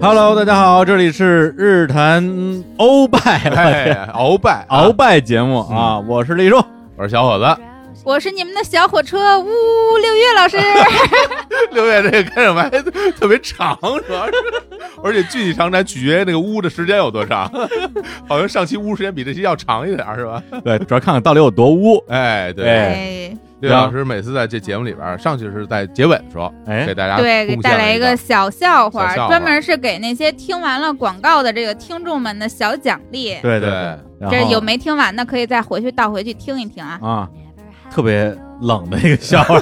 Hello，大家好，这里是日坛欧拜 哎，鳌拜，鳌拜节目啊，我是立柱，我是小伙 子。我是你们的小火车，呜，六月老师，六月这个开场白特别长，主要是，而且具体长短取决于那个屋的时间有多长。 好像上期屋时间比这期要长一点儿，是吧？对，主要看看到底有多污。哎，哎对，哎，六月老师每次在这节目里边儿，上去是在结尾的时候哎给大家对，给贡献带来了一个小笑话小笑，话专门是给那些听完了广告的这个听众们的小奖励。对对然后这有没听完的，可以再回去倒回去听一听啊！啊？特别冷的一个笑话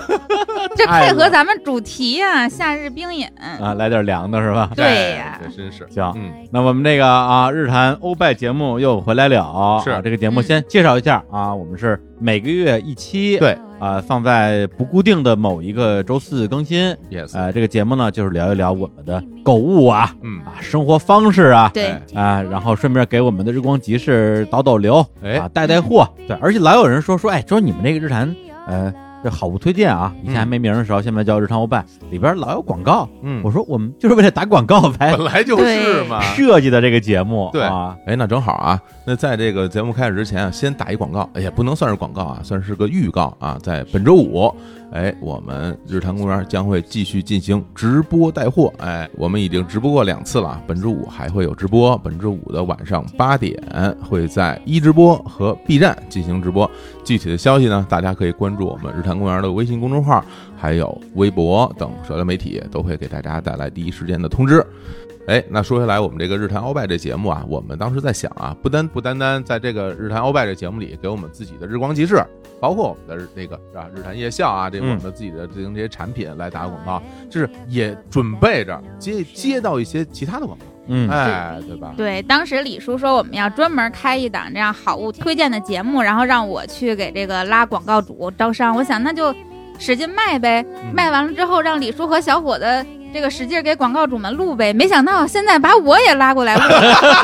这太配合冷咱们主题啊，夏日冰饮。啊，来点凉的是吧？对呀哎这真是，行，嗯，那我们这个啊，日坛欧拜节目又回来了。是啊这个节目嗯先介绍一下啊，我们是每个月一期，对啊，放在不固定的某一个周四更新。 ，yes，呃，这个节目呢，就是聊一聊我们的购物啊嗯，啊，生活方式啊，对哎啊，然后顺便给我们的日光集市导导流，哎啊，带带货。对，而且老有人说说，哎，说你们这个日坛，呃，这好物推荐啊，以前还嗯没名儿的时候，现在叫日常欧拜，里边老有广告。嗯我，说哎我们就是为了打广告才本来就是嘛。设计的这个节目，对啊，哎，那正好啊，那在这个节目开始之前啊，先打一广告，哎呀，不能算是广告啊，算是个预告啊，在本周五，哎，我们日坛公园将会继续进行直播带货，哎，我们已经直播过两次了啊，本周五还会有直播，本周五的晚上八点会在一直播和 B 站进行直播，具体的消息呢，大家可以关注我们日坛公园的微信公众号，还有微博等社交媒体，都会给大家带来第一时间的通知。哎，那说回来，我们这个日坛鳌拜这节目啊，我们当时在想啊，不单不单单在这个日坛鳌拜这节目里给我们自己的日光集市，包括我们的日那个啊日坛夜校啊，这我嗯们自己的这这些产品来打广告，就是也准备着接接到一些其他的广告，嗯，哎，对吧？对，当时李叔说我们要专门开一档这样好物推荐的节目，然后让我去给这个拉广告主招商。我想那就使劲卖呗，卖完了之后让李叔和小伙子这个使劲给广告主们录呗。没想到现在把我也拉过来录，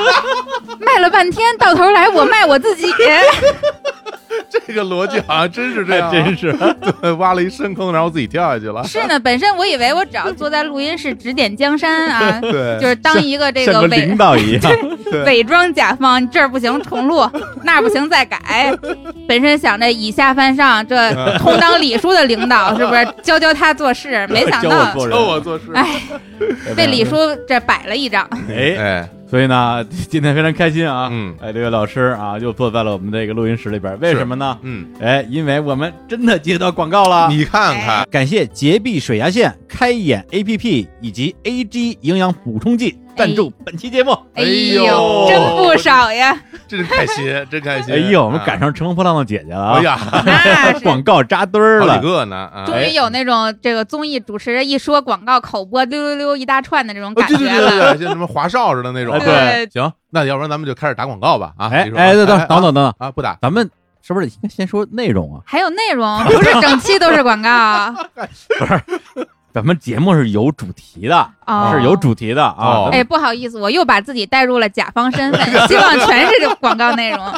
卖了半天，到头来我卖我自己。 这个逻辑好像真是这这样啊， 真是对 挖了一深坑，然后自己跳下去 了。是呢，本身我以为我只要坐在录音室指点江山啊，对，就是当一个这像个个伪领导 一样，伪装甲方，这儿不行重录，那儿不行再改。本身想着以下犯上，这充当李叔的领导，是不是教教他做事？没想教我到做人教，哦我做事。哎被李叔这摆了一张。哎，哎，所以呢， 今天非常开心啊，嗯哎，这位老师啊，又坐在了我们这个录音室里边，为是什么呢？嗯，哎，因为我们真的接到广告了，你看看，感谢洁碧水牙线、开眼 APP 以及 AG 营养补充剂赞助本期节目。哎哎呦呦，真不少呀！真开 心，真开心。哎呦，我们赶上，上乘风破浪的姐姐了哎啊！呀，那是广告扎堆儿好几了，个呢啊！终于有那种这个综艺主持人一说广告口播溜溜溜一大串的这种哦感对对觉对对了。对，像什么华少似的那种。哎对行，那要不然咱们就开始打广告吧啊！哎你说吧哎，等等啊等等等等，啊，不打，咱们是不是应该先说内容啊？还有内容，不是整期都是广告咱们节目是有主题的，哦，是有。主题的啊哦。哎，不好意思，我又把自己带入了甲方身份，希望全是这广告内容。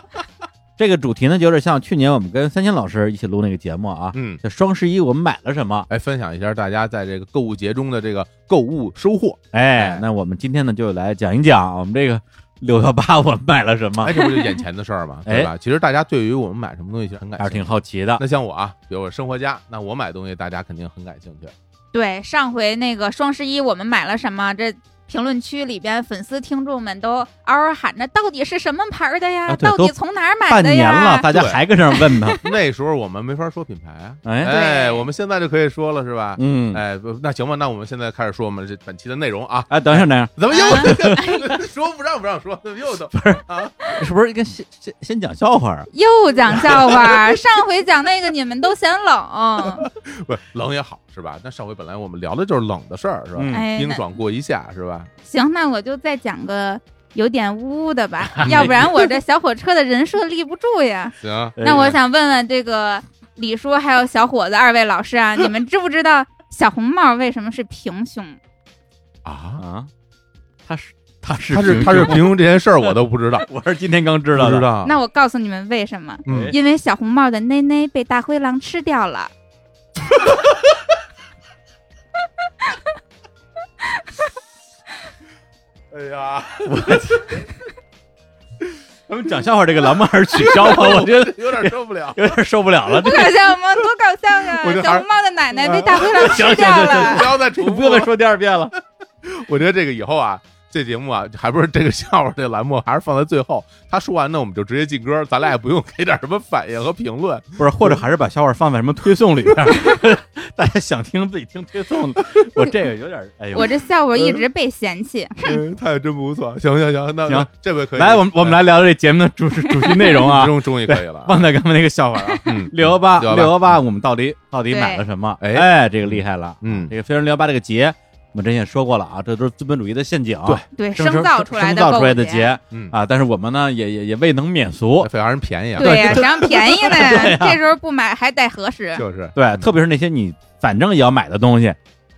这个主题呢，有点像去年我们跟三千老师一起录那个节目啊。嗯，这双十一我们买了什么？哎，分享一下大家在这个购物节中的这个购物收获。哎哎，那我们今天呢就来讲一讲我们这个六幺八我们买了什么哎，，这不就眼前的 事儿嘛，对吧？其实大家对于我们买什么东西其实很感还是兴哎趣。挺好奇的。那像我啊，比如我生活家，那我买东西大家肯定很感兴趣。啊对，上回那个双十一我们买了什么？这评论区里边粉丝听众们都嗷嗷喊着，到底是什么牌儿的呀？啊对到底从哪儿买半的年了，呀？大家对还跟这儿问 呢。 那时候我们没法说品牌啊，哎，哎，对我们现在就可以说了，是吧？嗯，哎，不那行吧，那我们现在开始说我们这本期的内容 啊，哎，等一下，等一下，咱们啊哎又 说不让不让说，又都是不是应该先先先讲笑话啊？又讲笑话，上回讲那个你们都嫌嗯冷，不是冷也好是吧？那上回本来我们聊的就是冷的事儿是吧？嗯哎，冰那爽过一下是吧？行，那我就再讲个有点污的 吧，要不然我这小火车的人设立不住呀。哎行，那我想问问这个李叔还有小伙子二位老师啊，你们知不知道小红帽为什么是 平胸？啊，啊，他是他是他是他是平庸这件事儿我都不知道，我是今天刚 知知道的，知道？那我告诉你们为什么，嗯哎，因为小红帽的内内被大灰狼吃掉 了。哎呀，咱们讲笑话这个栏目还是取消吧，我觉得有点受不了。有点受不了了。不搞笑吗？多搞笑啊我！这还小红帽的奶啊奶被大灰狼吃掉了不。要再 重不复用再了。说第二遍了。我觉得这个以后啊，这节目啊，还不是这个笑话这栏目，还是放在最后。他说完呢，我们就直接进歌，咱俩也不用给点什么反应和评 论。不是，或者还是把笑话放在什么推送里边儿， 大家想听自己听推送。我这个有点儿，哎呦，我这笑话一直被嫌弃，嗯，他也真不错。行行行，那行那这回可以。来，我们我们来聊聊这节目的主 主题内容哎，啊。终终于可以了啊。忘掉刚才那个笑话了啊。嗯，六幺八， 618六幺八，我们到底到底对买了什么？哎哎，这个厉害了。嗯，这个飞人六幺八这个节，我们之前也说过了啊，这都是资本主义的陷阱，对对，生生造出来生的造出来的的，节嗯啊。但是我们呢，也也也未能免俗。非让人便宜啊，对呀，谁让便 宜呢？这时候不买还得核啊实。就是嗯对，特别是那些你反正也要买的东西，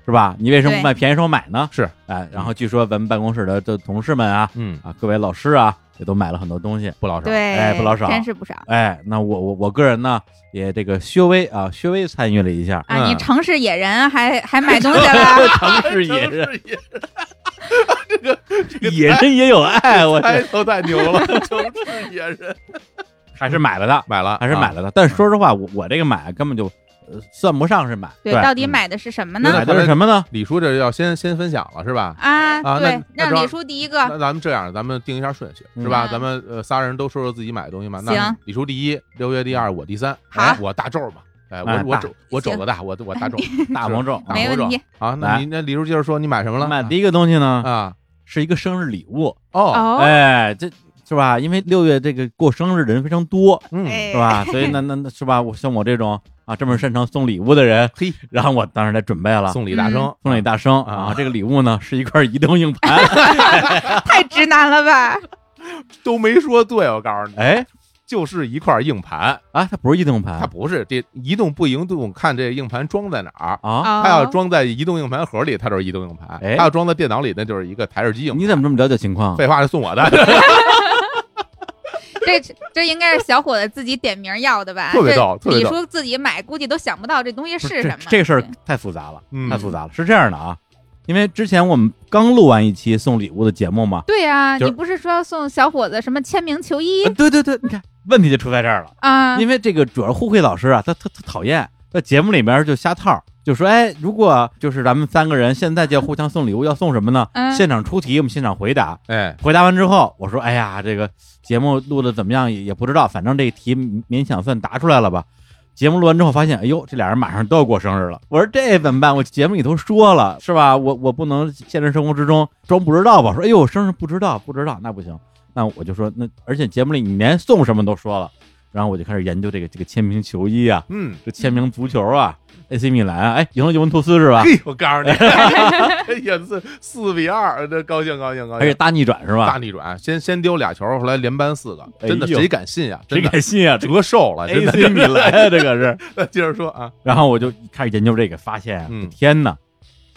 是吧？你为什么不对买便宜时候买呢？是，哎，然后据说咱们办公室的这同事们啊，嗯，啊，各位老师啊，也都买了很多东西。不老少。对，哎不老少真是不少。哎，那我我我个人呢，也这个稍微啊，稍微参与了一 下，啊！嗯你城市野人还还买东西了 城市野 人，人， 野人也有爱，我开头太牛了，城市野人还是买了的，啊买了，啊还是买了。了的。但是说实话，我我这个买根本就呃算不上是买，嗯对，到底买的是什么呢？买的是什么呢？李叔这要先先分享了是吧？啊啊，对，那那让李叔第一个，啊那咱们这样，咱们定一下顺序，是吧？嗯咱们呃仨人都说说自己买的东西嘛。那行李叔第一，六月第二，我第三。好哎我大咒嘛。哎，哎我嗯我大肘我肘子大，我 我大咒。大魔咒。大没魔咒问题啊，那你那李叔接着说，你买什么了？买第一个东西呢，啊是一个生日礼物。哦，哦，哎，这是吧？因为六月这个过生日的人非常多，嗯，哎是？ 吧？所以那那那是吧？我像我这种啊这么擅长送礼物的人，嘿， 然后我当时来准备了。送礼大生，送礼大生啊啊！这个礼物呢是一块移动硬盘， 太直男了吧？都没说对，我告诉你，哎就是一块硬盘，啊，它不是移动硬盘它不是这移动不移动，看这硬盘装在哪儿。啊！哦它要装在移动硬盘盒里，它就是移动硬盘；哎它要装在电脑里，那就是一个台式机硬盘。你怎么这么了解情况？废话，是送我的， 这这应该是小伙子自己点名要的吧？特别逗特这别李逗叔自己买，估计都想不到这东西不这是什么。这事儿对太复杂了，嗯太复杂了。是这样的啊，因为之前我们刚录完一期送礼物的节目嘛，对呀，就是你不是说要送小伙子什么签名球衣呃对对对，你看问题就出在这儿了。啊？因为这个主要互惠老师啊，他他他讨厌在节目里面就瞎套儿，就说哎，如果就是咱们三个人现在就要互相送礼物，要送什么呢？嗯现场出题，我们现场回答。哎，回答完之后，我说哎呀，这个节目录的怎么样也也不知道，反正这题勉强算答出来了吧。节目录完之后发现，哎呦，这俩人马上都要过生日了。我说这怎么办？我节目里头说了是吧？我我不能现实生活之中装不知道吧？说哎呦，生日不知道不知道，那不行。那我就说那，而且节目里你连送什么都说了，然后我就开始研究这个这个签名球衣啊，嗯，这签名足球啊，AC 米兰啊，哎，赢了尤文图斯是吧？嘿，我告 诉你，哎呀，四四比二，这高兴高兴高而且兴！大逆转是大吧？逆转，先先丢俩球，后来连扳四个，啊哎真的呦谁敢信呀？谁真的敢信啊？这折寿了，真 AC 米兰啊，这个是。 的。接着说啊，然后我就开始研究这个，发现啊嗯天哪！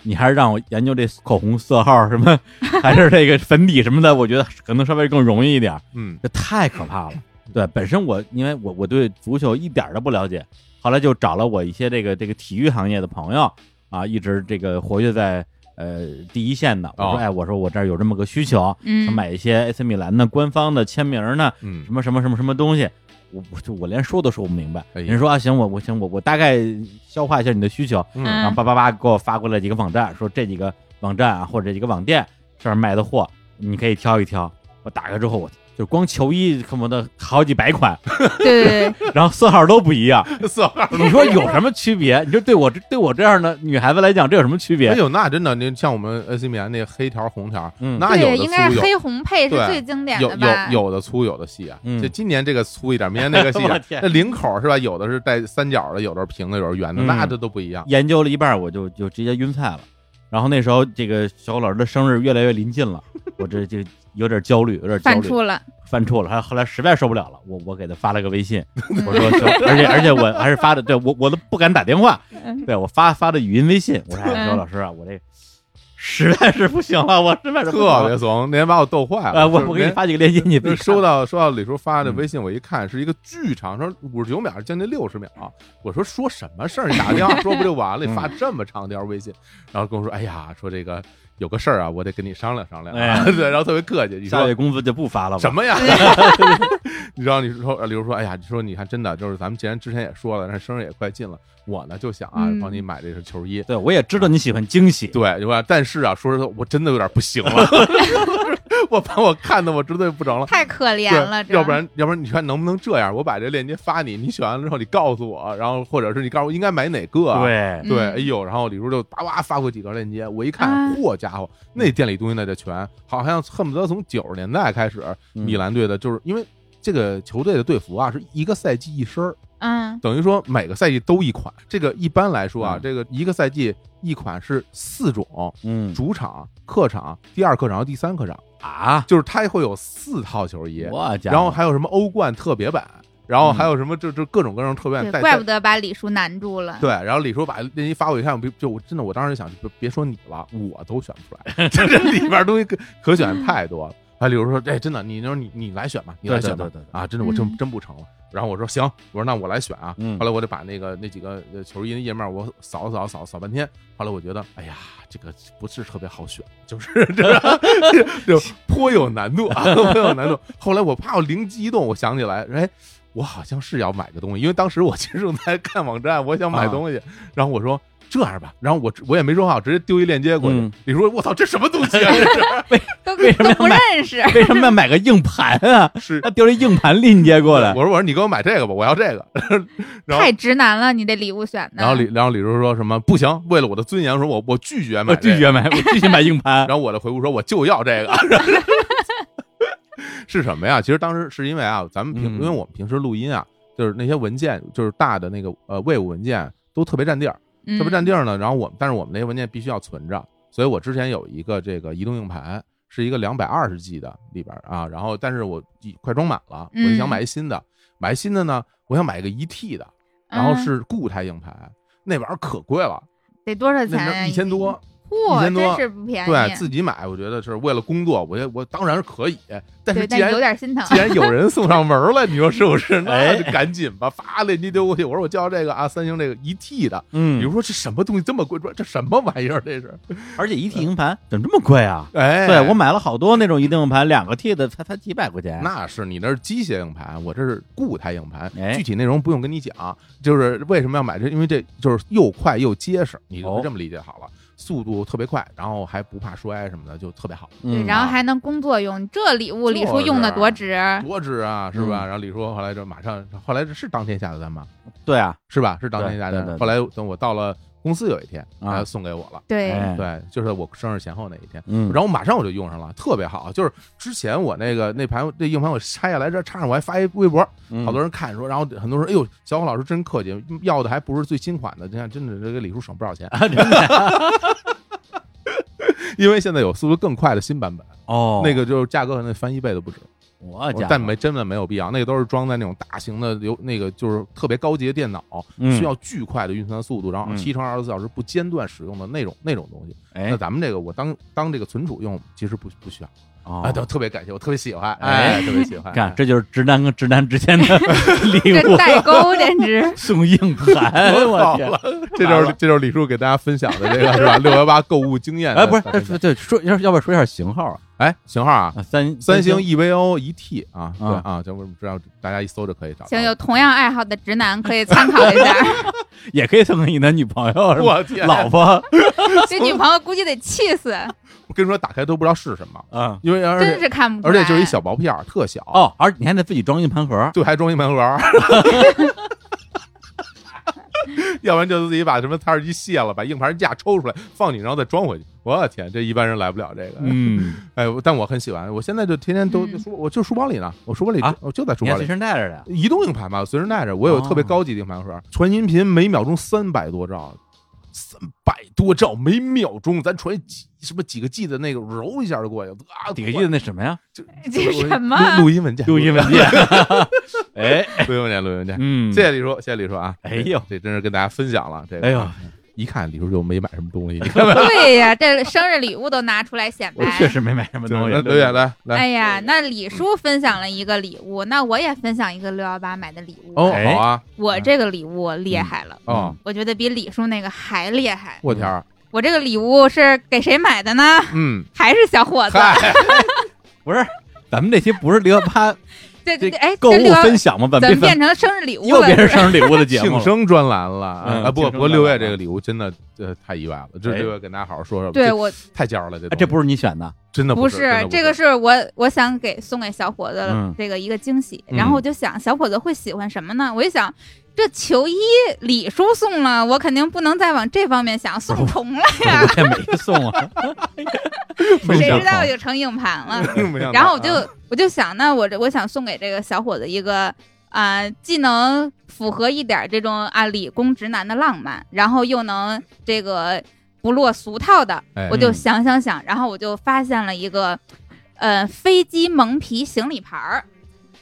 你还是让我研究这口红色号什么， 还是这个粉底什么的，我觉得可能稍微更容易一点。嗯，这太可怕了。对，本身我因为我我对足球一点儿都不了解，后来就找了我一些这个这个体育行业的朋友啊，一直这个活跃在呃第一线的。我说，哦哎，我说我这儿有这么个需求，想嗯，买一些 AC 米兰的官方的签名呢， 嗯什么什么什么什么东西，我我就我连说都说不明白。哎呀人说啊，行，我我行，我我大概消化一下你的需求，嗯嗯然后叭叭叭给我发过来几个网站，说这几个网站啊或者这几个网店这儿卖的货，你可以挑一挑。我打开之后，我就光球衣恨不得好几百 款，对对对，然后色号都不一样。四号。你说有什么区别？你说对我这对我这样的女孩子来讲，这有什么区哎别？呦，那真的，您像我们呃 AC 米兰那黑条红条，嗯 那有的对，应该粗是有黑红配是对最经典有的有吧？有的粗，有的细啊。嗯就今年这个粗一点，明年那个细 一我点天。那领口是吧？有的是带三角的，有的是平的，有的是圆的，嗯那这都不一样。研究了一半，我就就直接晕菜了。然后那时候，这个小老师的生日越来越临近 了，我这就有点焦虑，有点焦犯虑，怵了，犯怵了。他后来实在受不了了，我我给他发了个微 信，嗯我说，就而且而且我还是发的，对我我都不敢打电话，嗯对我发发的语音微信，我说哎嗯小老师啊，我这实在是不行了，我实在是不行特了别怂，那天把我逗坏了。呃，我就是我给你连发几个链接，你自己就看收到收到李叔发的啊嗯微信，我一看是一个巨长，说五十九秒，将近六十秒。我说说什么事儿？你打个电话说不就完嗯了？你发这么长条微信，然后跟我说，哎呀，说这个有个事儿啊，我得跟你商量商量哎啊。对，然后特别客气，你下个说月工资就不发了吧？什么 呀？ 你知道你说李叔说，哎呀，你说你看真的就是咱们既然之前也说了，但是生日也快近了，我呢就想啊嗯帮你买这身球衣。对，我也知道你喜欢惊喜，对，对吧？但是啊，说实话，我真的有点不行了， 我把我看的我真的不成了。太可怜对，了，这要不然要不然你看能不能这样？我把这链接发你，你选完了之后你告诉我，然后或者是你告诉我应该买哪个、啊。对，对，嗯哎呦，然后李叔就叭叭发过几个链接，我一啊看，嚯家伙，那店里东西那叫全，好像恨不得从九十年代开始，嗯米兰队的就是因为这个球队的队服啊是一个赛季一身儿，嗯等于说每个赛季都一款。这个一般来说啊，嗯这个一个赛季一款是四种，嗯主场、客场、第二客场、第三客场，啊，就是它会有四套球衣。我家伙然后还有什么欧冠特别版，然嗯后还有什么这这各种各样特别版，对，带怪带不得把李叔难住了。哎对，然后李叔把那一发我一看，我别就我真的我当时就想，别别说你了，我都选不出来，这这里边东西可可选太多了。哎，李叔说，哎，真的，你说你你来选吧，你对来对选吧对对，对啊，真的我真嗯真不成了。然后我说行，我说那我来选啊嗯。后来我得把那个那几个呃球衣的页面我扫扫扫扫半天，后来我觉得，哎呀，这个不是特别好选，就是 这就颇有难度啊，颇有难度。后来我怕我灵机一动，我想起来，哎，我好像是要买个东西，因为当时我其实正在看网站，我想啊买东西，然后我说。这样吧，然后我我也没说话，我直接丢一链接过去。嗯李叔，我操，这什么东西啊？ 这都为什么都要不买认识。为什么要买个硬盘啊？是 是他丢了硬盘链接过来，我说我说你给我买这个吧，我要这个。 然后太直男了，你这礼物选的。然后李然后李叔说什么不行，为了我的尊严，我说我我拒绝买、我拒。绝买，我拒绝买硬盘 然。后我的回复说我就要这个。 是什么呀？其实当时是因为啊，咱们平、嗯因为我们平时录音啊，就是那些文件，就是大的那个呃 Wave 文件都特别占地儿，嗯特别占地儿呢。然后我们但是我们那些文件必须要存着，所以我之前有一个这个移动硬盘，是一个两百二十 G 的里边儿啊。然后但是我已快装满了，我就想嗯买一新的，买新的呢，我想买一个一 T 的，然嗯后是固态硬盘，那玩意儿可贵了，得多少那钱呀？那一千多。，哇， 1000多真是不便宜。对自己买，我觉得是为了工作，我觉得我当然是可以，但是既对，但然有点心疼既。然有人送上门来，你说是不 是？那哎就赶紧吧，发链接丢过去。我说我叫这个啊，三星这个一 T 的，比嗯，如说这什么东西这么贵？说这什么玩意儿？这 是？而且一 T 硬盘怎么这么贵啊？哎，对我买了好多那种一 T 硬盘，两个 T 的才才几百块钱。那是你那是机械硬盘，我这是固态硬盘。哎具体内容不用跟你讲，就是为什么要买这，因为这就是又快又结实，你哦就这么理解好了。速度特别快，然后还不怕摔什么的，就特别好。对嗯，然后还能工作用，这礼物李叔用的多值。多值啊，是嗯吧？然后李叔后来就马上，后来是当天下的单吗？对啊，是吧？是当天下的对对单。对后来等我到了公司有一天，啊他送给我了。对，哎，对，就是我生日前后那一天，嗯，然后马上我就用上了，特别好。就是之前我那个那盘那硬盘我拆下来这插上，我还发一微博，后好多人看说，然后很多人说，哎呦，小虎老师真客气，要的还不是最新款的，你看真的这给李叔省不少钱， 因为现在有速度更快的新版本， 哦，那个就是价格可能翻一倍都不止。我我家伙，哦但没真的没有必要，那个都是装在那种大型的流那个就是特别高级的电脑，嗯需要巨快的运算速度，然后嗯七乘二十四小时不间断使用的那种那种东西。哎那，咱们这个我当当这个存储用，其实不不需要。哦哎，都特别感谢，我特别喜欢，哎哎，特别 喜欢。看，这就是直男跟直男之间的礼这物，。代沟简直 送硬盘，我好啊天！了，这就是这就是李叔给大家分享的这个是吧？六幺八购物经验的哎，不大分是，享对对，说要要不要说一下型号啊？哎，型号啊，啊三三星 EVO 一 T 啊，对啊啊，就我们知道大家一搜就可以找到。行，有同样爱好的直男可以参考一 下。也可以送给你的女朋友，是吧我天，老婆，这女朋友估计得气死，我跟你说，打开都不知道是什么，嗯，因为而且真是看不出而来。且就是一小薄片儿，特小，哦，而你还得自己装硬盘盒，对，还装一门盒儿，要不然就自己把什么台式机卸了，把硬盘架抽出来放进去，然后再装回去。我的天，这一般人来不了这个。嗯，哎，我但我很喜欢，我现在就天天都嗯书，我就书包里呢，我书包里啊我就在书你还包随里。身带着的呀？移动硬盘吧，随身带着。我有特别哦高级的硬盘盒，传音频每秒钟三百多兆，三百多兆每秒钟，咱传几什么几个 G 的那个，揉一下就过去了。啊，底下记得那什么呀？就 这什么录录音文件？录音文 件，哎，录音文件，录音文件。嗯，谢谢李叔，谢谢李叔啊！哎呦这真是跟大家分享了这个。哎呦，一看李叔就没买什么 东西，你看吧，对呀，这生日礼物都拿出来显我摆。确实没买什么东西。刘远来来，哎呀，那李叔分享了一个礼物，那我也分享一个六幺八买的礼物。哦，哎嗯好啊，我这个礼物厉害了，哦，我觉得比李叔那个还厉害。我天儿，我这个礼物是给谁买的呢？嗯，还是小伙 子？嗨，不是，咱们这期不是六幺 八这这这哎，购这物六幺分享吗？怎怎么么变变成生日礼物又了？变成生日礼物的节目庆了？生专栏了啊！嗯啊不庆生不，专栏六月这个礼物真的呃太意外了，这哎六月跟大家好好说说吧，对这我太尖儿了，这哎这不不是你选 的，真的不是真的这个是我我想给送给小伙子嗯的这个一个惊喜，嗯然后我就想小伙子会喜欢什么呢？我一想。这球衣李叔送了，我肯定不能再往这方面想，送重 了呀我，也没送啊。没 谁想知道就成硬盘 了。 并不啊像然后我他啊就我就想，那我这我想送给这个小伙子一个啊、既能符合一点这种啊理工直男的浪漫，然后又能这个不落俗套的，哎我就想想想，然后我就发现了一个，呃，飞机蒙皮行李牌儿，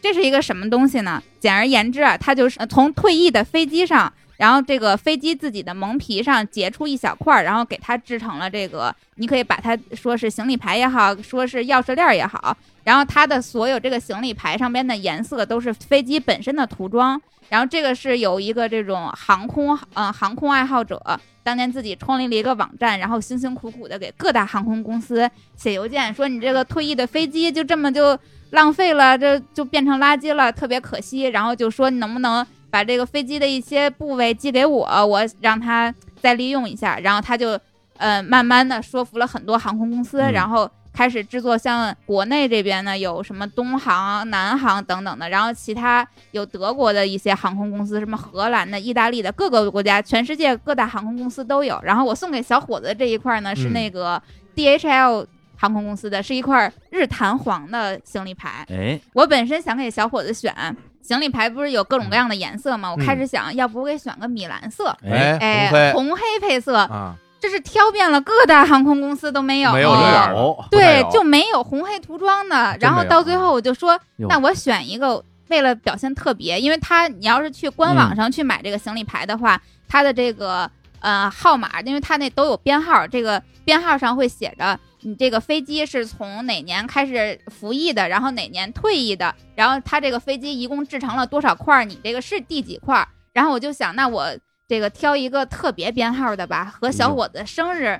这是一个什么东西呢？简而言之啊，它就是呃从退役的飞机上。然后这个飞机自己的蒙皮上截出一小块儿，然后给它制成了这个，你可以把它说是行李牌也好，说是钥匙链儿也好，然后它的所有这个行李牌上边的颜色都是飞机本身的涂装。然后这个是有一个这种航空呃航空爱好者，当年自己创立了一个网站，然后辛辛苦苦的给各大航空公司写邮件，说你这个退役的飞机就这么就浪费了，这就变成垃圾了，特别可惜。然后就说你能不能把这个飞机的一些部位寄给我，我让他再利用一下。然后他就呃慢慢的说服了很多航空公司，嗯然后开始制作像国内这边呢有什么东航、南航等等的，然后其他有德国的一些航空公司，什么荷兰的、意大利的，各个国家，全世界各大航空公司都有。然后我送给小伙子这一块呢，是嗯那个 DHL 航空公司的，是一块日弹簧的行李牌。哎，我本身想给小伙子选行李牌，不是有各嗯种各样的颜色吗？我开始想，要不我给选个米蓝色，哎哎，哎，红红黑配色，黑啊，这是挑遍了各大航空公司都没有，没有这样的哦不太对有，就没有红黑涂装的。然后没有嗯到最后我就说，哟那我选一个，为了表现特别，因为他你要是去官嗯网上去买这个行李牌的话，它的这个呃号码，因为它那都有编号，这个编号上会写着。你这个飞机是从哪年开始服役的，然后哪年退役的，然后它这个飞机一共制成了多少块儿，你这个是第几块儿？然后我就想，那我这个挑一个特别编号的吧，哎和小伙子生日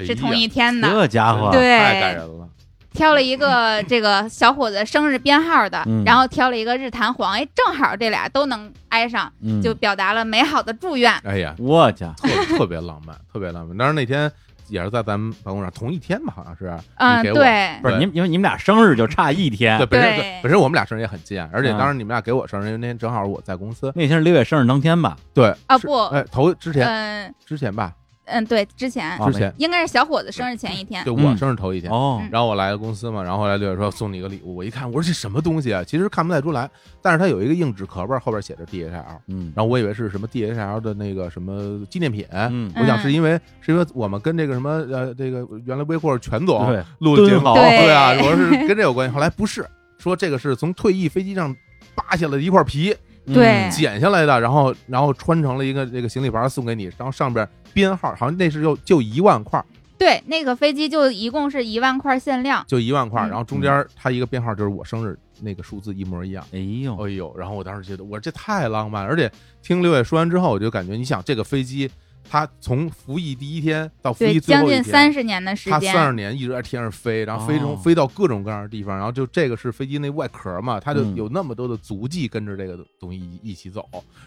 是同一天的，这家伙，对太感人了，挑了一嗯个这个小伙子生日编号的，嗯然后挑了一个日坛黄，哎，正好这俩都能挨上，嗯就表达了美好的祝愿。哎呀，我家特 特别浪漫，特别浪漫。当然那天也是在咱们办公室，同一天吧，好像是哎嗯，你给我对不是对你们，因为你们俩生日就差一天对，，本身对对本身我们俩生日也很近，而且嗯当时你们俩给我生日，因为那天正好我在公司，那天是六月生日当天吧？对啊是不哎，头之前嗯之前吧，嗯，对，之前啊之前应该是小伙子生日前一天，就嗯我生日头一天，哦，然后我来了公司嘛，然后后来六月说送你一个礼物，我一看我说这什么东西啊，其实看不太出来，但是它有一个硬纸壳吧，后边写着 DHL，嗯然后我以为是什么 DHL 的那个什么纪念品。嗯，我想是嗯因为是因为我们跟这个什么呃这个原来微库尔全总对，录的节目，敦煌 对啊，对我是跟这有关系。后来不是说这个是从退役飞机上扒下来的一块皮对嗯剪下来的，然后然后穿成了一个这个行李牌送给你，然后上边编号好像那是就就一万块，对，那个飞机就一共是一万块限量，就一万块，嗯然后中间它一个编号就是我生日那个数字一模一样。哎呦，哎呦，然后我当时觉得我说这太浪漫，而且听六月说完之后，我就感觉你想这个飞机，它从服役第一天到服对，役最将后一近天，三十年的时它三十间，年一直在天上飞，然后飞哦成飞到各种各样的地方，然后就这个是飞机那外壳嘛，它就嗯有那么多的足迹跟着这个东西一一起走，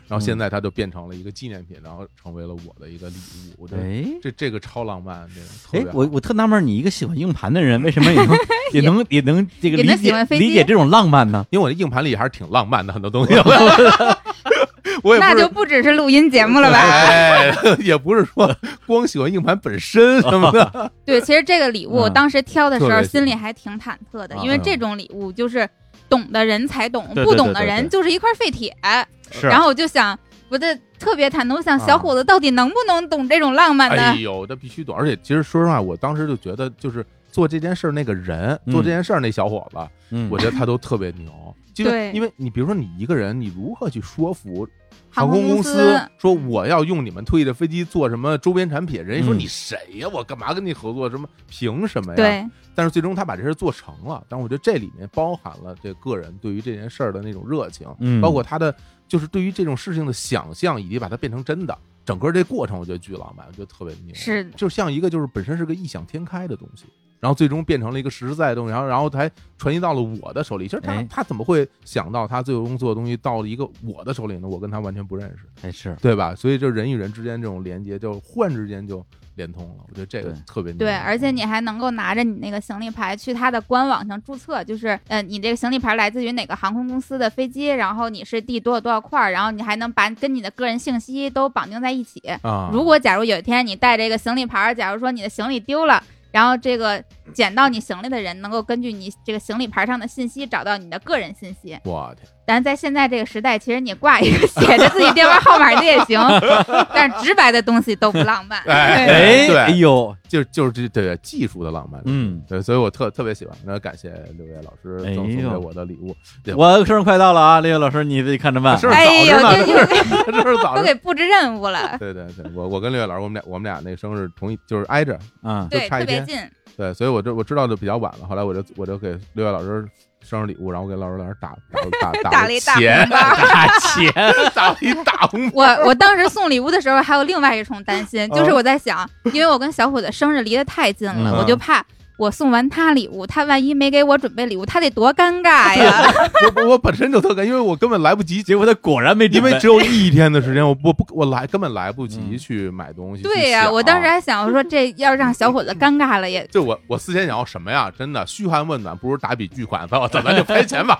然后嗯现在它就变成了一个纪念品，然后成为了我的一个礼物。我觉得哎。这这个超浪漫，这个特哎别，好我我特纳闷儿，你一个喜欢硬盘的人， 为什么也能也 能也能这个也理能喜解欢飞理机解这种浪漫呢？因为我的硬盘里还是挺浪漫的很多东西， 我也那不。就是不只是录音节目了吧？哎，也不是说光喜欢硬盘本身什么 的，对，其实这个礼物我嗯当时挑的时特候别喜欢心里还挺忐忑的啊，因为嗯这种礼物就是懂的人才懂，对对不懂对的对人对就是一块废铁。是然后我就想，我的特别忐忑，我想啊小伙子到底能不能懂这种浪漫哎呢？呦，这必须懂！而且其实说实话，我当时就觉得，就是做这件事儿那个人，嗯做这件事儿那小伙子，嗯，我觉得他都特别牛。因为对因为你比如说你一个人，你如何去说服航航空空公公司司说我要用你们退役的飞机做什么周边产品？人家说嗯你谁呀、我干嘛跟你合作？什么凭什么呀？。对，但是最终他把这事儿做成了，但是我觉得这里面包含了这个人对于这件事儿的那种热情，嗯包括他的就是对于这种事情的想象，以及把它变成真的，整个这过程我觉得巨浪漫，我觉得特别牛，是的就像一个就是本身是个异想天开的东西，然后最终变成了一个实实在在的东西，然后然后还传递到了我的手里。其实他、哎他怎么会想到他最终做的东西到了一个我的手里呢？我跟他完全不认识，哎是，对吧？所以就人与人之间这种连接，就忽然之间就连通了，我觉得这个对特别牛对，而且你还能够拿着你那个行李牌去它的官网上注册，就是呃，你这个行李牌来自于哪个航空公司的飞机，然后你是第多少多少块儿，然后你还能把跟你的个人信息都绑定在一起。啊，如果假如有一天你带着一个行李牌儿，假如说你的行李丢了，然后这个捡到你行李的人能够根据你这个行李牌上的信息找到你的个人信息。我天，但是在现在这个时代，其实你挂一个写着自己电话号码的也 行，但是直白的东西都不浪 漫。哎哎对哎呦，就就是这对技术的浪漫，嗯，对，所以我特特别喜欢，那感谢六月老师哎呦赠送给我的礼物， 对我生日快到了啊，六月老师你自己看着办。啊是哎呦，早这知道就这是早上。都给布置任务了，对对对，我我跟六月老师，我们俩我们俩那个生日同一，就是挨着，嗯，对，差一特别天近。对，所以我这我知道就比较晚了。后来我就我就给六月老师生日礼物，然后我给老师老师打 打打打了了一大钱红， 包大钱，打了一大红包。我我当时送礼物的时候，还有另外一重担心，就是哦我在想，因为我跟小伙子生日离得太近了，嗯我就怕我送完他礼物，他万一没给我准备礼物，他得多尴尬呀！我我我本身就特尴，因为我根本来不及，结果他果然没因准备为只有一天的时间，我不不我来根本来不嗯及去买东西。对呀、呀、我当时还想，我说这要让小伙子尴尬了也。就我我思前想要什么呀？真的嘘寒问暖不如打笔巨款，吧，我咱咱就拍 钱吧。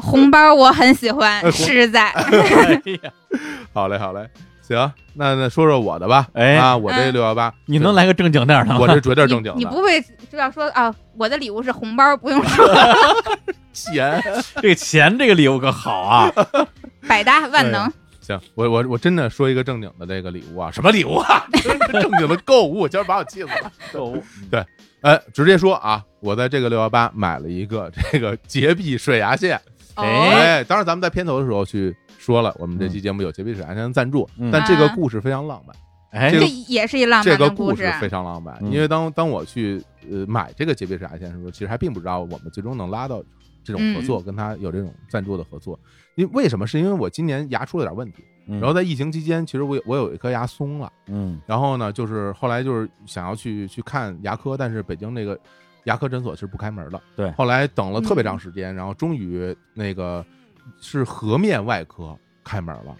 红包我很喜欢，红实 在哎呀好嘞，好嘞，行，那那说说我的吧。哎啊，我这六幺八，你能来个正经点 儿的吗？我这绝对正你经嗯你的 不会就要说啊，我的礼物是红包，不用说，钱。这个钱这个礼物可好 啊！百搭万能。行，我我我真的说一个正经的这个礼物啊，什么礼物啊？ 正经的购物，今儿把我气死了。呃，直接说啊，我在这个六幺八买了一个这个洁碧水牙线。哦，哎，当然咱们在片头的时候去说了，我们这期节目有洁碧水牙线的赞助，嗯但这个啊故事非常浪漫，哎，这这个也是一浪这漫个的故事事。非常浪漫。嗯因为当当我去呃买这个洁碧水牙线的时候，其实还并不知道我们最终能拉到这种合作，跟他有这种赞助的合作。因为为什么？是因为我今年牙出了点问题，嗯然后在疫情期间，其实我有我有一颗牙松了。嗯然后呢，就是后来就是想要去去看牙科，但是北京那个牙科诊所是不开门的。对后来等了特别长时间，然后终于那个是颌面外科开门了，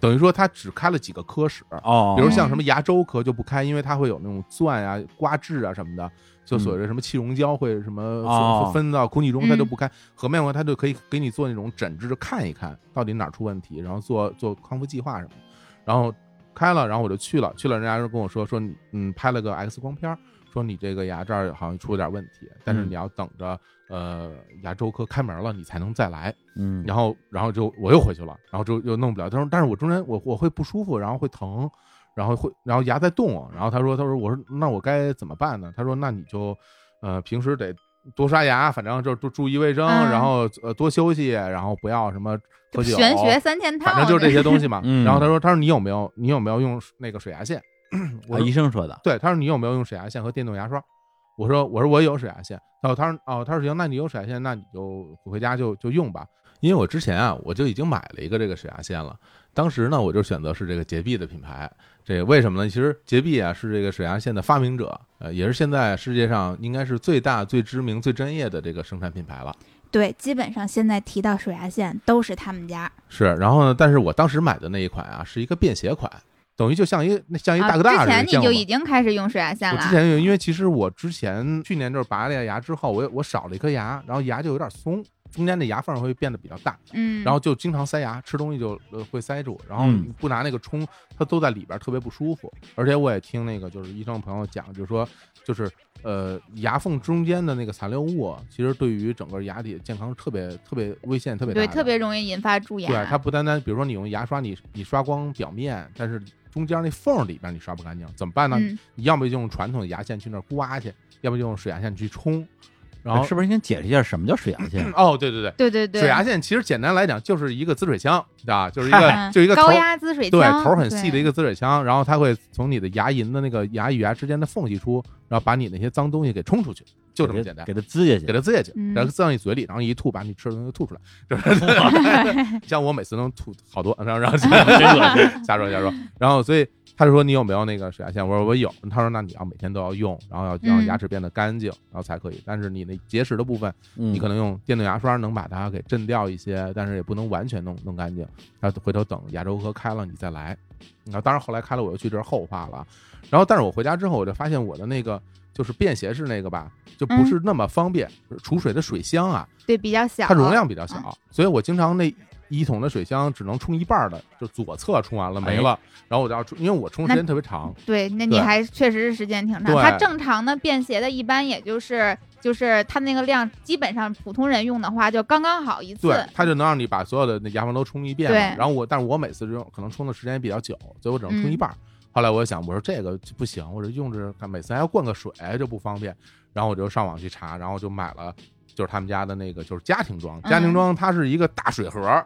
等于说他只开了几个科室，哦，比如像什么牙周科就不开，因为它会有那种钻啊、刮治啊什么的，就所谓的什么气溶胶会什么嗯哦分分到空气中，它嗯就不开。颌面外科它就可以给你做那种诊治，就看一看到底哪儿出问题，然后做做康复计划什么的。然后开了，然后我就去了，去了人家就跟我说说你嗯拍了个 X 光片儿，说你这个牙这儿好像出了点问题，但是嗯你要等着呃牙周科开门了你才能再来。嗯，然后然后就我又回去了，然后就又弄不了。他说，但是我中间我我会不舒服，然后会疼，然后会然后牙在动。啊然后他说，他说我说那我该怎么办呢？他说那你就呃平时得多刷牙，反正就注注意卫生，嗯然后呃多休息，然后不要什么喝酒，玄学三件套，哦反正就是这些东西嘛。嗯然后他说，他说你有没有你有没有用那个水牙线？我啊，说医生说的，对，他说你有没有用水牙线和电动牙刷？我说我说我有水牙线。他说他说哦，他说行，那你有水牙线，那你就回家就就用吧。因为我之前啊，我就已经买了一个这个水牙线了。当时呢，我就选择是这个洁碧的品牌。这个为什么呢？其实洁碧啊是这个水牙线的发明者，呃，也是现在世界上应该是最大、最知名、最专业的这个生产品牌了。对，基本上现在提到水牙线都是他们家。是，然后呢，但是我当时买的那一款啊，是一个便携款，等于就像一那像一哎大哥大啊、似之的。前见你过就吗已经开始用水牙线我之了，前有，因为其实我之前去年就是拔了牙之后，我我少了一颗牙，然后牙就有点松，中间那牙缝会变得比较大，嗯，然后就经常塞牙，吃东西就呃会塞住，然后嗯你不拿那个冲，它都在里边儿，特别不舒服。而且我也听那个就是医生朋友讲，就是说就是呃牙缝中间的那个残留物啊，其实对于整个牙体健康是特别特别危险，特别大对的特别容易引发啊蛀牙，对它不单单比如说你用牙刷你你刷光表面，但是中间那缝儿里边儿你刷不干净，怎么办呢？嗯，你要么就用传统的牙线去那儿刮去，要么就用水牙线去冲，然后哎是不是先解释一下什么叫水牙线？哦，对对对。对对对，水牙线其实简单来讲就是一个滋水枪啊，就是一个 嗯就是一个头高压滋水对枪，头儿很细的一个，个滋水枪，然后它会从你的牙龈的那个牙与牙之间的缝隙出，然后把你那些脏东西给冲出去，就这么简单给。它滋下去给。它滋下去，嗯然后滋到你嘴里，然后一吐，把你吃的东西吐出来。就是 像我每次能吐好多，然后然后哦瞎说瞎说。然后所以他就说你有没有那个水牙线？我说我有。他说那你要每天都要用，然后要让嗯牙齿变得干净，然后才可以。但是你那结石的部分，嗯 你可能用电动牙刷能把它给震掉一些，但是也不能完全弄弄干净。然后回头等牙周科开了你再来。啊，当然后来开了我又去这儿后话了。然后，但是我回家之后我就发现我的那个就是便携式那个吧，就不嗯是那么方便。储水的水箱啊，对比较小，它容量比较小，所以我经常那。一桶的水箱只能冲一半儿的，就左侧冲完了没了，然后我就要冲，因为我冲时间特别长，对，那你对还确实是时间挺长。对它正常的便携的，一般也就是就是它那个量，基本上普通人用的话就刚刚好一次。对， 它就能让你把所有的那牙缝都冲一遍嘛。对然后我，但是我每次用可能冲的时间也比较久，所以我只能冲一嗯半儿。后来我就想，我说这个就不行，我说用着每次还要灌个水，这不方便。然后我就上网去查，然后就买了，就是他们家的那个就是家庭装，家庭嗯装它是一个大水盒。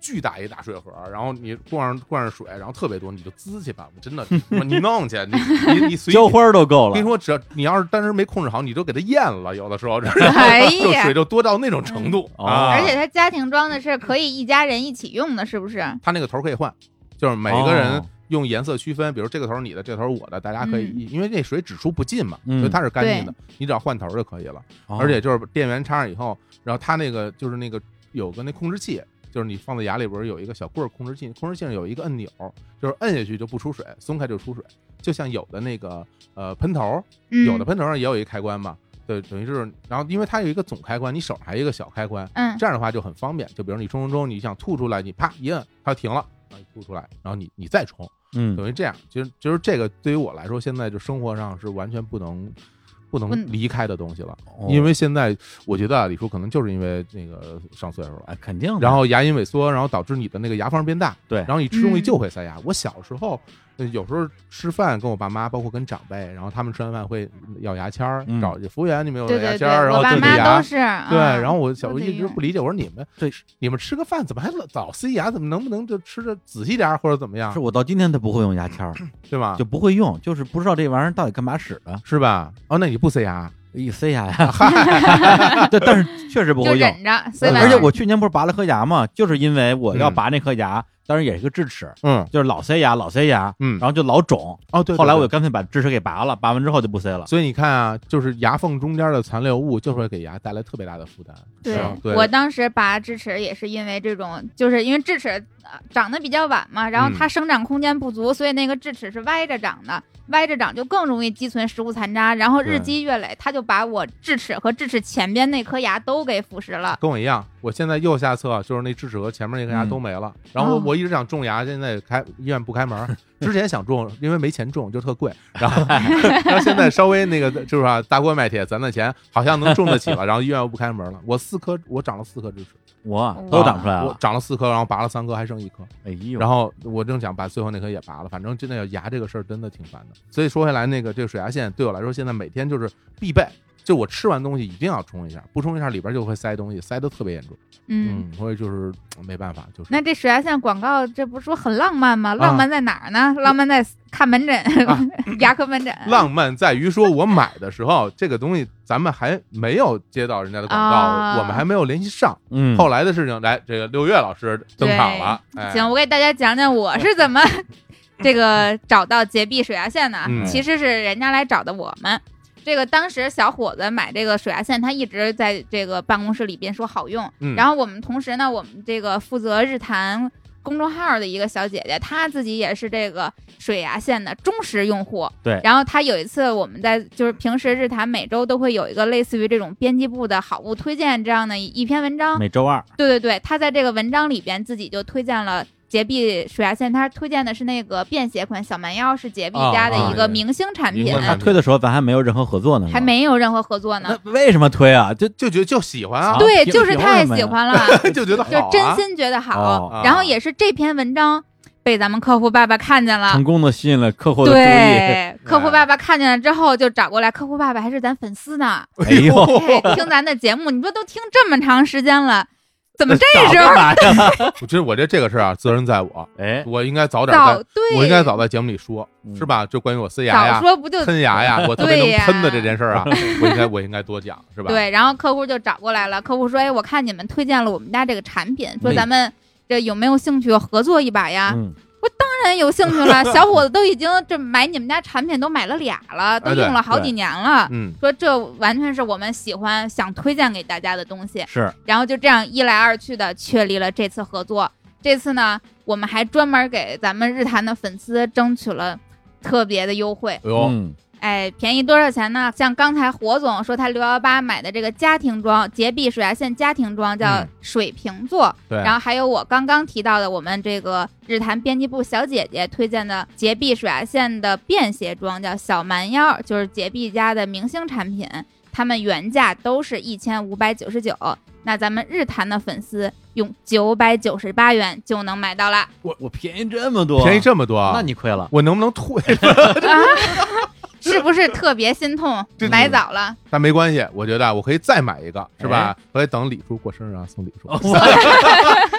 巨大一大水盒，然后你灌上灌上水，然后特别多，你就滋去吧，真 的，你弄去，你你你随意浇花儿都够了跟你。说，只要你要是当时没控制好，你都给它咽了，有的 时候这哎就呀水，就多到那种程度、嗯啊！而且它家庭装的是可以一家人一起用的，是不是？它那个头儿可以换，就是每个人哦用颜色区分，比如这个头儿你的，这头儿我的，大家可以，嗯因为那水只出不进嘛，嗯所以它是干净的，你只要换头儿就可以了。哦而且就是电源插上以后，然后它那个就是那个有个那控制器。就是你放在牙里边儿有一个小棍儿控制器，控制器上有一个按钮，就是摁下去就不出水，松开就出水。就像有的那个呃喷头儿，嗯，有的喷头上也有一开关嘛，对，等于是，然后因为它有一个总开关，你手上还有一个小开关，嗯，这样的话就很方便。就比如你冲冲冲，你想吐出来，你啪一摁，它停了，然后你吐出来，然后你你再冲，嗯，等于这样。其实其实这个对于我来说，现在就生活上是完全不能不不能能离开的东西了，哦因为现在我觉得啊，李叔可能就是因为那个上岁数了。哎肯定的。然后牙龈萎缩，然后导致你的那个牙缝变大，对然后你吃东西就会塞牙。我小时候呃有时候吃饭跟我爸妈，包括跟长辈，然后他们吃完饭会咬牙签儿嗯，找服务员，你们有对牙对签对，儿，然我后爸对妈对都牙。是。对，嗯然后我小时候都得一直用不理解，我说你们对你们吃个饭怎么还老早塞牙？怎么能不能就吃的仔细点儿或者怎么样是，我到今天都不会用牙签儿，对吧就？不会用，就是不知道这玩意儿到底干嘛使的，是吧？哦，那你不塞牙？一塞牙呀。 对，但是确实不就会用。忍着，所以完而且了我去年不是拔了颗牙嘛，就是因为我要拔那颗牙，当然也是个智齿，嗯就是老塞牙，老塞牙，嗯然。后就老肿。哦，对。对后来对我就干脆把智齿给拔了，拔完之后就不塞了。所以你看啊，就是牙缝中间的残留物就会给牙带来特别大的负担。对是吧对，我当时拔智齿也是因为这种，就是因为智齿呃长得比较晚嘛，然嗯后它生长空间不足，所以那个智齿是歪着长的，歪着长就更容易积存食物残渣，然后对日积月累，它就把我智齿和智齿前边那颗牙都给腐蚀了。跟我一样，我现在右下侧就是那智齿和前面那颗牙嗯都没了。然后我哦我一直想种牙，现在开医院不开门儿。之前想种，因为没钱种，就特贵。然后，然后现在稍微那个就是啊，大锅卖铁，攒攒钱，好像能种得起了。然后医院又不开门了。我四颗，我长了四颗智齿，啊我都长出来我了，长了四颗，然后拔了三颗，还剩一颗。哎呦，然后我正想把最后那颗也拔了，反正真的牙这个事儿真的挺烦的。所以说回来，那个这个水牙线对我来说现在每天就是必备，就我吃完东西一定要冲一下，不冲一下里边就会塞东西，塞得特别严重。嗯，嗯，所以就是呃没办法，就是那这水牙线广告，这不是说很浪漫吗？浪漫在哪儿呢？浪漫在看门诊，啊 牙科门诊。 浪漫在于说我买的时候这个东西咱们还没有接到人家的广告，啊我们还没有联系上。嗯，后来的事情，来这个六月老师登场了，哎哦行，我给大家讲讲我是 怎么这个找到洁碧水牙线的啊。嗯其实是人家来找的我们。这个当时小伙子买这个水牙线，他一直在这个办公室里边说好用。嗯然后我们同时呢，我们这个负责日坛公众号的一个小姐姐，她自己也是这个水牙线的忠实用户。对然后她有一次我们在就是平时日坛每周都会有一个类似于这种编辑部的好物推荐这样的一一篇文章，每周二，对对对，她在这个文章里边自己就推荐了。洁碧水牙线，她推荐的是那个便携款小蛮腰，是洁碧家的啊啊一个明星产明品，啊白他推的时候咱还没有任何合作呢，是吧还。没有任何合作呢。那为什么推啊？就就觉得就喜欢啊，对，凭就是凭太什么呀喜欢了，就觉得就好真啊。心觉得好。哦然后也是这篇文章被咱们客户爸爸看见了成。功的吸引了客户的注意。哎啊对，客户爸爸看见了之后就找过来，客户爸爸还是咱粉丝呢， 呦，哎，听咱的节目，你说都听这么长时间了，怎么这时干 候嘛 呀？我觉得我这这个事儿啊，责任在我，哎，我应该早点早在，对，我应该早在节目里说，嗯是吧？就关于我呲牙早呀、说不就喷牙呀，我特别对能呀喷的这件事 儿啊，我应该我应该多讲，是吧？，对？然后客户就找过来了，客户说，哎，我看你们推荐了我们家这个产品，说嗯咱们这有没有兴趣合作一把呀？嗯，当然有兴趣 了，小伙子都已经这买你们家产品都买了俩了，都哎对用了好对几年了。嗯，说这完全是我们喜欢想推荐给大家的东西，是然后就这样一来二去的确立了这次合作。这次呢，我们还专门给咱们日坛的粉丝争取了特别的优惠，哎呦，嗯哎，便宜多少钱呢？像刚才火总说他六幺八买的这个家庭装洁碧水牙线家庭装叫嗯水瓶座，对，然后还有我刚刚提到的，我们这个日坛编辑部小姐姐推荐的洁碧水牙线的便携装，叫小蛮腰，就是洁碧家的明星产品，他们原价都是一千五百九十九，那咱们日坛的粉丝用九百九十八元就能 买到啦。我我便宜这么多，便宜这么多啊，那你亏了。我能不能退？啊 是不是特别心痛？对买早了，但没关系，我觉得啊我可以再买一个，是吧？哎我得等李叔过生日啊，送李 叔。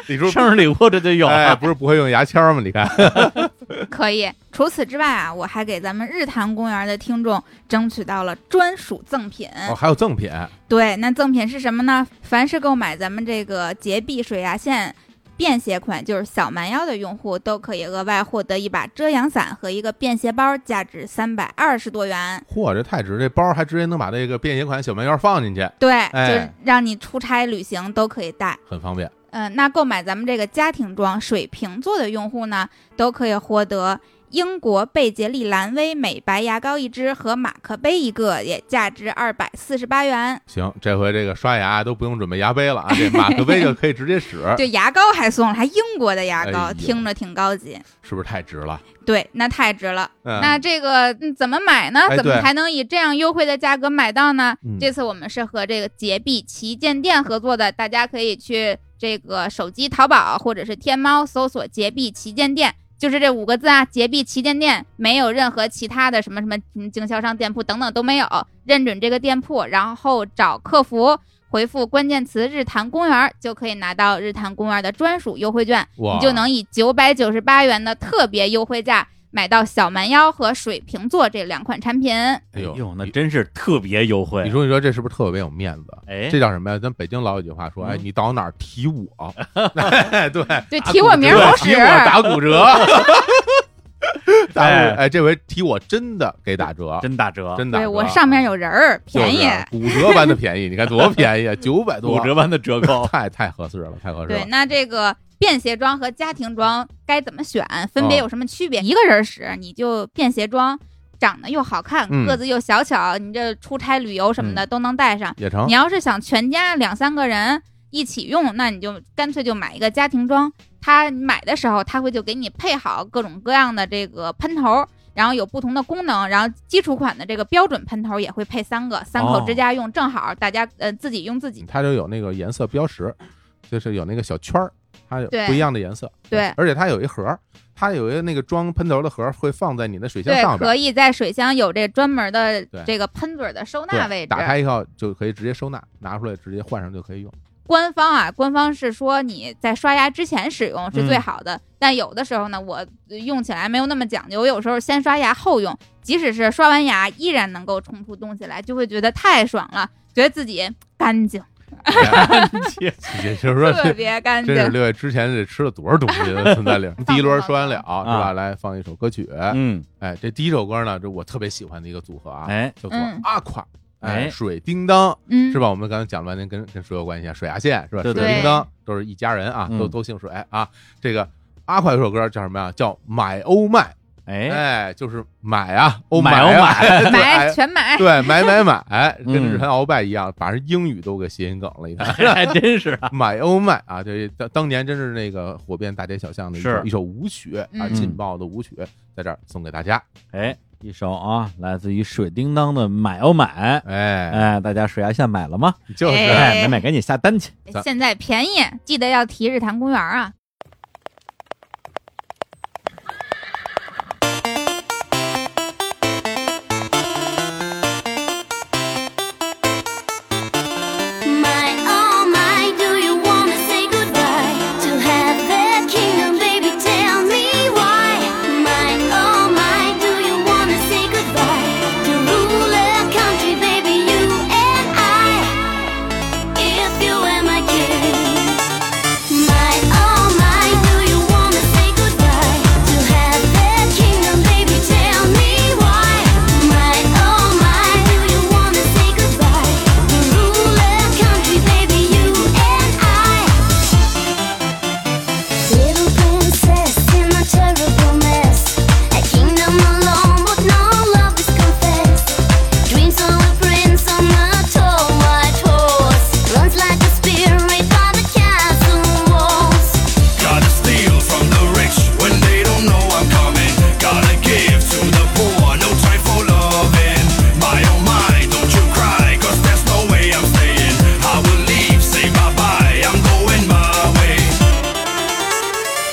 李叔哦生日礼物这就有啊哎，了，不是不会用牙签吗？你嗯看，可以。除此之外啊，我还给咱们日坛公园的听众争取到了专属赠品。哦，还有赠品，对，那赠品是什么呢？凡是购买咱们这个洁碧水啊牙线便携款，就是小蛮腰的用户，都可以额外获得一把遮阳伞和一个便携包，价值三百二十多元。嚯，这太值！这包还直接能把这个便携款小蛮腰放进去，对，哎就是让你出差旅行都可以带。很方便。嗯、那购买咱们这个家庭装水瓶座的用户呢，都可以获得英国贝洁丽蓝薇美白牙膏一支和马克杯一个，也价值二百四十八元。行，这回这个刷牙都不用准备牙杯了啊，这马克杯就可以直接使，对，牙膏还送了，还英国的牙膏，啊哎呦听着挺高级。是不是太值了？对，那太值了。嗯，那这个嗯怎么买呢？哎怎么对才能以这样优惠的价格买到呢？嗯这次我们是和这个洁碧旗舰店合作的，大家可以去这个手机淘宝或者是天猫搜索“洁碧旗舰店”，就是这五个字啊，“洁碧旗舰店”，没有任何其他的什么什么嗯经销商店铺等等都没有，认准这个店铺，然后找客服。回复关键词“日坛公园”就可以拿到日坛公园的专属优惠券，哇你就能以九百九十八元的特别优惠价买到小蛮腰和水瓶座这两款产品。哎呦那真是特别优惠你。说你说这是不是特别有面子？哎，这叫什么呀？咱北京老有句话说，哎，嗯你到哪儿提我？ 对对，提我名儿好使啊对提。我打骨 折。打哎骨哎，这回提我真的给打折，真打折，真的。对我上面有人儿，就是便宜。骨折般的便宜，你看多便宜啊，九百多，。五折般的折扣 太太合适了，太合适对，了。那这个便携装和家庭装该怎么选？分别哦有什么区别？一个人使你就便携装，长得又好看，嗯个子又小巧，你这出差旅游什么的都能带上。也成你，要是想全家两三个人一起用，那你就干脆就买一个家庭装。它买的时候，它会就给你配好各种各样的这个喷头，然后有不同的功能，然后基础款的这个标准喷头也会配三个，三哦口之家用正好，大家呃自己用自己。它就有那个颜色标识，就是有那个小圈儿，它有对不一样的颜色。对而且它有一盒儿，它有一个那个装喷头的盒儿，会放在你的水箱对，上边可儿。以在水箱有这专门的对这个喷嘴的收纳位对，置，打开以后就可以直接收纳，拿出来直接换上就可以 用。官方啊，官方是说你在刷牙之前使用是最嗯好的，但有的时候呢，我呃用起来没有那么讲究，我有时候先刷牙后用，即使是刷完牙，依然能够冲出东西来，就会觉得太爽了，觉得自己干净，也哎就是说，特这别干净真。是六月之前得吃了多少东西存在 里边儿。第一轮说完了是吧？来放一首歌曲，啊嗯，哎，这第一首歌呢，这我特别喜欢的一个组合啊，哎，叫做嗯阿垮，哎，哎水叮当。嗯，是吧？我们刚才讲了半天，跟跟水有关系啊，水牙线是吧？对水对叮当都是一家人啊，嗯都都姓水啊。这个阿胯有首歌叫什么呀？叫买欧麦，哎，，Oh 哎，就是买啊，欧买哦欧欧买啊，买对全买，对，买买买，跟嗯日坛鳌拜一样，把人英语都给谐音梗了，一看。还真是 啊，买欧麦啊，这当当年真是那个火遍大街小巷的一首是一首舞曲啊，嗯劲爆的舞曲，在这儿送给大家。哎，一首啊，来自于水叮当的《买哦买》，哎，哎，大家水牙线买了吗？就是嗯哎哎，买买赶紧下单去，咱现在便宜，记得要提日坛公园啊。 My oh my, do you wanna say goodbye to have that kingdom, baby? Tell me why. My oh my, do you wanna say goodbye to rule a country, baby? You and I, if you were my king. My oh my, do you wanna say goodbye to have that kingdom, baby? Tell me why. My oh my, do you wanna say goodbye to rule a country, baby? You and I. Little princess in a terrible mess. A kingdom alone, but no love is confessed. Dreams of a prince on a tall white horse runs like a spirit by the castle walls. Gotta steal from the rich when they don't know I'm coming. Gotta give to the poor, no time for loving. My oh my, don't you cry, cause there's no way I'm staying. I will leave, say bye bye, I'm going my way.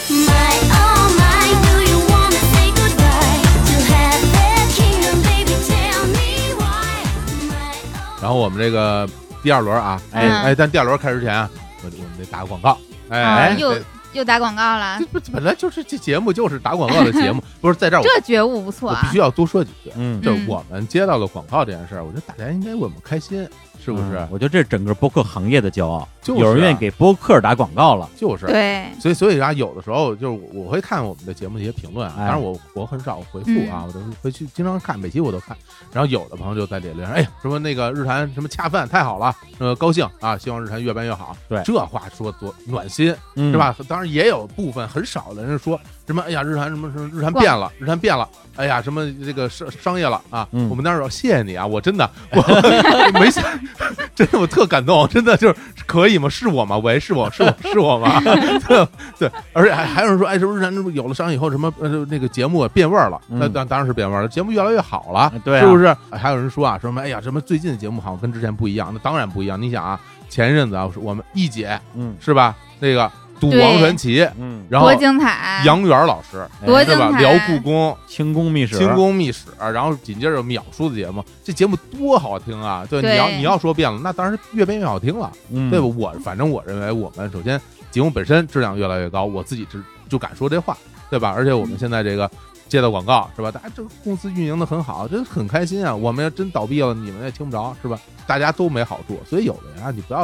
My oh my, do you wanna say goodbye to have that kingdom, baby? Tell me why. My oh. 然后我们这个第二轮啊，哎嗯哎，但第二轮开始之前啊，我我们得打个广告，啊哎，又得又打广告了，这本来就是这节目就是打广告的节 目，不是在这儿我这觉悟不错我啊必。须要多说几句，嗯，就嗯我们接到了广告这件事儿，我觉得大家应该为我们开心，是不是嗯？我觉得这是整个播客行业的骄傲，就是有人愿意啊给播客打广告了，就是。对，所以，所以啊，有的时候就是我我会看我们的节目的一些评论啊，哎嗯当然我我很少回复啊，我都会去经常看，每期我都看。然后有的朋友就在底下留言，哎呀，什么那个日坛什么恰饭太好了，呃，高兴啊，希望日坛越办越好。对这话说多暖心是是？吧？嗯当然也有部分很少的人说什么，哎呀，日坛什么什么日坛变了，日坛变了，哎呀，什么这个商商业了啊。嗯我们当时说谢谢你啊，我真的我没想， 真的我特感动，真的就是可以吗？是我吗？喂，是我是我是我吗？ 对对，而且还还有人说，哎，是不是咱这不有了商业以后什么呃那个节目变味儿了？嗯那当当然是变味儿了，节目越来越好了，对啊是不是？还有人说啊，说什么哎呀，什么最近的节目好像跟之前不一样，那当然不一样。你想啊，前一阵子啊，我们一姐嗯是吧？那个赌对王传奇，嗯，然后多精彩！啊杨元老师多是吧？精彩聊故宫、清宫秘史，清宫秘史，啊然后紧接着秒叔的节目，这节目多好听啊！对，对你要你要说变了，那当然是越变越好听了，嗯，对吧？我反正我认为，我们首先节目本身质量越来越高，我自己只就敢说这话，对吧？而且嗯我们现在这个。接到广告是吧？大家这个公司运营的很好，真很开心啊！我们要真倒闭了，你们也听不着是吧？大家都没好处，所以有的人啊，你不要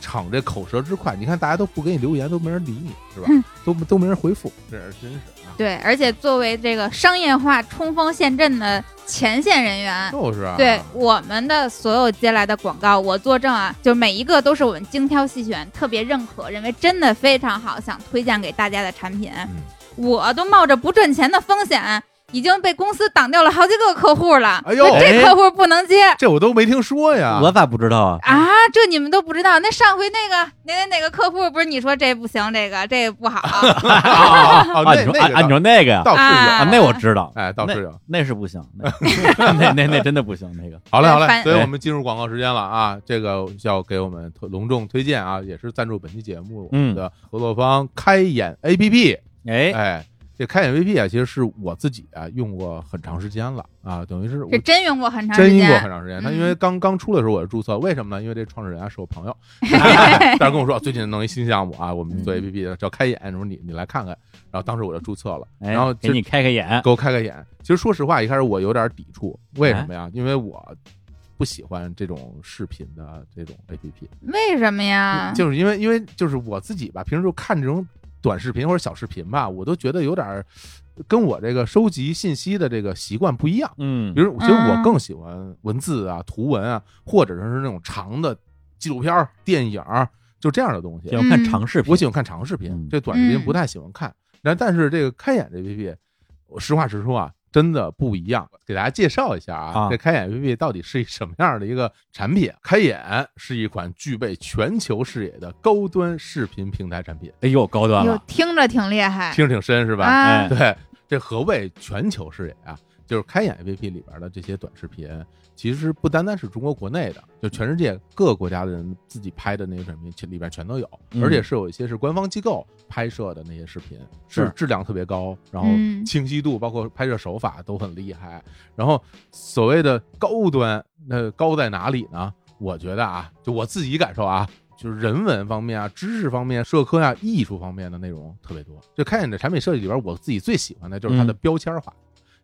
逞这口舌之快。你看大家都不给你留言，都没人理你是吧？嗯都都没人回复，这是真是啊，对，而且作为这个商业化冲锋陷阵的前线人员，就是啊，对我们的所有接来的广告，我作证啊，就每一个都是我们精挑细选，特别认可，认为真的非常好，想推荐给大家的产品。嗯我都冒着不赚钱的风险，已经被公司挡掉了好几个客户了。哎呦那这哎客户不能接。这我都没听说呀。我咋不知道啊？啊，这你们都不知道。那上回那个哪哪哪个客户不是你说这不行，这个这不好，啊啊啊 啊，那你说那啊，个啊你说那个呀？倒是有，啊啊，那我知道，哎，倒是有。那是不行，那 那那那真的不行，那个好嘞，好嘞，反所以我们进入广告时间了啊！这个要给我们推隆重推荐啊，也是赞助本期节目我们的合作方开眼 APP。嗯哎， 哎，这开眼 APP 啊，其实是我自己啊用过很长时间了啊，等于是我是真用过很长真时用过很间。长时嗯间。他因为刚刚出的时候我就注册，为什么呢？因为这创始人啊是我朋 友，但是跟我说最近弄一新项目啊，我们做 APP 的叫开眼，什么你你来看看。然后当时我就注册了，哎然后给这你开开眼，给我开个眼。其实说实话，一开始我有点抵触，为什么呀？因为我不喜欢这种视频的这种 A P P，、为什么呀？就是因为因为就是我自己吧，平时就看这种短视频或者小视频吧，我都觉得有点儿跟我这个收集信息的这个习惯不一样。嗯比，如，其实我嗯更喜欢文字啊、图文啊，或者是那种长的纪录片儿、电影儿，就这样的东西。喜欢看长视频，我喜欢看长视频嗯，这短视频嗯不太喜欢看。然后但是这个开眼这 APP，我实话实说啊，真的不一样。给大家介绍一下啊，啊这开眼 APP 到底是一什么样的一个产品？开眼是一款具备全球视野的高端视频平台产品，哎呦，高端哟了，，听着挺厉害听着挺深是吧？啊哎，对，这何谓全球视野啊？就是开眼 APP 里边的这些短视频，其实不单单是中国国内的，就全世界各个国家的人自己拍的那些短视频，其里边全都有，嗯而且是有一些是官方机构拍摄的那些视频，是是质量特别高，然后嗯清晰度，包括拍摄手法都很厉害。然后所谓的高端，那高在哪里呢？我觉得啊，就我自己感受啊，就是人文方面啊、知识方面、社科啊、艺术方面的内容特别多。就开眼的产品设计里边，我自己最喜欢的就是它的嗯标签化，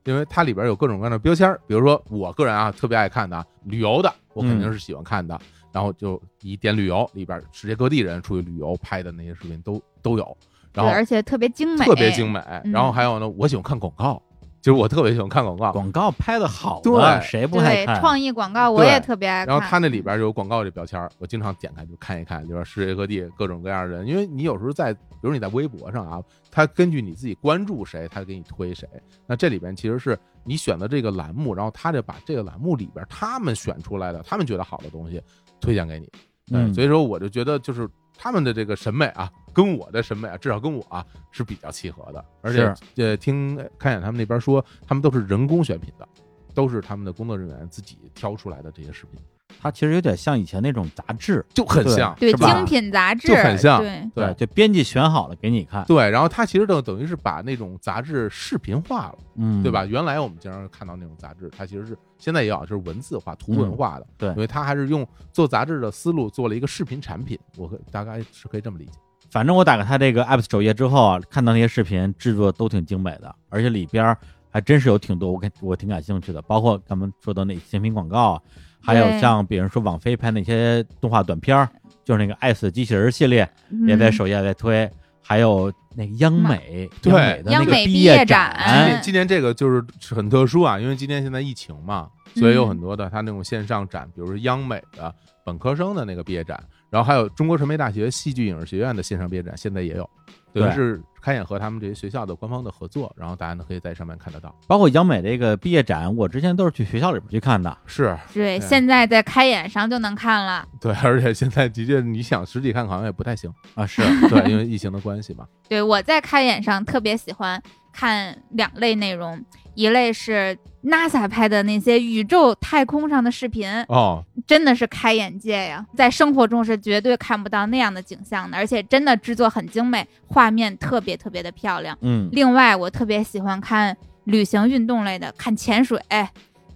因为它里边有各种各样的标签儿，比如说我个人啊特别爱看的啊旅游的，我肯定是喜欢看的。嗯然后就一点旅游里边，世界各地人出去旅游拍的那些视频都都有，然对，后而且特别精美，特别精美。然后嗯还有呢，我喜欢看广告，其实我特别喜欢看广告，广告拍的好对的，谁不爱对，看？啊创意广告我也特别爱看。然后它那里边有广告这标签儿，我经常点开就看一看，里边世界各地各种各样的人，因为你有时候在，比如你在微博上啊，它根据你自己关注谁，它给你推谁。那这里边其实是你选的这个栏目，然后它就把这个栏目里边他们选出来的，他们觉得好的东西推荐给你。嗯，嗯所以说我就觉得就是他们的这个审美啊，跟我的审美啊，至少跟我啊是比较契合的。而且呃，听看眼他们那边说，他们都是人工选品的，都是他们的工作人员自己挑出来的这些视频，它其实有点像以前那种杂志，就很对像，对是吧精品杂志就很像对，对就编辑选好了给你看，对，然后它其实等等于是把那种杂志视频化了，嗯，对吧？？原来我们经常看到那种杂志，它其实是现在也有，就是文字化、图文化的。嗯对因为它还是用做杂志的思路做了一个视频产品，我可大概是可以这么理解。反正我打开它这个 App 首页之后啊，看到那些视频制作都挺精美的，而且里边儿还真是有挺多我感我挺感兴趣的，包括咱们说的那新品广告啊，还有对像比如说网飞拍那些动画短片儿，就是那个《爱死机器人》系列也在嗯首页在推，还有那个央美对央美的那嗯央个美毕毕业展，今展年今年这个就是很特殊啊，因为今年现在疫情嘛，所以有嗯很多的它那种线上展，比如说央美的本科生的那个毕业展，然后还有中国传媒大学戏剧影视学院的线上毕业展，现在也有，等于对是开眼和他们这些学校的官方的合作，然后大家呢可以在上面看得到。包括央美这个毕业展，我之前都是去学校里边去看的，是对，对现在在开眼上就能看了。 对，而且现在的确你想实体看好像也不太行，啊， 是对，因为疫情的关系嘛。对我在开眼上特别喜欢看两类内容，一类是 NASA 拍的那些宇宙太空上的视频，哦，真的是开眼界呀！在生活中是绝对看不到那样的景象的，而且真的制作很精美，画面特别特别的漂亮。嗯，另外，我特别喜欢看旅行运动类的，看潜水，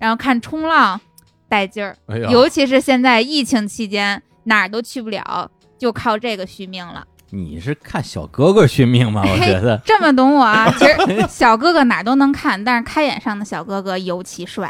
然后看冲浪，带劲儿。哎呀，尤其是现在疫情期间，哪儿都去不了，就靠这个续命了。你是看小哥哥续命吗？我觉 得这么懂我啊？其实小哥哥哪儿都能看，但是开眼上的小哥哥尤其帅。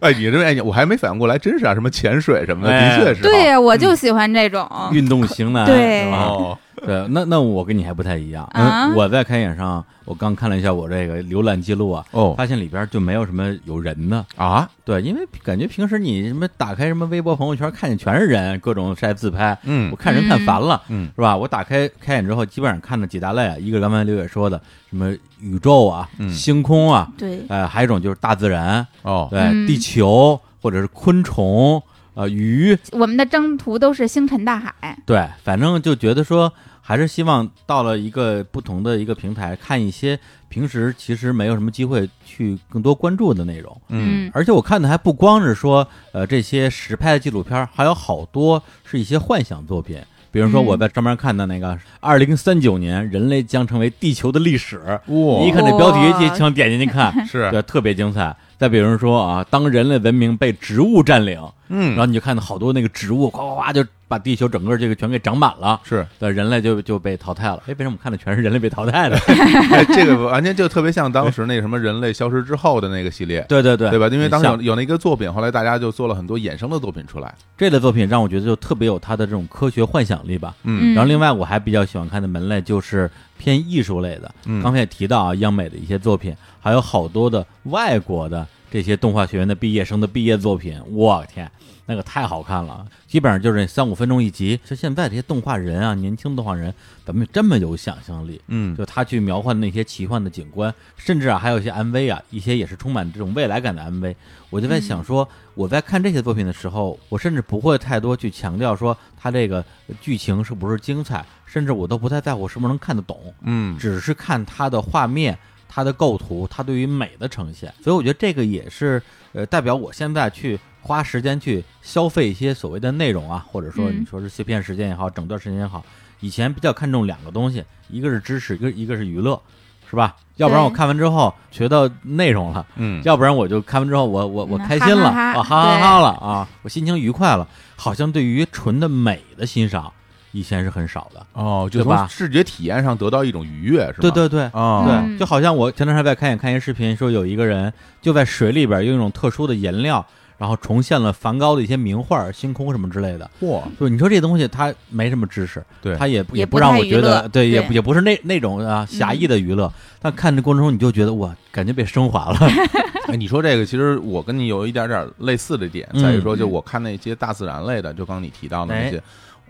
哎，你这哎，我还没反应过来，真是啊，什么潜水什么的，哎的确是、啊对，呀，我就喜欢这种。运动型男，对是吧？哦，对，那那我跟你还不太一样。嗯啊我在开眼上，我刚看了一下我这个浏览记录啊，哦发现里边就没有什么有人的。啊，对，因为感觉平时你什么打开什么微博、朋友圈，看见全是人，各种晒自拍，嗯我看人看烦了，嗯嗯，是吧？我打开开眼之后，基本上看的几大类啊，一个刚才刘也说的，什么宇宙啊、嗯星空啊，对，呃，还有一种就是大自然，哦，对，嗯地球或者是昆虫。呃，鱼，我们的征途都是星辰大海。对，反正就觉得说，还是希望到了一个不同的一个平台，看一些平时其实没有什么机会去更多关注的内容。嗯，而且我看的还不光是说，呃，这些实拍的纪录片儿，还有好多是一些幻想作品。比如说嗯我在上面看的那个，二零三九年人类将成为地球的历史，哇嗯你一看这标哇题就想点进去看， 是，对，特别精彩。再比如说啊，当人类文明被植物占领，然嗯，后你就看到好多那个植物，哗哗哗就把地球整个这个全给长满了，是，对，人类就就被淘汰了。哎，为什么我看的全是人类被淘汰的？哎，这个完全就特别像当时那什么人类消失之后的那个系列，对对对，对吧？因为当时像有有那个作品，后来大家就做了很多衍生的作品出来，这类作品让我觉得就特别有它的这种科学幻想力吧。嗯然后另外我还比较喜欢看的门类就是偏艺术类的，嗯刚才也提到啊，央美的一些作品，还有好多的外国的这些动画学院的毕业生的毕业作品，我天，那个太好看了，基本上就是三五分钟一集。就现在这些动画人啊，年轻动画人，咱们这么有想象力，嗯，就他去描绘那些奇幻的景观，甚至啊，还有一些 MV 啊，一些也是充满这种未来感的 MV。我就在想说，我在看这些作品的时候，我甚至不会太多去强调说它这个剧情是不是精彩，甚至我都不太在乎是不是能看得懂，嗯，只是看它的画面、它的构图、它对于美的呈现。所以我觉得这个也是呃，代表我现在去花时间去消费一些所谓的内容啊，或者说嗯你说是碎片时间也好，整段时间也好，以前比较看重两个东西，一个是知识，一个一个是娱乐，是吧？要不然我看完之后学到内容了，嗯，要不然我就看完之后我我我嗯开心了，哈啊哈哈哈哈哈了啊，我心情愉快了，好像对于纯的美的欣赏以前是很少的，哦，就对吧从视觉体验上得到一种愉悦，是吧？对对对。啊，对，嗯就好像我前段时间在看也看一视频，说有一个人就在水里边用一种特殊的颜料，然后重现了梵高的一些名画、星空什么之类的。嚯，就你说这东西它没什么知识，对它也不也不不让太我娱觉得乐对，也对不也不是那那种啊狭义的娱乐。但看这过程中你就觉得哇，感觉被升华了。 哎，你说这个，其实我跟你有一点点类似的点，嗯在于说，就我看那些大自然类的，就刚刚你提到的那哎些，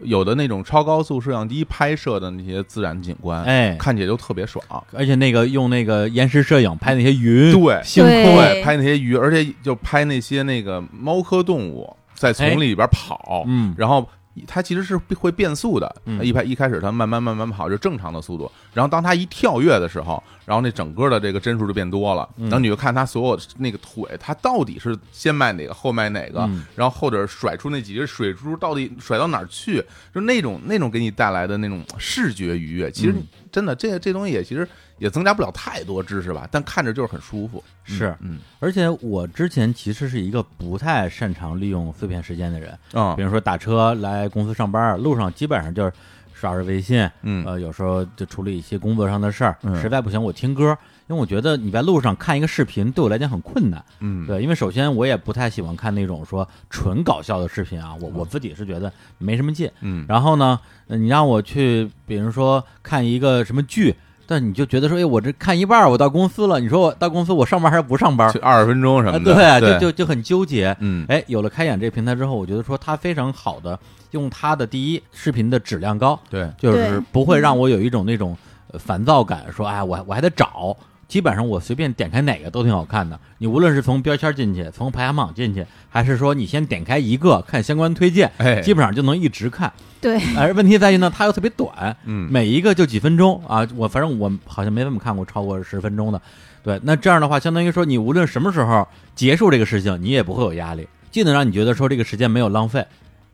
有的那种超高速摄像机拍摄的那些自然景观，嗯哎，看起来就特别爽。而且那个用那个延时摄影拍那些云，对星空对哎对，拍那些鱼，而且就拍那些那个猫科动物在丛林里边跑，哎嗯然后它其实是会变速的。嗯一拍一开始它慢慢慢慢跑就正常的速度，然后当它一跳跃的时候，然后那整个的这个帧数就变多了，嗯然后你就看它所有那个腿，它到底是先迈哪个后迈哪个，嗯然后或者甩出那几只水珠到底甩到哪儿去，就那种那种给你带来的那种视觉愉悦，其实嗯真的这这东西也其实也增加不了太多知识吧，但看着就是很舒服。是。嗯而且我之前其实是一个不太擅长利用碎片时间的人，啊比如说打车来公司上班，路上基本上就是刷刷微信，嗯呃，有时候就处理一些工作上的事儿，嗯实在不行我听歌，因为我觉得你在路上看一个视频对我来讲很困难，嗯，对，因为首先我也不太喜欢看那种说纯搞笑的视频啊，我我自己是觉得没什么劲，嗯，然后呢，呃你让我去，比如说看一个什么剧。但你就觉得说，哎，我这看一半儿，我到公司了。你说我到公司，我上班还是不上班？就二十分钟什啊，么的，对，就就就很纠结。嗯哎，有了开眼这个平台之后，我觉得说它非常好的用它的第一视频的质量高，对，就是不会让我有一种那种呃烦躁感，说哎，我我还得找。基本上我随便点开哪个都挺好看的。你无论是从标签进去，从排行榜进去，还是说你先点开一个看相关推荐，哎基本上就能一直看。对，而问题在于呢，它又特别短，嗯每一个就几分钟啊。我反正我好像没怎么看过超过十分钟的。对，那这样的话，相当于说你无论什么时候结束这个事情，你也不会有压力，既能让你觉得说这个时间没有浪费，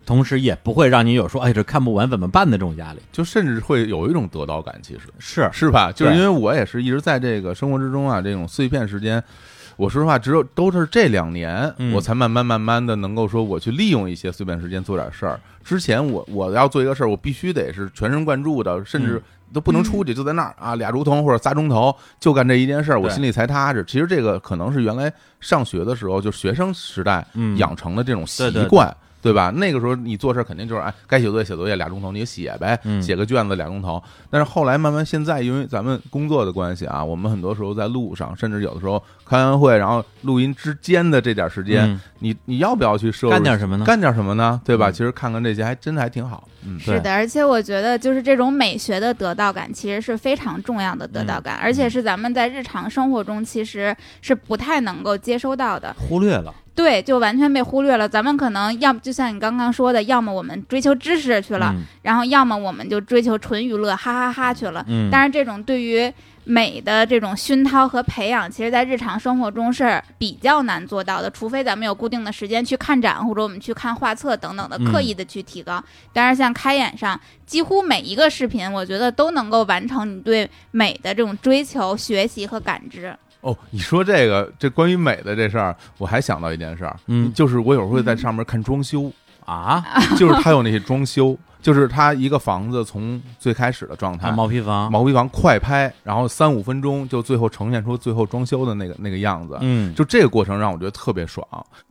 同时也不会让你有说哎这看不完怎么办的这种压力。嗯就甚至会有一种得到感，其实是，是吧？就是对因为我也是一直在这个生活之中啊，这种碎片时间。我说实话，只有都是这两年，嗯我才慢慢慢慢的能够说我去利用一些碎片时间做点事儿。之前我我要做一个事儿，我必须得是全神贯注的，甚至嗯都不能出去，就在那儿啊，俩钟头或者仨钟头就干这一件事儿，我对心里才踏实。其实这个可能是原来上学的时候，就学生时代嗯养成的这种习对对对惯，对吧？那个时候你做事儿肯定就是哎，该写作业写作业俩钟头你就写呗，嗯写个卷子俩钟头。但是后来慢慢现在因为咱们工作的关系啊，我们很多时候在路上，甚至有的时候开完会然后录音之间的这点时间，嗯你你要不要去摄入干点什么呢？干点什么呢？对吧？嗯其实看看这些还真的还挺好。嗯，对是的，而且我觉得就是这种美学的得到感，其实是非常重要的得到嗯感，而且是咱们在日常生活中其实是不太能够接收到的。忽略了，对，就完全被忽略了。咱们可能要么就像你刚刚说的，要么我们追求知识去了，嗯然后要么我们就追求纯娱乐，哈哈哈去了。嗯，但是这种对于美的这种熏陶和培养，其实在日常生活中是比较难做到的，除非咱们有固定的时间去看展，或者我们去看画册等等的，嗯刻意的去提高。但是像开眼上，几乎每一个视频，我觉得都能够完成你对美的这种追求、学习和感知。哦，你说这个这关于美的这事儿，我还想到一件事儿，嗯就是我有时候会在上面看装修， 啊，就是它有那些装修，就是他一个房子从最开始的状态看，啊毛坯房，毛坯房快拍，然后三五分钟就最后呈现出最后装修的那个那个样子。嗯，就这个过程让我觉得特别爽，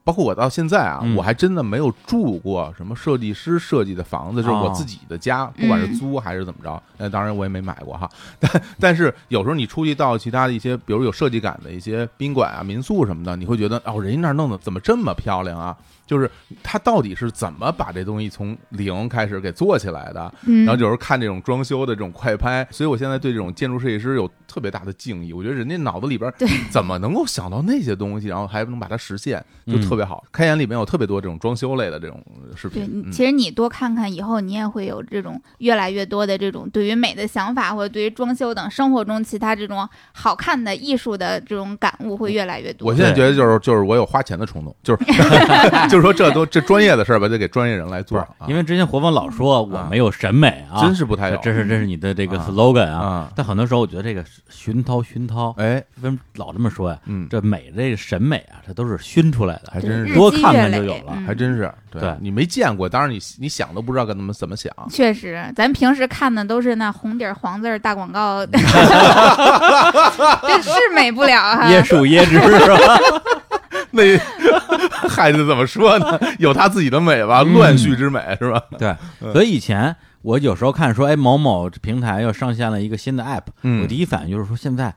包括我到现在啊，嗯我还真的没有住过什么设计师设计的房子，就是我哦自己的家，不管是嗯租还是怎么着，那当然我也没买过哈。 但但是有时候你出去到其他的一些，比如有设计感的一些宾馆啊、民宿什么的，你会觉得哦，人家那儿弄得怎么这么漂亮啊？就是他到底是怎么把这东西从零开始给做起来的？嗯然后有时候看这种装修的这种快拍，所以我现在对这种建筑设计师有特别大的敬意。我觉得人家脑子里边儿对怎么能够想到那些东西，然后还能把它实现，就嗯特别好。开眼里面有特别多这种装修类的这种视对，频你，嗯其实你多看看，以后你也会有这种越来越多的这种对于美的想法，或者对于装修等生活中其他这种好看的艺术的这种感悟会越来越我多。现在觉得就是就是我有花钱的冲 动，就是就是说这都这专业的事儿吧，得给专业人来不做是，，因为为之前活峰老说我啊没有审美啊，真是不太有，这是这是你的这个啊 slogan 啊。啊，但很多时候我觉得这个熏陶熏陶，哎，为什么老这么说呀？嗯，这美这个审美啊，它都是熏出来的，还真日是积多看看月就累有了嗯还真是，对你没见过，当然你你想都不知道该怎么怎么想，确实，咱平时看的都是那红底儿黄字儿大 广告，这是美不了哈。椰树椰汁是吧？ 那孩子怎么说呢？有他自己的美吧，嗯乱序之美是吧？嗯对，所以以前我有时候看说，哎，某某平台又上线了一个新的 app，、嗯我第一反应就是说，现在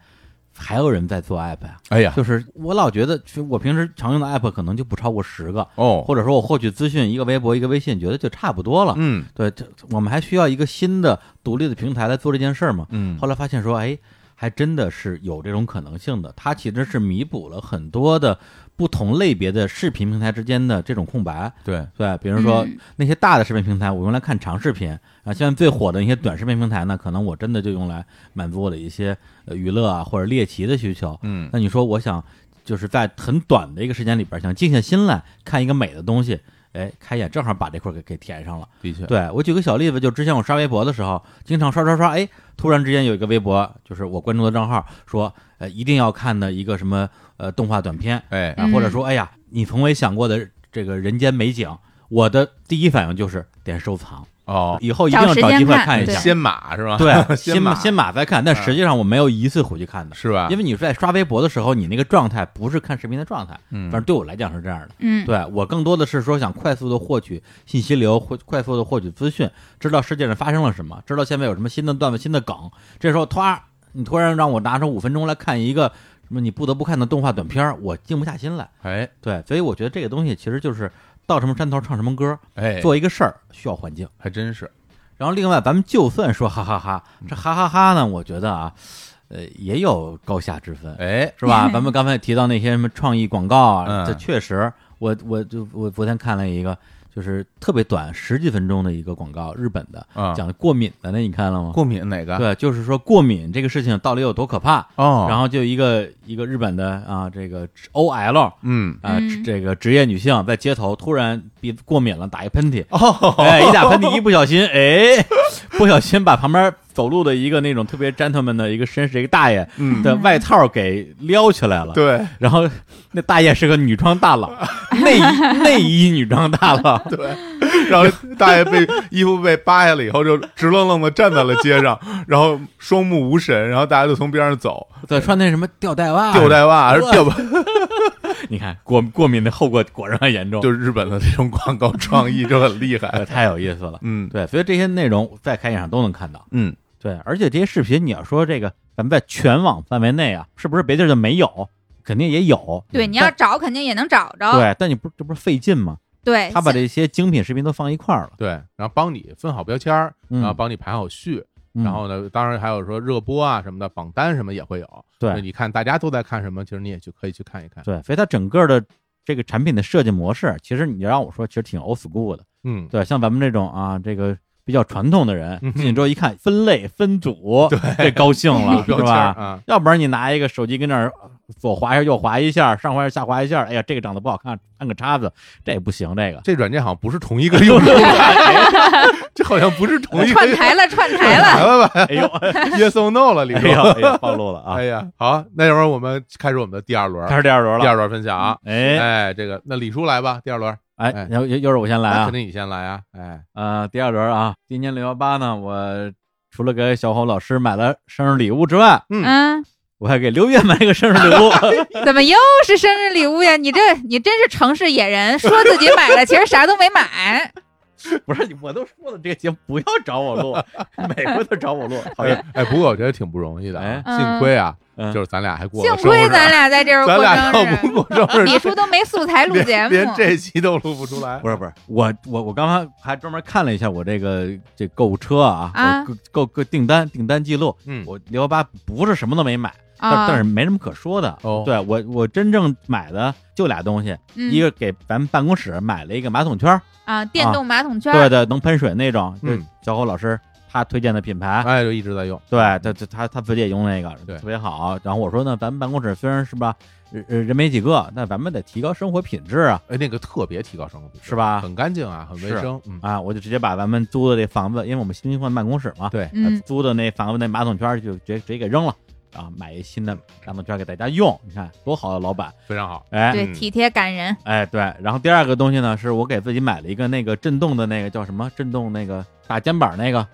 还有人在做 app 呀、哎呀，就是我老觉得，其实我平时常用的 app 可能就不超过十个，哦，或者说我获取资讯一个微博一个微信，觉得就差不多了。嗯对，这我们还需要一个新的独立的平台来做这件事儿吗？嗯后来发现说，哎，还真的是有这种可能性的。它其实是弥补了很多的不同类别的视频平台之间的这种空白。对，对，比如说嗯那些大的视频平台，我用来看长视频啊。现在最火的一些短视频平台呢，可能我真的就用来满足我的一些呃娱乐啊或者猎奇的需求。嗯那你说，我想就是在很短的一个时间里边，想静下心来看一个美的东西，哎，开眼正好把这块儿给给填上了。的确，对我举个小例子，就之前我刷微博的时候，经常刷刷刷，哎，突然之间有一个微博，就是我关注的账号说，呃，一定要看的一个什么呃动画短片，哎，啊，或嗯者说，哎呀，你从未想过的这个人间美景，我的第一反应就是点收藏，哦，以后一定要找机会看一对找时下。间先马是吧？对，哎 先先买嗯先买再看，但实际上我没有一次回去看的，是吧？因为为你在刷微博的时候，你那个状态不是看视频的状态，嗯反正对我来讲是这样的。嗯，对我更多的是说想快速的获取信息流，或快速的获取资讯，知道世界上发生了什么，知道现在有什么新的段子、新的梗。这时候，突你突然让我拿出五分钟来看一个什么你不得不看的动画短片儿，我静不下心来。哎对，所以我觉得这个东西其实就是到什么山头唱什么歌，哎，做一个事儿需要环境。还真是，然后另外，咱们就算说哈哈哈这哈哈哈呢，我觉得啊，呃，也有高下之分，哎，是 吧？咱们刚才提到那些什么创意广告啊，嗯这确实，我我就我昨天看了一个，就是特别短，十几分钟的一个广告，日本的，啊讲过敏的那，你看了吗？过敏哪个？对，就是说过敏这个事情到底有多可怕。哦，然后后就一个一个日本的啊，这个 OL 啊、嗯，嗯这个职业女性在街头突然鼻子过敏了，打一喷嚏，哦，哎，一打喷嚏，一不小心， 哎，不小心把旁边走路的一个那种特别 gentleman 的一个绅士一个大爷嗯的外套给撩起来了。，对然后那大爷是个女装大 佬，内衣内衣女装大佬，对。然后大爷被衣服被扒下来以后，就直愣愣的站在了街上，然后双目无神，然后大家就从边上走，对，穿那什么吊带袜，吊，带袜，还是哇吊你看过过敏的后果果然很严重，就是日本的这种广告创意就很厉害呃。太有意思了。嗯对，所以这些内容在开眼上都能看到。嗯，对，而且这些视频，你要说这个，咱们在全网范围内啊，是不是别地儿就没有？肯定也有。对，你要找肯定也能找哎着。对，但你不这不是费劲吗？对，他把这些精品视频都放一块儿了， 对，然后帮你分好标签儿，嗯然后帮你排好序，嗯然后呢，当然还有说热播啊什么的，榜单什么也会有。对就你看大家都在看什么，其实你也去可以去看一看。对，所以它整个的这个产品的设计模式，其实你让我说，其实挺 old school 的。嗯，对，像咱们这种啊，这个比较传统的人嗯，哼进去之后一看分类分组，这高兴有了，是标签儿吧？啊，要不然你拿一个手机跟那儿左滑一下右滑一下，上滑一下下滑一下，哎呀，这个长得不好看，按个叉子，这也不行，这个。这软件好像不是同一个用 户吧，这好像不是同一个呃串台了，串台 来了。了吧 哎呦， ？Yes or No 了，李哎叔。呦，哎呦，暴露了啊哎！呀，好，那一会儿我们开始我们的第二轮 开，始第二轮第了，二轮分享啊。哎，哎，这个那李叔来吧，第二轮。哎哎，然后又又是我先来那啊肯，定你先来啊！哎，呃，第二轮啊，今年六幺八呢，我除了给小侯老师买了生日礼物之外，嗯，我还给刘烨买了个生日礼物。怎么又是生日礼物呀？你这你真是城市野人，说自己买了，其实啥都没 买。不是，我都说了，这个节目不要找我录，每回都找我录，讨厌。哎，哎不过我觉得挺不容易的啊，哎幸亏啊，嗯就是咱俩还过幸了生日啊亏咱俩在这儿咱过俩生要不日，过生日，李叔都没素材录连节目，连这期都录不出来。 不是不是，我我我刚刚还专门看了一下我这个这购物车啊，啊我购购购订单订单记录，嗯，我六幺八不是什么都没买，但啊，但是没什么可说的。哦对我我真正买的就俩东西，嗯一个给咱们办公室买了一个马桶圈儿，啊，电动马桶圈对儿，对，能喷水那种，就是嗯小侯老师他推荐的品牌，哎，就一直在用。对他他他他自己也用那个，对特别好。然后我说呢，咱们办公室虽然是吧，人人人没几个，但咱们得提高生活品质啊哎，那个特别提高生活品质，是吧很干净啊，很卫是生。嗯，啊！我就直接把咱们租的这房子，因为我们新换办公室嘛，对，呃嗯，租的那房子那马桶圈儿就直接直接给扔了，然后买一新的马桶圈儿给大家用，你看多好的老板，非常好。哎对，体贴感人，哎对。然后第二个东西呢，是我给自己买了一个那个震动的那个叫什么震动那个打肩膀那个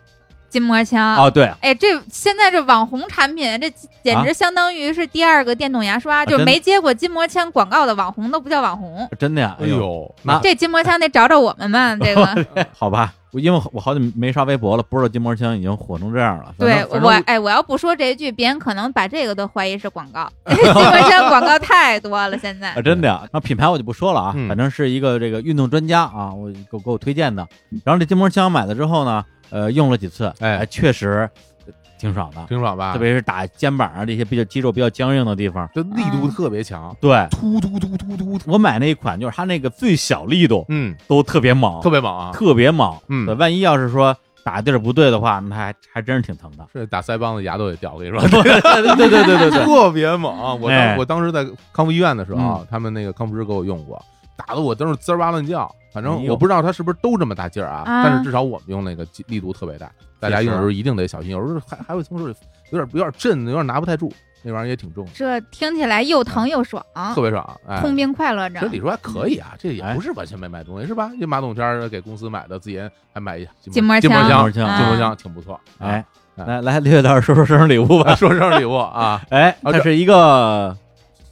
筋膜枪。哦对，哎，这现在这网红产品，这简直相当于是第二个电动牙刷，就啊真的是没接过筋膜枪广告的网红都不叫网红。真的呀，哎呦，那这筋膜枪得找找我 们吧，这个哎好吧，我因为我好久没刷微博了，不知道筋膜枪已经火成这样了。反对正反正我哎，我要不说这一句，别人可能把这个都怀疑是广 告。筋膜枪广告太多了，现在啊，真的呀。那品牌我就不说了啊，嗯反正是一个这个运动专家啊，我给我给我推荐的。然后这筋膜枪买了之后呢，呃，用了几次，哎啊确实呃挺爽的，挺爽吧？特别是打肩膀啊这些比较肌肉比较僵硬的地方。这力嗯度特别强，对突突突突突突，我买那一款，就是它那个最小力度嗯，都特别猛，特别猛啊！特别猛。嗯对，万一要是说打地儿不对的话，那还还真是挺 疼的。是打腮帮子牙都得掉，我跟你说，对对对对对对，特别猛。我哎嗯当我当时在康复医院的时候，啊他们那个康复师给我用过，打的我都是滋儿哇乱叫。反哎正呦我不知道他是不是都这么大劲儿啊，啊但是至少我们用那个劲力度特别大，大家用的时候一定得小心，有时候还还会从手里有点有点震，有点拿不太住，那玩意儿也挺重的，这听起来又疼又爽，啊特别爽。哎，痛并快乐着这。李叔还可以啊，这也哎不是完全没买东西是吧？这马桶圈儿给公司买的，自己还买一筋膜筋膜枪枪，枪，筋膜筋膜啊，枪挺不错。哎，哎来来，六月老师说说生日礼物吧啊，。 说生日礼物啊，哎，它啊这是一个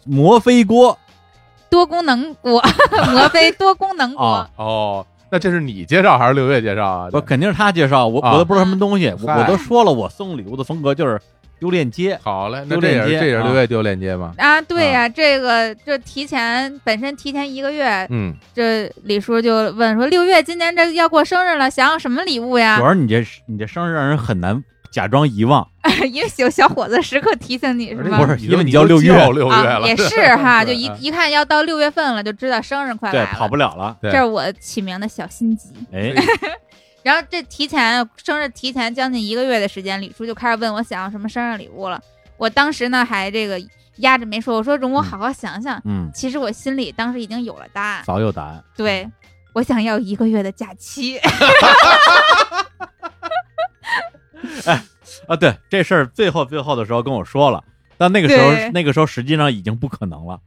摩飞锅多功能 锅，摩飞多功能锅啊，，哦，那这是你介绍还是六月介绍啊？我肯定是他介绍，我啊我都不知道什么东西，我嗨我都说了，我送礼物的风格就是丢链接，好嘞，丢那这也链是接这也是啊六月丢链接吗？啊，嗯对呀、这个这提前本身提前一个月，嗯，这李叔就问说，六月今年这要过生日了，想要什么礼物呀主？要是你这你这生日让人很难假装遗忘， 因为有小伙子时刻提醒你是不吧？是你因为都你你叫都六月叫六月啊，了， 也是哈，就对一哎一看要到六月份了，就知道生日快对，来跑了。不了了。对这是我起名的小心机。哎，然后这提前生日提前将近一个月的时间，李叔就开始问我想要什么生日礼物了。我当时呢还这个压着没说，我说容我好好想想。嗯，其实我心里当时已经有了答案，早有答案，对我想要一个月的假期。啊！对这事儿最后最后的时候跟我说了，但那个时对候那个时候实际上已经不可能了。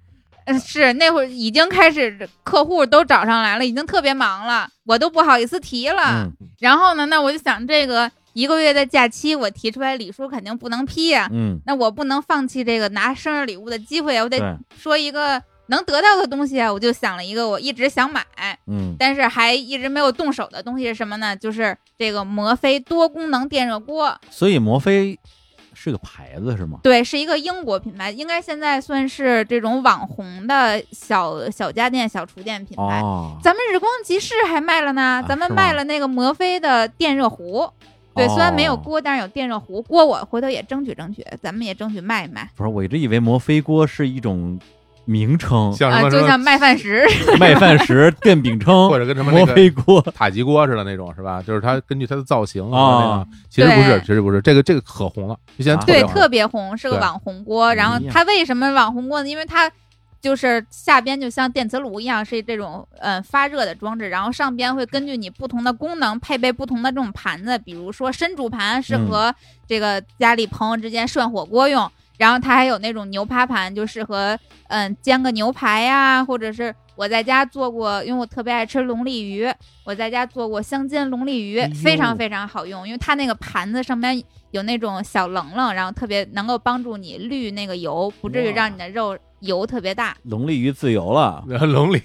嗯，是那会儿已经开始客户都找上来了，已经特别忙了，我都不好意思提了。嗯然后呢，那我就想这个一个月的假期，我提出来，李叔肯定不能批呀、嗯，那我不能放弃这个拿生日礼物的机会啊，我得对，说一个能得到的东西啊。我就想了一个我一直想买，嗯但是还一直没有动手的东西是什么呢？就是这个摩飞多功能电热锅。所以摩飞是个牌子是吗？对，是一个英国品牌，应该现在算是这种网红的小小家电、小厨电品牌。哦，咱们日光集市还卖了呢，咱们啊是吗卖了那个摩飞的电热壶。对，虽然没有哦锅，但是有电热壶。锅我回头也争取争取，咱们也争取卖一卖不是，我一直以为摩飞锅是一种名称，像什啊，么就什像么卖饭石麦饭 石、电饼铛，或者跟什么那摩个飞锅，塔吉锅似的那种是吧？就是它根据它的造型哦啊，其实不是，对其实不是，这个这个可红了，之前啊别对，红特别红，是个对网红锅。然后哎呀它为什么网红锅呢？因为它就是下边就像电磁炉一样，是这种呃发热的装置，然后上边会根据你不同的功能配备不同的这种盘子，比如说深煮盘适合这个家里朋友之间涮火锅呃用，然后它还有那种牛扒盘，就适合嗯、煎个牛排呀、或者是。我在家做过，因为我特别爱吃龙利鱼，我在家做过香煎龙利鱼，哎呦非常非常好用，因为它那个盘子上面有那种小棱棱，然后特别能够帮助你滤那个油，不至于哇让你的肉油特 别大。龙利鱼自由了，龙鳞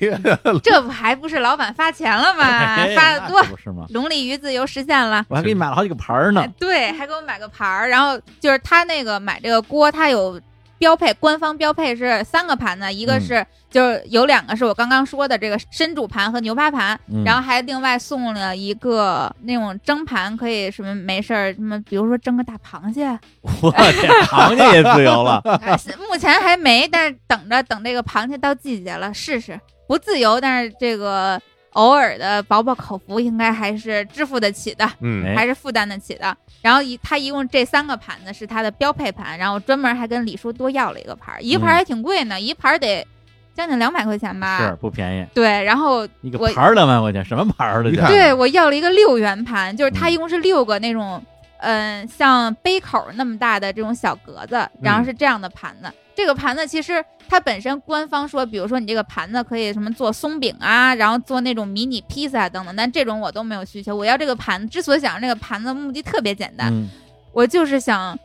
这不还不是老板发钱了吗？ 哎啊啊发的多那，可不是 吗？龙利鱼自由实现了。我还给你买了好几个盘儿呢哎，对，还给我买个盘儿，然后就是他那个买这个锅，他有标配，官方标配是三个盘子，一个嗯是、就是有两个是我刚刚说的这个深煮盘和牛扒盘，嗯然后还另外送了一个那种蒸盘，可以什么没事儿什么，比如说蒸个大螃蟹， 我天，螃蟹也自由 了，啊目前还没，但是等着等这个螃蟹到季节了试试，不自由，但是这个偶尔的饱饱口福应该还是支付得起的。 嗯，哎还是负担得起的。然后一他一共这三个盘子是他的标配盘，然后专门还跟李叔多要了一个盘儿，一盘儿还挺贵呢，一盘儿得将近两百块钱吧。嗯是不便宜，对，然后一个啊我盘儿两万块钱，什么盘儿的啊你这？看对我要了一个六元盘，就是嗯它一共是六个那种，嗯、像杯口那么大的这种小格子，嗯然后是这样的盘子。这个盘子其实它本身官方说，比如说你这个盘子可以什么做松饼啊，然后做那种迷你披萨啊等等，但这种我都没有需求。我要这个盘子，之所以想要这个盘子，目的特别简单，嗯，我就是想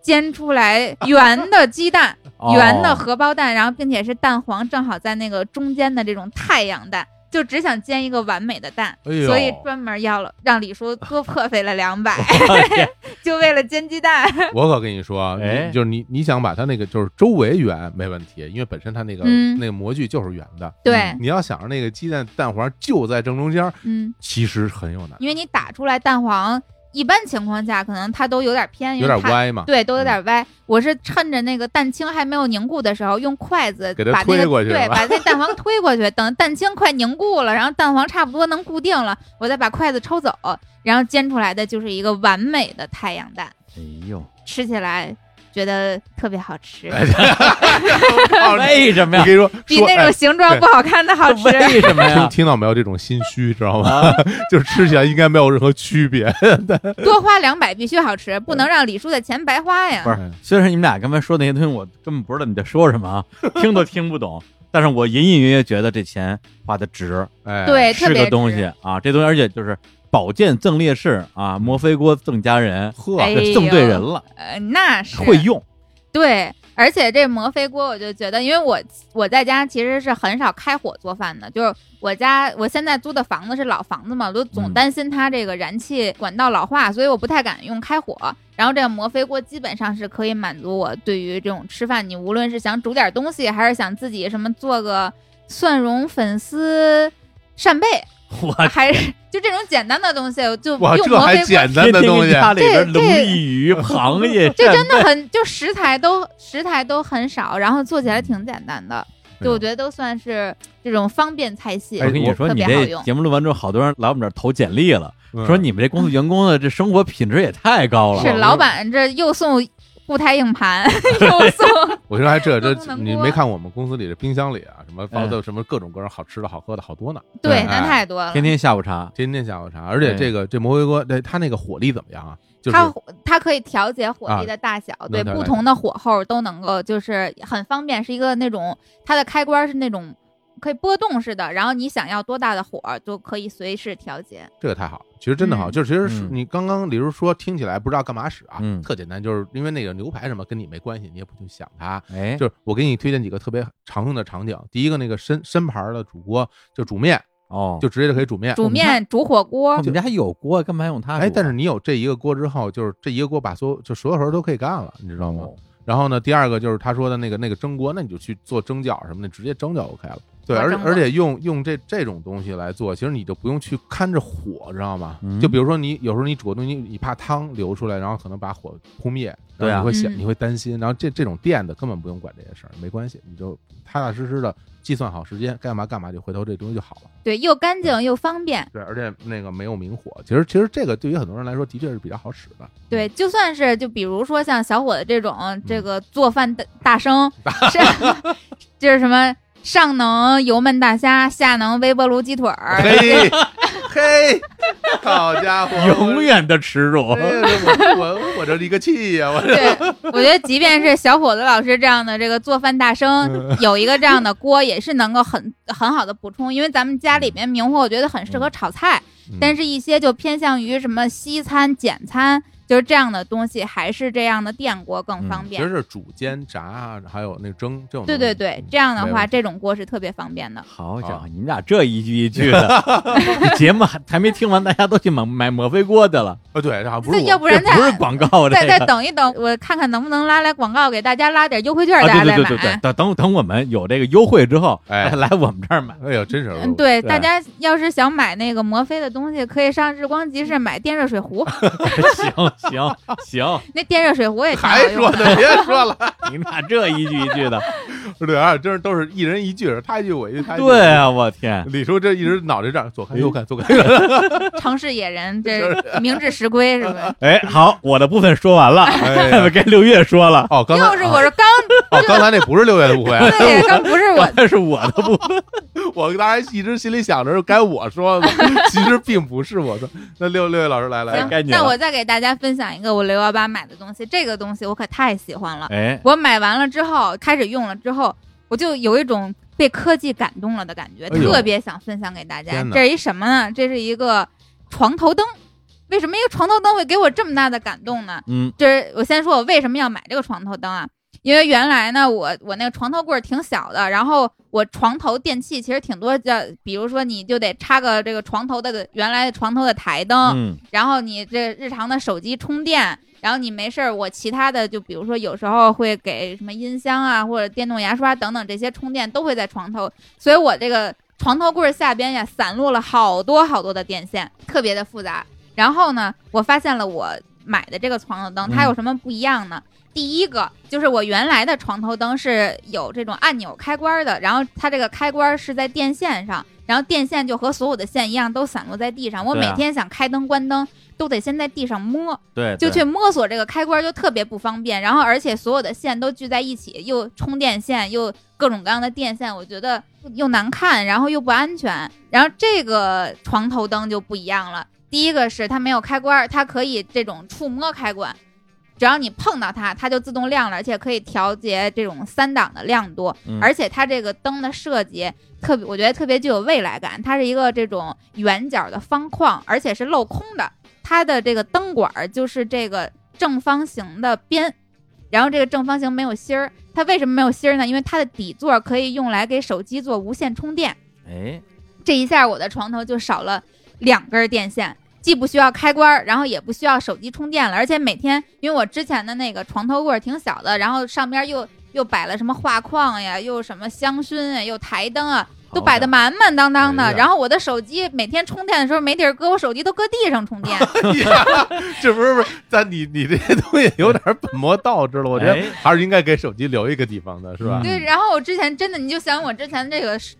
煎出来圆的 鸡蛋，哦圆的荷包蛋，然后并且是蛋黄正好在那个中间的这种太阳蛋，就只想煎一个完美的蛋，哎呦所以专门要了让李叔多破费了两百， 就为了煎鸡蛋。 我可跟你说，哎你就是你你想把它那个就是周围圆没问题，因为本身它那个嗯那个模具就是圆的。 对，你要想着那个鸡蛋蛋黄就在正中间，嗯，其实很有难，因为你打出来蛋黄，一般情况下可能它都有点偏，因有为点它歪啊嗯嘛。对，都有点歪。我是趁着那个蛋清还没有凝固的时候，用筷子给它把那推个过去对，是吧把那蛋黄推过去。等蛋清快凝固了，然后蛋黄差不多能固定了，我再把筷子抽走，然后煎出来的就是一个完美的太阳蛋，哎呦，吃起来觉得特别好吃，哎哦为什么你呀？跟你说，比说哎那种形状对不好 看的好吃。为什么哎听呀？听到没有？这种心虚，知道吗？ 就是吃起来应该没有任何区别。 多花两百必须好吃，不能让李叔的钱白花呀嗯不。是， 虽然你们俩刚才说那些东西，我根本不知道你在说什么啊，听都听不懂，但是我隐隐约约觉得这钱花的值，哎，对，特是别个东值西。啊，这东西而且就是宝剑赠烈士啊，摩飞锅赠佳人，呵哎呦赠对人了，呃，那是啊会用，对，而且这摩飞锅，我就觉得，因为我我在家其实是很少开火做饭的，就是我家我现在租的房子是老房子嘛，我就总嗯担心它这个燃气管道老化，所以我不太敢用开火。然后这个摩飞锅基本上是可以满足我对于这种吃饭，你无论是想煮点东西，还是想自己什么做个蒜蓉粉丝扇贝， 我还是就这种简单的东西，我就哇，用这摩还飞锅简单的东西，啊家里边这龙利鱼、螃蟹，这真的很，就食材都食材都很少，然后做起来挺简单的，就我觉得都算是这种方便菜系。哎我跟你说，特你别好这用。节目录完之后，好多人来我们这儿投简历了，嗯说你们这公司员工的这生活品质也太高了。是老板这又送固态硬盘，又送我说还这都这不能，你播没看我们公司里的冰箱里啊，什么包的什么各种各样好吃的好喝的好多呢，对，哎那太多了天。天下午茶，天天下午茶。而且对这个这摩回锅，对哎它那个火力怎么样啊？就是它它可以调节火力啊的大小，能对调不节同的火候都能够，就是很方便，是一个那种它的开关是那种可以波动式的，然后你想要多大的火都可以随时调节。这个太好，其实真的好，嗯就是其实是嗯你刚刚李叔说听起来不知道干嘛使啊，嗯特简单，就是因为那个牛排什么跟你没关系，你也不去想它。哎，就是我给你推荐几个特别常用的场景，第一个那个深深盘儿的煮锅，就煮面，哦，就直接就可以煮面。煮们家面、煮火锅我，们家还有锅，干嘛用它煮啊？哎，但是你有这一个锅之后，就是这一个锅把所有就所有时候都可以干了，你知道吗？哦然后呢，第二个就是他说的那个那个蒸锅，那你就去做蒸饺什么的，直接蒸就 OK 了。对，啊而蒸锅而且用用这这种东西来做，其实你就不用去看着火，知道吗？嗯就比如说你有时候你煮个东西，你怕汤流出来，然后可能把火扑灭，对然啊后你会想，嗯你会担心。然后这这种电的根本不用管这些事儿，没关系，你就踏踏实实的计算好时间，该干嘛干嘛就回头这东西就好了。对，又干净又方便。对，而且那个没有明火，其实其实这个对于很多人来说的确是比较好使的。对，就算是就比如说像小伙子这嗯种这个做饭大 大生，是 就是什么上能油焖大虾，下能微波炉鸡腿儿，嘿，嘿，好家伙，永远的耻辱。哎呀我我我我这一个气呀、我这对，我觉得即便是小伙子老师这样的这个做饭大嗯生，有一个这样的锅也是能够很很好的补充，因为咱们家里面明火，我觉得很适合炒菜，嗯但是一些就偏向于什么西餐、简餐，就是这样的东西，还是这样的电锅更方嗯其便。实是煮、煎、炸，啊还有那蒸这种。对对，对，这样的嗯没话，问这种锅是特别方便的。好家好伙，你们俩这一句一句的，节目还还没听完，大家都去买买摩飞锅去了，啊对，啊不这是要我不然这再不是广告，这再再个。等一等，我看看能不能拉来广告，给大家拉点优惠券，啊，大家对再对对对对，买。等等等我们有这个优惠之后，哎来我们这儿买。哎呀，真是嗯，对，对大家要是想买那个摩飞的东西，可以上日光集市买电热水壶。 行行行，那电热水壶也挺好还用说的，呢，别说了，你们俩这一句一句 的，对啊，真是都是一人一句，他一句我一句，他一句我一句对啊，哎我天，李叔这一直脑袋这样左看右看左看右 看，城市野人这明智石龟是 吧？哎，好，我的部分说完 了，哎 呀该六月说了，哦，刚才又是我啊是刚哦，刚才那不是六月的误会，啊对，刚不是 我，那是我的部 分。我当然一直心里想着该我说的，其实并不是我说。那六六月老师来来 行，该行你了那我再给大家分享一个我六幺八买的东西，这个东西我可太喜欢了。哎，我买完了之后，开始用了之后，我就有一种被科技感动了的感觉，哎呦特别想分享给大家天。哪这是一什么呢？这是一个床头灯。为什么一个床头灯会给我这么大的感动呢？嗯，这是我先说我为什么要买这个床头灯啊？因为原来呢，我我那个床头柜儿挺小的，然后我床头电器其实挺多的，比如说你就得插个这个床头的原来床头的台灯，嗯，然后你这日常的手机充电，然后你没事儿，我其他的就比如说有时候会给什么音箱啊或者电动牙刷等等这些充电都会在床头，所以我这个床头柜儿下边呀散落了好多好多的电线，特别的复杂。然后呢，我发现了我买的这个床头灯它有什么不一样呢？第一个就是我原来的床头灯是有这种按钮开关的，然后它这个开关是在电线上，然后电线就和所有的线一样都散落在地上。我对每啊天想开灯关灯，都得先在地上摸，对，就对去摸索这个开关就特别不方便。然后而且所有的线都聚在一起，又充电线又各种各样的电线，我觉得又难看，然后又不安全。然后这个床头灯就不一样了，第一个是它没有开关，它可以这种触摸开关。只要你碰到它，它就自动亮了，而且可以调节这种三档的亮度，嗯而且它这个灯的设计特别，我觉得特别具有未来感。它是一个这种圆角的方框，而且是镂空的，它的这个灯管儿就是这个正方形的边，然后这个正方形没有芯儿。它为什么没有芯儿呢？因为它的底座可以用来给手机做无线充电。哎，这一下我的床头就少了两根电线，既不需要开关儿，然后也不需要手机充电了。而且每天，因为我之前的那个床头柜儿挺小的，然后上边又又摆了什么画框呀，又什么香薰啊，又台灯啊，都摆的满满当当哎的。呀然后我的手机每天充电的时候没地儿搁，我手机都搁地上充电。哎这不是不是，咱你你这东西有点本末倒置了，我觉得哎还是应该给手机留一个地方的，是吧？对，嗯然后我之前真的，你就想我之前这个是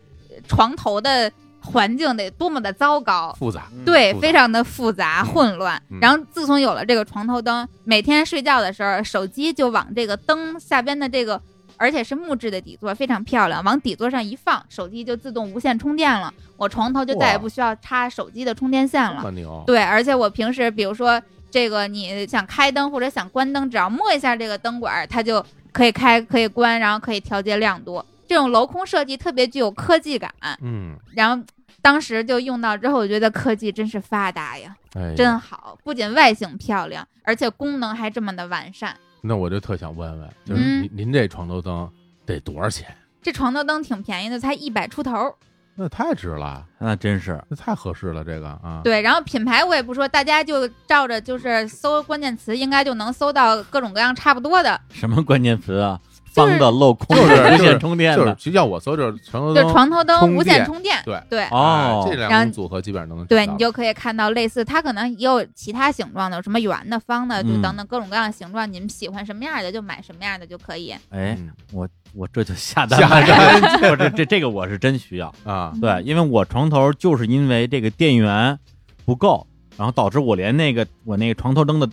床头的环境得多么的糟糕， 复杂，嗯对，嗯复杂非常的复杂混乱嗯。然后自从有了这个床头灯，每天睡觉的时候，手机就往这个灯下边的这个，而且是木质的底座，非常漂亮，往底座上一放，手机就自动无线充电了。我床头就再也哇不需要插手机的充电线这了么。牛，对，而且我平时比如说这个你想开灯或者想关灯，只要摸一下这个灯管儿，它就可以开可以关，然后可以调节亮度。这种镂空设计特别具有科技感，嗯，然后当时就用到之后，我觉得科技真是发达呀，哎呀，真好，不仅外形漂亮，而且功能还这么的完善。那我就特想问问，就是嗯您您这床头灯得多少钱？这床头灯挺便宜的，才一百出头。那太值了，那真是那太合适了，这个啊，对，然后品牌我也不说，大家就照着就是搜关键词，应该就能搜到各种各样差不多的。什么关键词啊？就方是的、镂空就是的、无就是线充电就是的，就要我搜就是床头就灯，床头灯充无线电充电，对对哦哎这两然种组后合基本上都能对找你到就可以看到类似，它可能也有其他形状的，有什么圆的、方的，就嗯等等各种各样的形状，你们喜欢什么样的就买什么样的就可以。哎，嗯我这就下单下买了。我 这这这个我是真需要，啊，对，因为我床头就是因为这个电源不够，然后导致我连那个我那个床头灯的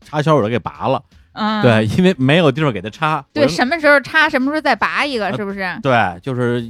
插销我都给拔了，嗯，对，因为没有地方给它插，对，我什么时候插，啊什么时候再拔一个，是不是？对，就是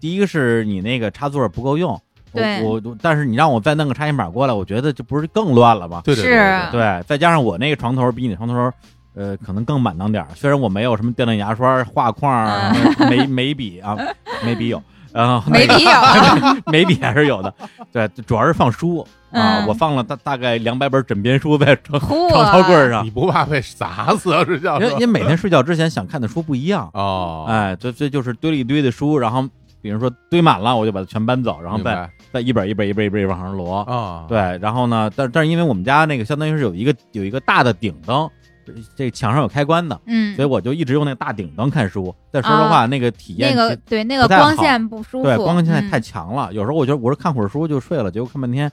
第一个是你那个插座不够用，对我我但是你让我再弄个插线板过来，我觉得就不是更乱了吗？对对对对是啊对，再加上我那个床头比你床头，呃，可能更满当点儿。虽然我没有什么电动牙刷、画框儿、眉眉笔啊，眉笔有，然后啊没必要。 眉笔还是有的。对，主要是放书啊，嗯我放了大大概两百本枕边书在床 嚯床头柜儿上你，不怕被砸死啊？睡觉因为因为每天睡觉之前想看的书不一样，哦，哎，这这就是堆了一堆的书，然后比如说堆满了，我就把它全搬走，然后明白再再一本一本一本一本一本往上摞。啊，对，然后呢，但但是因为我们家那个相当于是有一个有一个大的顶灯，这这墙上有开关的，嗯哦所以，我就一直用那个大顶灯看书。但说实话，那个体验那其个对那个不太光好线不舒服，对光线嗯太强了，有时候我觉得我是看会儿书就睡了，结果看半天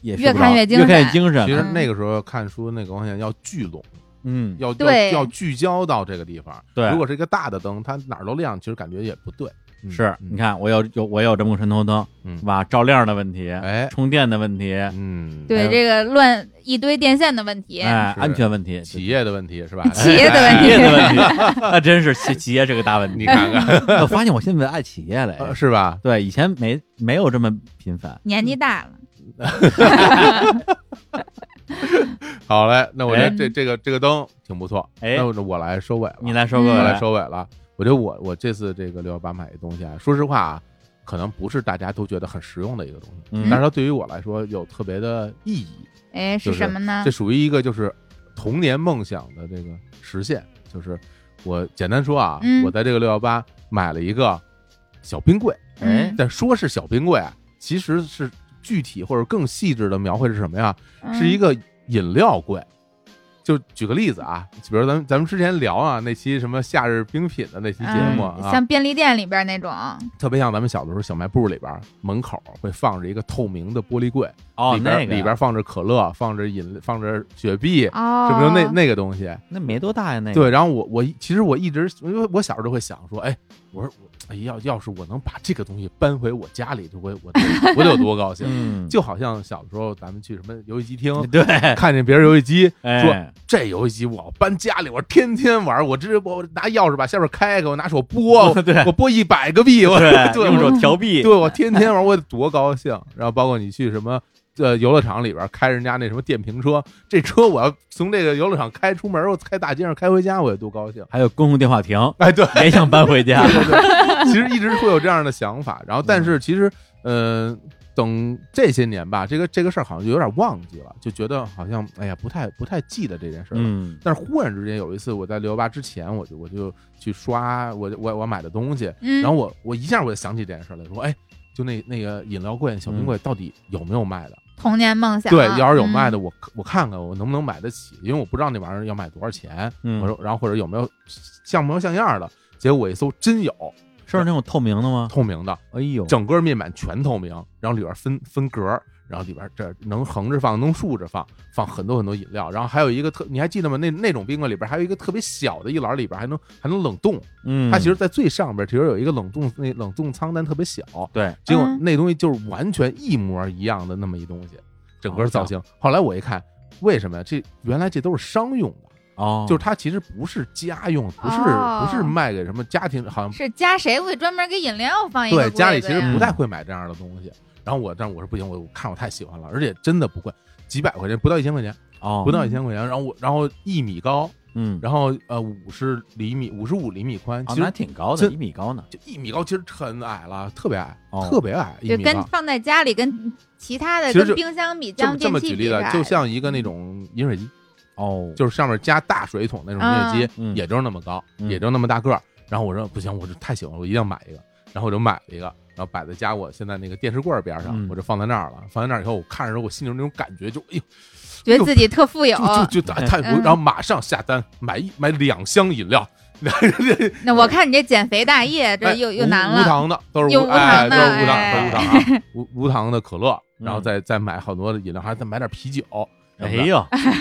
也睡越不看着越越精看神精神。其实嗯那个时候看书那个光线要聚拢，嗯，要要对要聚焦到这个地方。对如果是一个大的灯，它哪儿都亮，其实感觉也不对。嗯是，你，看我有有我有这么个神头灯，嗯是吧？照亮的问题，哎，充电的问题，嗯，哎对呦这个乱一堆电线的问题，哎，是安全问题，企业的问题是吧？哎企哎业的 问企业题，的问题，那真是企企业是个大问你题。看看 我发现我现在爱企业了，呃哎是吧？对，以前没没有这么频繁。年纪大了，好嘞，那我觉得哎这这个这个灯挺不错。哎那我我来收尾了，你来收个我嗯尾来，收尾了。我觉得我我这次这个六幺八买的东西啊，说实话啊，可能不是大家都觉得很实用的一个东西，嗯但是它对于我来说有特别的意义。哎，就是是什么呢这？属于一个就是童年梦想的这个实现，就是我简单说啊，嗯我在这个六幺八买了一个小冰柜，哎嗯但说是小冰柜啊，其实是具体或者更细致的描绘是什么呀？是一嗯个饮料柜。就举个例子啊，比如咱们咱们之前聊啊那期什么夏日冰品的那期节目啊，嗯像便利店里边那种，特别像咱们小的时候小卖部里边儿门口会放着一个透明的玻璃柜，哦里，边、那个里边放着可乐，放着饮，放着雪碧，哦，是不是就那那个东西？那没多大呀，那个对，然后我我一其实我一直因为我小时候都会想说，哎，我说我哎要要是我能把这个东西搬回我家里，就会我得我得有多高兴。嗯，就好像小时候咱们去什么游戏机厅， 对，看见别人游戏机，哎，这游戏机我要搬家里，我天天玩，我这我拿钥匙把下边开开，我拿手拨，我对我拨一百个币，我 对对， 用我手调臂，对我天天玩，我得多高兴。然后包括你去什么。呃，游乐场里边开人家那什么电瓶车，这车我要从这个游乐场开出门，我开大街上开回家，我得多高兴！还有公共电话 亭，哎，对，也想搬回 家。对对对，其实一直会有这样的想法。然后，但是其实，呃，等这些年吧，这个这个事儿好像就有点忘记了，就觉得好像哎呀，不太不太记得这件事儿了。嗯，但是忽然之间有一次，我在六幺八之前，我就我就去刷我我我买的东西，嗯，然后我我一下我就想起这件事儿来，说哎，就那那个饮料柜、嗯小冰柜到底有没有卖的？童年梦想，对，要是有卖嗯，的，我我看看我能不能买得起，因为我不知道那玩意儿要卖多少钱。嗯我说，然后或者有没有像模像样的？结果我一搜，真有是那种透明的吗？透明的，哎呦，整个面板全透明，然后里边分分格，然后里边这能横着放，能竖着放，放很多很多饮料，然后还有一个特，你还记得吗？那那种冰柜里边还有一个特别小的一栏，里边还能还能冷冻，嗯，它其实在最上边其实有一个冷冻那冷冻仓，但特别小，对，结果嗯那东西就是完全一模一样的那么一东西，整哦个造型。后来我一看，为什么呀？这原来这都是商用的。哦，就是它其实不是家用，不是、哦不是卖给什么家庭，好像是家谁会专门给饮料放一对，个家里柜其子实呀不嗯太会买这样的东西。然后我，但是我说不行，我我看我太喜欢了，而且真的不贵，几百块钱，不到一千块钱，哦，不到一千块钱。然后我，然后一米高，嗯，然后呃五十厘米，五十五厘米宽，哦其那还实挺高的，真一米高呢。就一米高，其实很矮了，特别矮，哦特别矮，一就米跟高。放在家里跟其他的其实就跟冰箱比，这家么用这电么器举比例啥子的，，就像一嗯个那种饮水机，哦，就是上面加大水桶那种饮水机，嗯也就是那么高，嗯也就那么大个儿。然后我说不行，我就太喜欢了，我一定要买一个。然后我就买了一个，然后摆在家我现在那个电视柜儿边上，嗯我就放在那儿了。放在那儿以后，我看着时候我心里有那种感觉就，哎呦，觉得自己特富有，就就就太，哎嗯然后马上下单买一买两箱饮料，那我看你这减肥大业，这哎又又无难无了。糖的都是又无无糖的哎都是无糖，都是无 糖啊，无无糖的可乐，嗯然后再再买好多的饮料，还再买点啤酒。哎呦，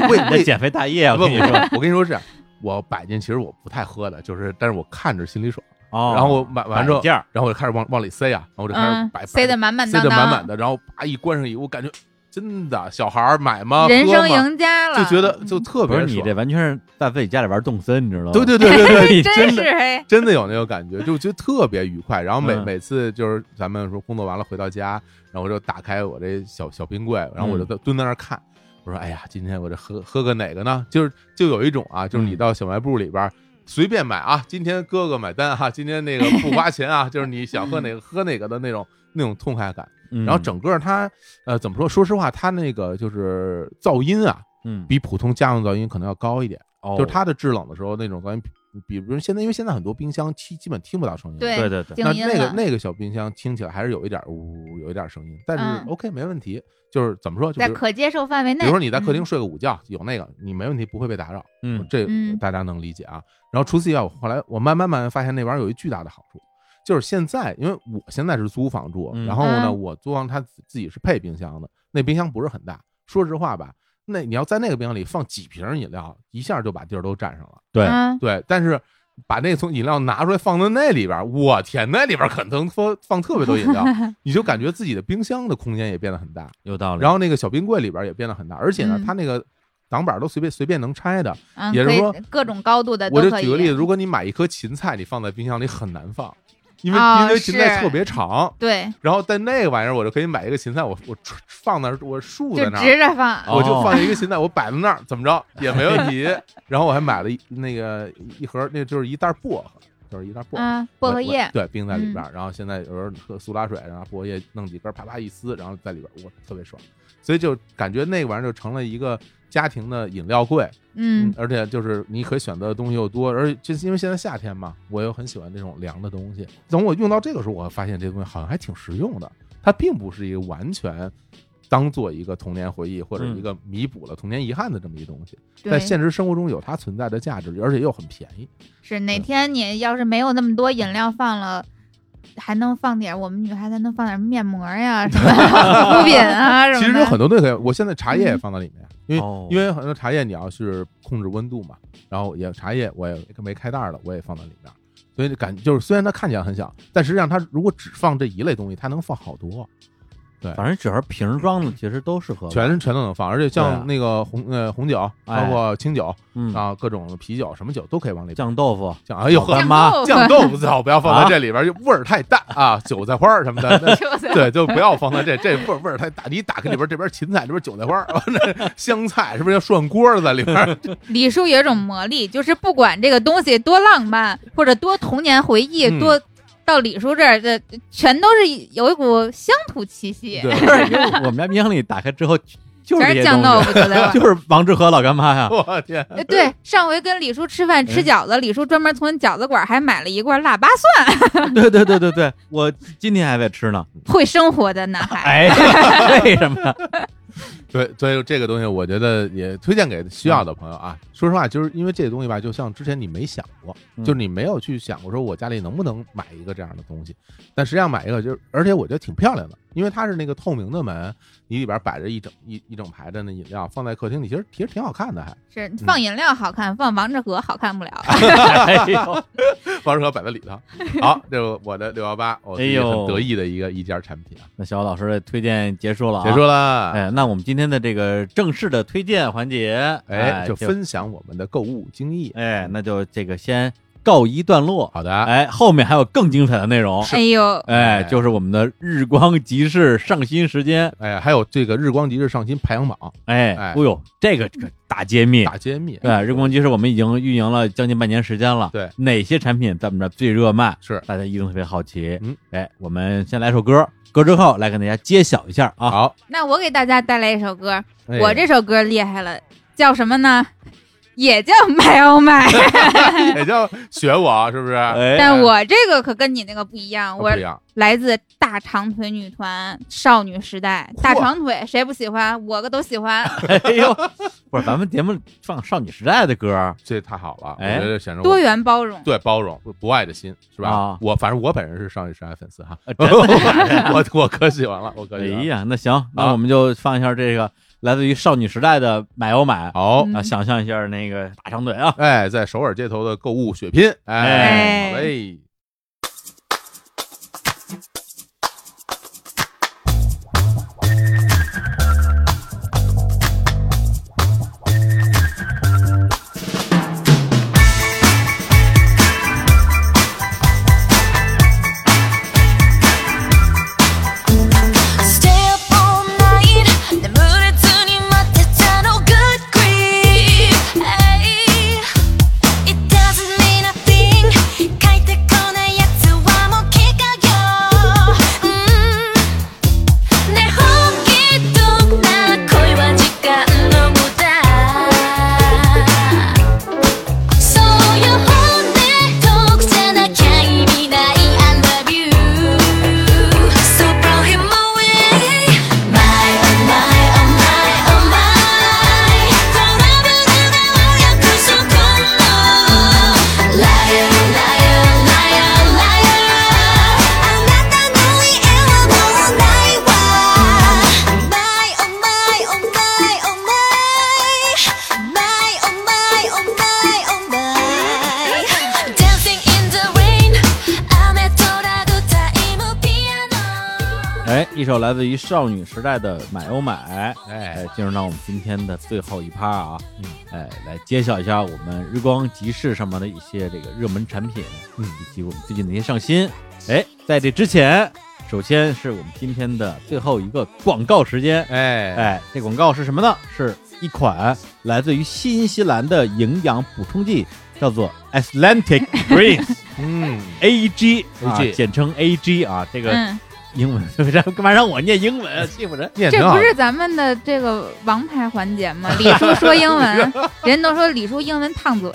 为你为的减肥大业，我不跟你说，，不我跟你说是这样，我摆进其实我不太喝的，就是但是我看着心里爽。哦，然后我买完之后摆件儿然后我就开始往往里塞啊，然后我就开始嗯摆，摆塞得满满塞当得当，满满的，然后啪一关上以后，我感觉真的小孩儿买吗？人喝生吗赢家了，就觉得就特不别是你爽这完全是在自己家里玩动森，你知道吗？对对对 对对对，真真是的哎，真的有那种感觉，就觉得特别愉快。然后每、嗯每次就是咱们说工作完了回到家，然后我就打开我这小小冰柜，然后我就在嗯蹲在那儿看。我说：“哎呀，今天我这喝喝个哪个呢？就是就有一种啊，就是你嗯到小卖部里边儿随便买啊，今天哥哥买单哈、今天那个不花 钱啊，就是你想喝哪个喝哪个的那种那种痛快感。嗯，然后整个它呃怎么说？说实话，它那个就是噪音啊，嗯，比普通家用噪音可能要高一点。哦就是它的制冷的时候那种噪音，比比如现在，因为现在很多冰箱基基本听不到声音，对对对对，那静音那个了那个小冰箱听起来还是有一点呜，有一点声音，但嗯是 OK 没问题，就是怎么说，就比在如可接受范围比内如。说你在客厅嗯睡个午觉，有那个你没问题，不会被打扰，嗯这嗯大家能理解啊。然后除此以外，我后来我慢慢慢慢发现那玩意儿有一巨大的好处。就是现在，因为我现在是租房住，嗯然后呢，啊我租房它自自己是配冰箱的，那冰箱不是很大。说实话吧，那你要在那个冰箱里放几瓶饮料，一下就把地儿都占上了。对，嗯，对，但是把那从饮料拿出来放到那里边儿，我天，那里边儿可能说放特别多 饮料，你就感觉自己的冰箱的空间也变得很大，有道理。然后那个小冰柜里边儿也变得很大，而且呢，嗯它那个挡板儿都随便随便能拆的。嗯也是可以说各种高度的我呃都就可以。举个例子，如果你买一颗芹菜，你放在冰箱里很难放，因为、哦因为芹菜是特别长。对，然后但那个玩意儿，我就可以买一个芹菜，我我戳放那儿，我竖就在那儿，直着放，哦我就放一个芹菜，我摆在那儿，怎么着也没问题。然后我还买了一那个一盒，那就是一袋薄荷，就是一袋薄荷。嗯，薄荷我叶嗯我，对，冰在里边儿。然后现在有时候喝苏打水，啊然后薄荷叶弄几根儿，啪啪一撕，然后在里边儿，我特别爽。所以就感觉那个玩意儿就成了一个家庭的饮料柜，嗯，而且就是你可以选择的东西又多，而且就是因为现在夏天嘛，我又很喜欢这种凉的东西。等我用到这个时候，我发现这东西好像还挺实用的，它并不是一个完全。当做一个童年回忆或者嗯一个弥补了童年遗憾的这么一东西，在对，现实生活中有它存在的价值，而且又很便宜。是嗯哪天你要是没有那么多饮料放了，还能放点我们女孩子能放点面膜呀，什么 护肤品啊什么的。嗯其实有很多东西可以，我现在茶叶也放到里面，因为、哦因为很多茶叶你要是控制温度嘛，然后也茶叶我也没开袋儿的，我也放到里面，所以感觉就是虽然它看起来很小，但实际上它如果只放这一类东西，它能放好多，反正只要是瓶装的，其实都适合。全全都能放，而且对啊像那个红呃红酒，包括清酒、嗯，啊，各种啤酒什么酒都可以往里放。酱豆腐，酱哎呦呵， 干酱妈豆腐酱豆腐最好不要放在这里边，就味儿太淡啊，韭菜花儿什么的， 那对，就不要放在这这味儿味儿太大，你一打开里边儿这边儿芹菜，这边儿韭菜花儿， 完了香菜，是不是要涮锅儿在里边儿？ 李叔有一种魔力，就是不管这个东西多浪漫或者多童年回忆，嗯多到李叔这儿，这全都是有一股乡土气息，对，不是因为我们家冰箱里打开之后就是全这是些酱豆东腐，就在玩西，。 就是王致和老干妈呀。我天，哎对，上回跟李叔吃饭嗯吃饺子，李叔专门从饺子馆还买了一罐腊八蒜，对对对对对，我今天还在吃呢。会生活的男孩。 哎，为什么呀？对，所以这个东西我觉得也推荐给需要的朋友啊。说实话，就是因为这个东西吧，就像之前你没想过，嗯就是你没有去想过说我家里能不能买一个这样的东西，但实际上买一个就是，而且我觉得挺漂亮的，因为它是那个透明的门，你里边摆着一整一一整排的那饮料，放在客厅里，其实其实挺好看的还。 是放饮料好看，放王致和好看不了。哎 呦王志和摆在里头。 好，这是我的六幺八，我自己哎呦很得意的一个一家产品啊，那小欧老师的推荐结束了、啊，结束。了。哎，那我们今天的这个正式的推荐环节，哎，哎，就分享我们的购物经历。哎，那就这个先告一段落。好的，哎，后面还有更精彩的内容。哎呦，哎，哎就是我们的日光集市上新时间。哎，还有这个日光集市上新排行榜哎，哎呦，这个可大揭秘。大揭秘，对，日光集市我们已经运营了将近半年时间了。对，哪些产品在我们这儿最热卖？是大家一定特别好奇。嗯，哎，我们先来首歌，歌之后来给大家揭晓一下啊。好，那我给大家带来一首歌，哎我这首歌厉害了，叫什么呢？也叫买哦买，也哎叫学我啊是不是？啊哎， 但我这个可跟你那个不一样，我哦不一样，来自大长腿女团少女时代，嚯大长腿谁不喜欢？我个都喜欢。哎呦，不是，咱们节目放少女时代的歌儿，这太好了，我哎觉得显示多我。元包容，对包容不不爱的心是吧啊？我反正我本人是少女时代粉丝哈，呃真的 我我可喜欢了，我可啊哎喜欢了。呀，那行，那我们就放一下这个来自于少女时代的《买哦买》好，啊，嗯想象一下那个大长腿 啊，哎，在首尔街头的购物血拼，哎哎，好嘞。 「哎一首来自于少女时代的《买哦买》。哎哎，，进入到我们今天的最后一趴啊，哎，来揭晓一下我们日光集市上面的一些这个热门产品，嗯，以及我们最近的一些上新。哎，在这之前，首先是我们今天的最后一个广告时间。哎哎，这广告是什么呢？是一款来自于新西兰的营养补充剂，叫做 Atlantic Greens 嗯， AG，啊 AG 简称 AG 啊，这个嗯，英文 干嘛让我念英文，啊欺负人。念挺这好不是咱们的这个王牌环节吗？李叔说英文，人都说李叔英文烫嘴，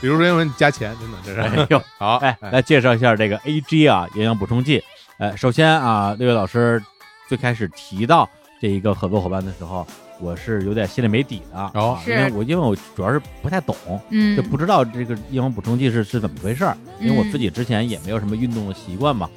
比如说英文你加钱，真的这是哎呦，好哎，来介绍一下这个 AG 啊，营养补充剂。呃，首先啊，六位老师最开始提到这一个合作伙伴的时候，我是有点心里没底的，啊哦因为是我因为我主要是不太懂，嗯，就不知道这个营养补充剂是是怎么回事儿，因为我嗯自己之前也没有什么运动的习惯嘛。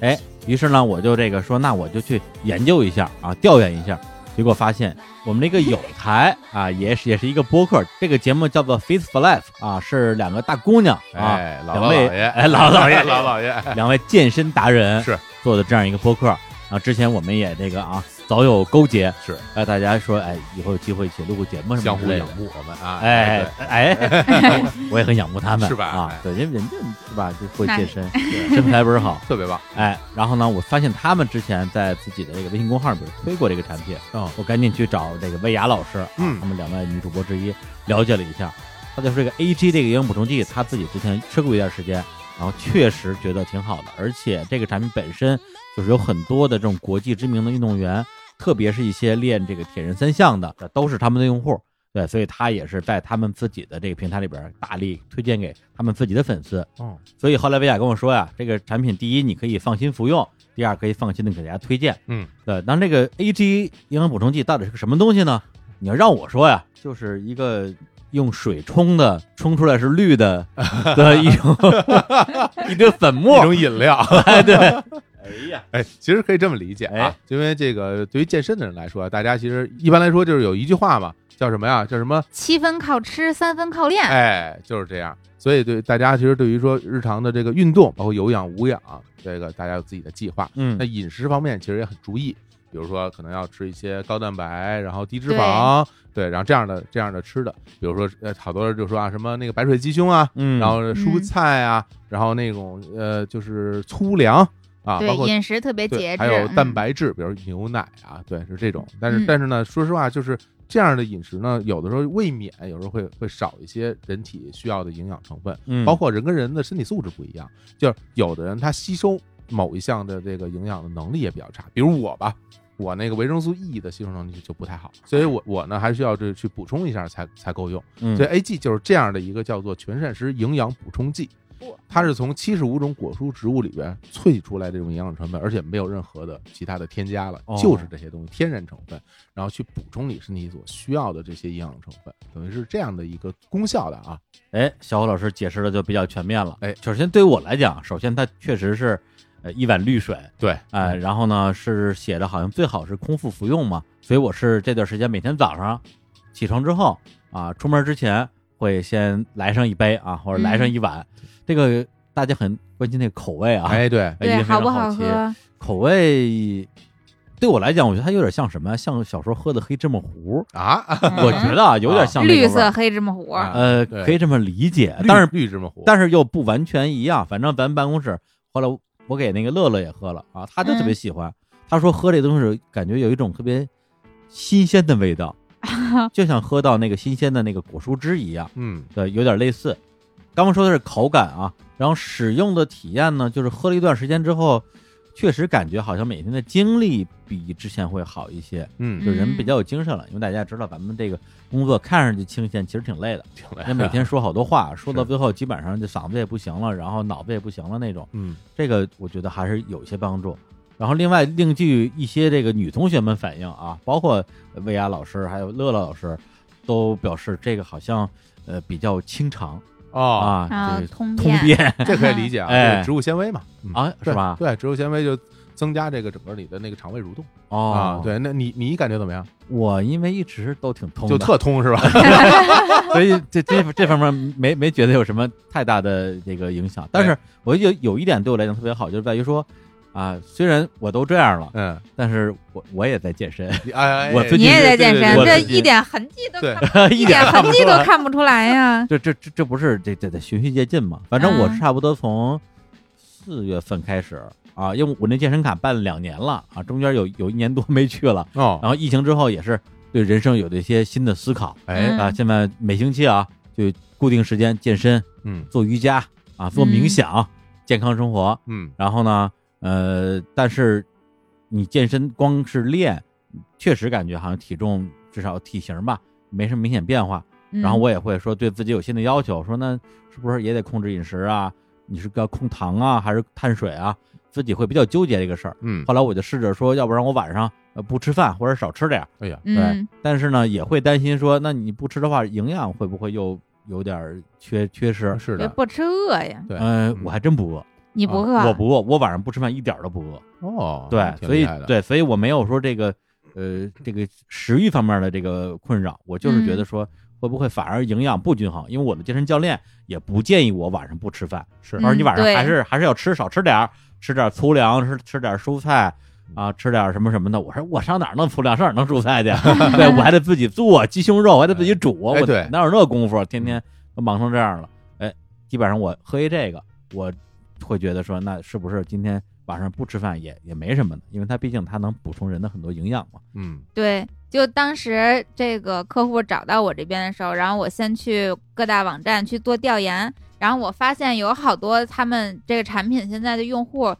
哎，于是呢，我就这个说，那我就去研究一下啊，调研一下。结果发现我们这个有台啊，也是也是一个播客，这个节目叫做 Face for Life 啊，是两个大姑娘啊，哎，姥两姥位姥爷，哎姥姥姥爷姥姥姥爷，两位健身达人是做的这样一个播客啊。之前我们也这个啊早有勾结，是哎，大家说哎以后有机会一起录个节目什相么之互类仰的。慕我们啊，哎哎，哎 我也很仰慕他们，是吧啊哎，对，因为人家是吧，就会那健身，身材倍儿好。对，特别棒，哎，然后呢，我发现他们之前在自己的这个微信公号里边推过这个产品，哦我赶紧去找这个薇娅老师，啊嗯他们两位女主播之一，了解了一下，他就说这个 A G 这个营养补充剂，他自己之前吃过一段时间，然后确实觉得挺好的，而且这个产品本身就是有很多的这种国际知名的运动员，特别是一些练这个铁人三项的，都是他们的用户。对，所以他也是在他们自己的这个平台里边大力推荐给他们自己的粉丝。哦，所以后来薇娅跟我说呀，这个产品第一你可以放心服用，第二可以放心的给大家推荐。嗯，对。那这个 A G 营养补充剂到底是个什么东西呢？你要让我说呀，就是一个用水冲的，冲出来是绿 的的一种一堆粉一末。种饮料，哎，对，哎呀，哎，其实可以这么理解啊哎，因为这个对于健身的人来说，啊大家其实一般来说就是有一句话嘛，叫什么呀？叫什么？七分靠吃，三分靠练，哎，就是这样。所以对大家其实对于说日常的这个运动，包括有氧、无氧，啊这个大家有自己的计划。嗯那，饮食方面其实也很注意，比如说可能要吃一些高蛋白，然后低脂肪，对，然后这样的这样的吃的，比如说呃，好多人就说啊，什么那个白水鸡胸啊，嗯，然后蔬菜啊，然后那种呃就是粗粮啊，对包括饮食特别对，节制，还有蛋嗯白质，比如牛奶啊，对，是这种。但嗯是但是呢，说实话，就是这样的饮食呢，有的时候未免有时候会会少一些人体需要的营养成分，嗯包括人跟人的身体素质不一样，就是有的人他吸收某一项的这个营养的能力也比较差，比如我吧。我那个维生素 E 的吸收能力就不太好，所哎以我我呢还需要这去补充一下才才够用。嗯所以 AG 就是这样的一个叫做全膳食营养补充剂，它是从七十五种果蔬植物里边萃取出来这种营养成分，而且没有任何的其他的添加了哦，就是这些东西天然成分，然后去补充你身体所需要的这些营养成分，等于是这样的一个功效的啊。哎，小虎老师解释的就比较全面了。哎首先对于我来讲，首先它确实是呃一碗绿水，对，哎，然后呢是写的好像最好是空腹服用嘛，所以我是这段时间每天早上起床之后啊，出门之前会先来上一杯啊，或者来上嗯一碗。这个大家很关心那个口味啊，哎，对，一定对，非常好不好好奇喝？口味对我来讲，我觉得它有点像什么呀？像小时候喝的黑芝麻糊，啊，我觉得啊有点啊像那绿个味色儿，黑芝麻糊，啊呃，对可以这么理解，绿但是啊绿芝麻糊，但是又不完全一样。反正咱办公室后来我给那个乐乐也喝了啊，他就特别喜欢，他说喝这东西感觉有一种特别新鲜的味道，就像喝到那个新鲜的那个果蔬汁一样，嗯，对，有点类似。刚刚说的是口感啊，然后使用的体验呢，就是喝了一段时间之后，确实感觉好像每天的精力比之前会好一些，嗯就人嗯比较有精神了。因为大家也知道咱们这个工作看上去清闲，其实挺累的。挺累那每天说好多话，说到哎是最后基本上就嗓子也不行了，然后脑子也不行了那种。嗯，这个我觉得还是有一些帮助。然后另外，另据一些这个女同学们反映啊，包括薇娅老师还有乐乐老师，都表示这个好像呃比较清肠哦，啊，然后这个通通便，便这可以理解啊， 哎这植物纤维嘛，嗯啊，是对吧？对，植物纤维就增加这个整个你的那个肠胃蠕动啊哦，，，对，那你你感觉怎么样？我因为一直都挺通就的， 特通是吧？所以这这这方面没没觉得有什么太大的这个影响。但是我有有一点对我来讲特别好，就是在于说，啊，虽然我都这样了，嗯，但是我我也在健 身，你哎，哎我哎最你近也在对健对身，对这对对一点痕迹都对看不一一点点看不痕迹出都来。看不出来呀。这这这这不是这这得循序渐进嘛？反正我嗯差不多从四月份开始啊，因为我那健身卡办了两年了啊，中间有有一年多没去了，哦，然后疫情之后也是对人生有了一些新的思考哎，嗯啊。现在每星期啊，就固定时间健身、嗯做瑜伽啊、做嗯冥想、健康生活。嗯，然后呢，呃，但是你健身光是练，确实感觉好像体重至少体型吧没什么明显变化。嗯嗯然后我也会说对自己有新的要求，说那是不是也得控制饮食啊？你是要控糖啊，还是碳水啊？自己会比较纠结这个事儿。嗯，后来我就试着说，要不然我晚上呃不吃饭或者少吃点儿。哎呀，对嗯但是呢，也会担心说，那你不吃的话，营养会不会又有点儿缺缺失？是别的，不吃饿呀，对，呃嗯，我还真不饿，你不饿？啊我不饿，我晚上不吃饭一点儿都不饿。哦，对，挺所以厉害的，对，所以我没有说这个呃这个食欲方面的这个困扰，我就是觉得嗯说会不会反而营养不均衡？因为我的健身教练也不建议我晚上不吃饭，是而你晚上嗯对还是还是要吃，少吃点儿，吃点儿粗粮，吃吃点儿蔬菜。啊，吃点儿什么什么的，我说我上哪儿弄粗粮，上哪儿弄蔬菜去？啊 对我还得自己做鸡胸肉，我还得自己煮，哎我对哪有那功夫？天天都忙成这样了，哎，基本上我喝一这个，我会觉得说，那是不是今天晚上不吃饭也也没什么呢？因为它毕竟它能补充人的很多营养嘛。嗯对，就当时这个客户找到我这边的时候，然后我先去各大网站去做调研，然后我发现有好多他们这个产品现在的用户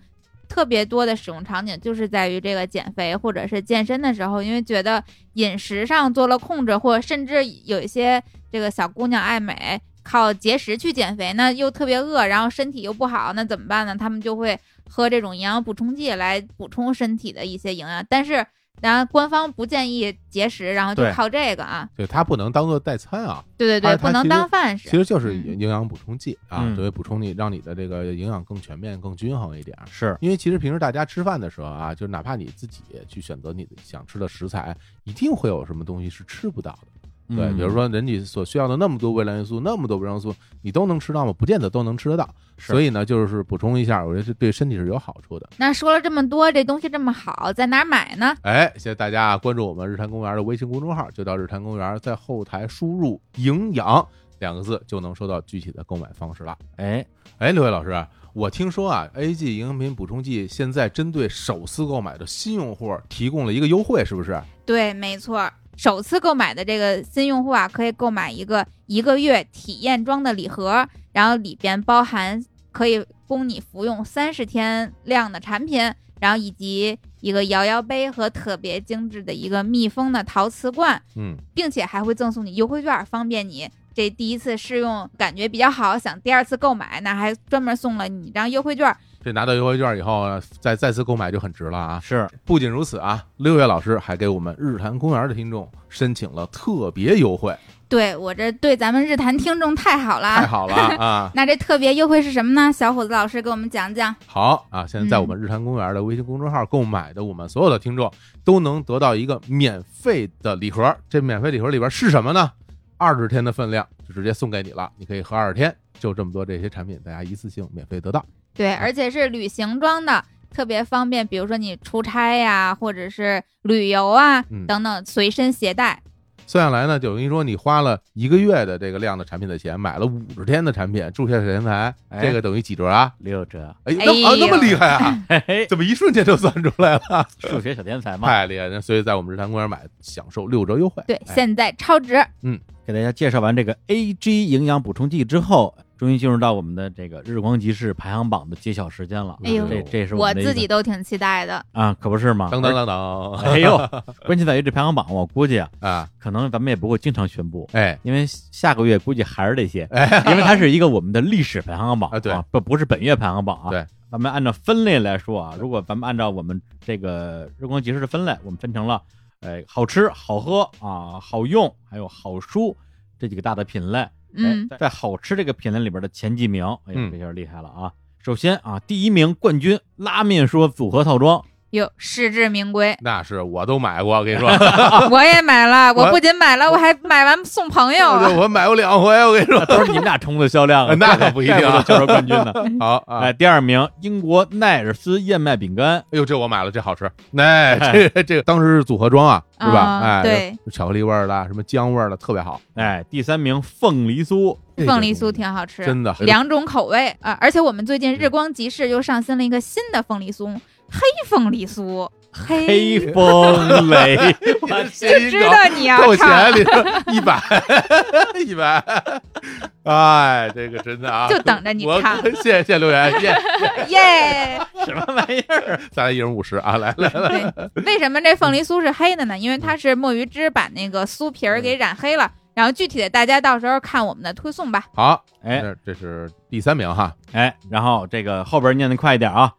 特别多的使用场景就是在于这个减肥或者是健身的时候，因为觉得饮食上做了控制，或者甚至有一些这个小姑娘爱美。靠节食去减肥，那又特别饿，然后身体又不好，那怎么办呢？他们就会喝这种营养补充剂来补充身体的一些营养，但是然后官方不建议节食，然后就对靠这个啊，对，它不能当做代餐啊，对对它对，它不能其实当饭其食。实就是嗯营营养补充剂啊，嗯作为补充你，让你的这个营养更全面、更均衡一点儿。是，因为其实平时大家吃饭的时候啊，就哪怕你自己去选择你的想吃的食材，一定会有什么东西是吃不到的。对，嗯比如说人体所需要的那么多微量元素，那么多维生素，你都能吃到吗？不见得都能吃得到。是所以呢，就是补充一下，我觉得是对身体是有好处的。那说了这么多，这东西这么好，在哪儿买呢？哎，谢谢大家啊关注我们日坛公园的微信公众号，就到日坛公园，在后台输入“营养”两个字，就能收到具体的购买方式了。哎，哎，刘伟老师，我听说啊，A G 营养品补充剂现在针对首次购买的新用户提供了一个优惠，是不是？对，没错，首次购买的这个新用户啊，可以购买一个一个月体验装的礼盒，然后里边包含可以供你服用三十天量的产品，然后以及一个摇摇杯和特别精致的一个密封的陶瓷罐，嗯，并且还会赠送你优惠券，方便你这第一次试用感觉比较好，想第二次购买，那还专门送了你一张优惠券。这拿到优惠券以后呢，再再次购买就很值了啊！是不仅如此啊，六月老师还给我们日坛公园的听众申请了特别优惠，对我这对咱们日坛听众太好了啊，太好了 啊！那这特别优惠是什么呢？小伙子老师给我们讲讲。好啊，现在在我嗯们日坛公园的微信公众号购买的，我们所有的听众都能得到一个免费的礼盒。这免费礼盒里边是什么呢？二十天的分量就直接送给你了，你可以喝二十天，就这么多这些产品，大家一次性免费得到。对，而且是旅行装的，特别方便。比如说你出差呀、或者是旅游啊嗯等等，随身携带。算下来呢，就等于说你花了一个月的这个量的产品的钱，买了五十天的产品，注册前台，哎这个等于几折啊？六 哲，哎，那么、啊哎呦那么厉害啊？嘿嘿， 怎么一瞬间就算出来 了？数学小天才嘛，太厉害了！所以在我们日坛公园买，享受六折优惠。对，哎现在超值。给大家介绍完这个 A G 营养补充剂之后，终于进入到我们的这个日光集市排行榜的揭晓时间了。哎呦这这是我们的一个自己都挺期待的。啊，可不是吗？当当当当哎呦，关键在于这排行榜，我估计啊，啊！可能咱们也不会经常宣布，哎，因为下个月估计还是这些，因为它是一个我们的历史排行榜啊对不不是本月排行榜啊。对，咱们按照分类来说啊，如果咱们按照我们这个日光集市的分类，我们分成了，呃，好吃、好喝啊、好用，还有好书这几个大的品类。嗯，哎，在好吃这个品类里边的前几名，哎呀嗯，，这下厉害了啊！首先啊，第一名冠军拉面说组合套装，哟，实至名归那是我都买过，我跟你说，我也买了，我我不仅买了，我还买完送朋友 我啊。我买过两回，我跟你说，，都是你们俩冲的销量啊 那可不一定啊盖不得销售冠军呢。 好啊，哎，第二名，英国奈尔斯燕麦饼干，哎呦，这我买了，这好吃。哎，这个这个当时是组合装啊，是吧？啊哎，对，巧克力味儿的，什么姜味儿的，特别 好。哎，第三名凤梨酥，这个凤梨酥挺好吃，真的两种口味啊、而且我们最近日光集市又上新了一个新的凤梨酥，黑凤 梨酥，黑风雷，就知道你要够看钱，，你说一百一百，哎，这个真的啊，就等着你我看谢谢谢谢留言，谢谢，耶！什么玩意儿？咱俩一人五十啊，来来来，对，为什么这凤梨酥是黑的呢？因为它是墨鱼汁把那个酥皮儿给染黑了。然后具体的，大家到时候看我们的推送吧。好，哎这这是第三名哈，哎，然后这个后边念的快一点啊。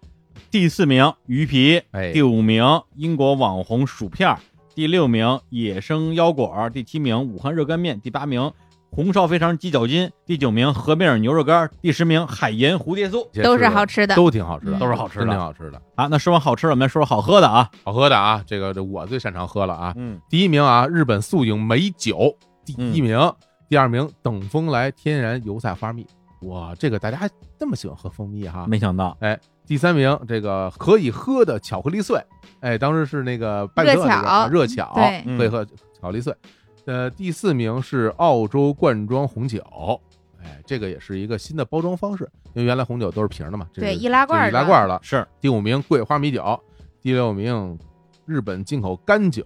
第四名鱼皮，哎第五名英国网红薯片儿，第六名野生腰果儿，第七名武汉热干面，第八名红烧肥肠鸡脚筋，第九名和面牛肉干儿，第十名海盐蝴蝶酥。这都是是好吃的都挺好吃的，嗯都是好吃的真挺好吃的，啊，那说完好吃的，我们来说说好喝的啊。好喝的啊，这个这我最擅长喝了啊，嗯，第一名啊，日本素饮美酒，第一名；第二名，等风来天然油菜花蜜。哇，这个大家还这么喜欢喝蜂蜜哈。没想到，第三名，这个可以喝的巧克力碎，哎，当时是那个拜热特那个啊巧热巧，对嗯可以喝巧克力碎。呃，第四名是澳洲罐装红酒，哎，这个也是一个新的包装方式，因为原来红酒都是瓶儿的嘛，这对是易拉罐就儿是易拉的罐儿了。是第五名桂花米酒，第六名日本进口干酒，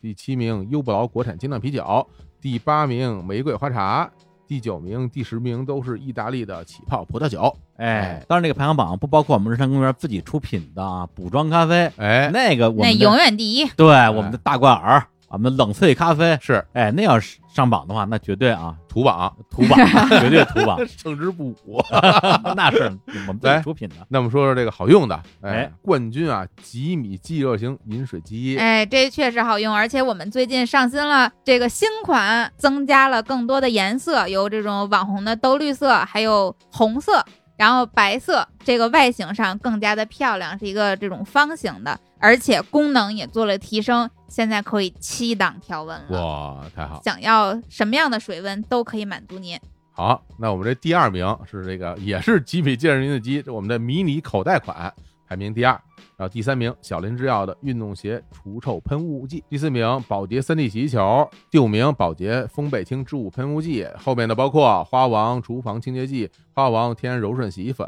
第七名优布劳国产精酿啤酒，第八名玫瑰花茶，第九名、第十名都是意大利的起泡葡萄酒。哎，当然这个排行榜不包括我们日坛公园自己出品的啊，补装咖啡，哎，那个我那们永的远第一，对我们的大罐耳，我们的冷萃咖啡，是哎，那要是上榜的话，那绝对啊，土榜，土榜，啊绝对土榜，胜之不武。那是我们自己出品的。 那我们说说这个好用的，哎哎，冠军啊，吉米即热型饮水机，哎，这确实好用，而且我们最近上新了这个新款，增加了更多的颜色，有这种网红的豆绿色，还有红色，然后白色，这个外形上更加的漂亮，是一个这种方形的，而且功能也做了提升，现在可以七档调温了。哇，太好！想要什么样的水温都可以满足您。好，那我们这第二名是这个，也是极品健身饮水机，这我们的迷你口袋款排名第二。然后第三名，小林制药的运动鞋除臭喷雾剂；第四名，宝洁三 D 洗衣球；第五名，宝洁风贝烃织物喷雾剂。后面的包括花王厨房清洁剂、花王天然柔顺洗衣粉、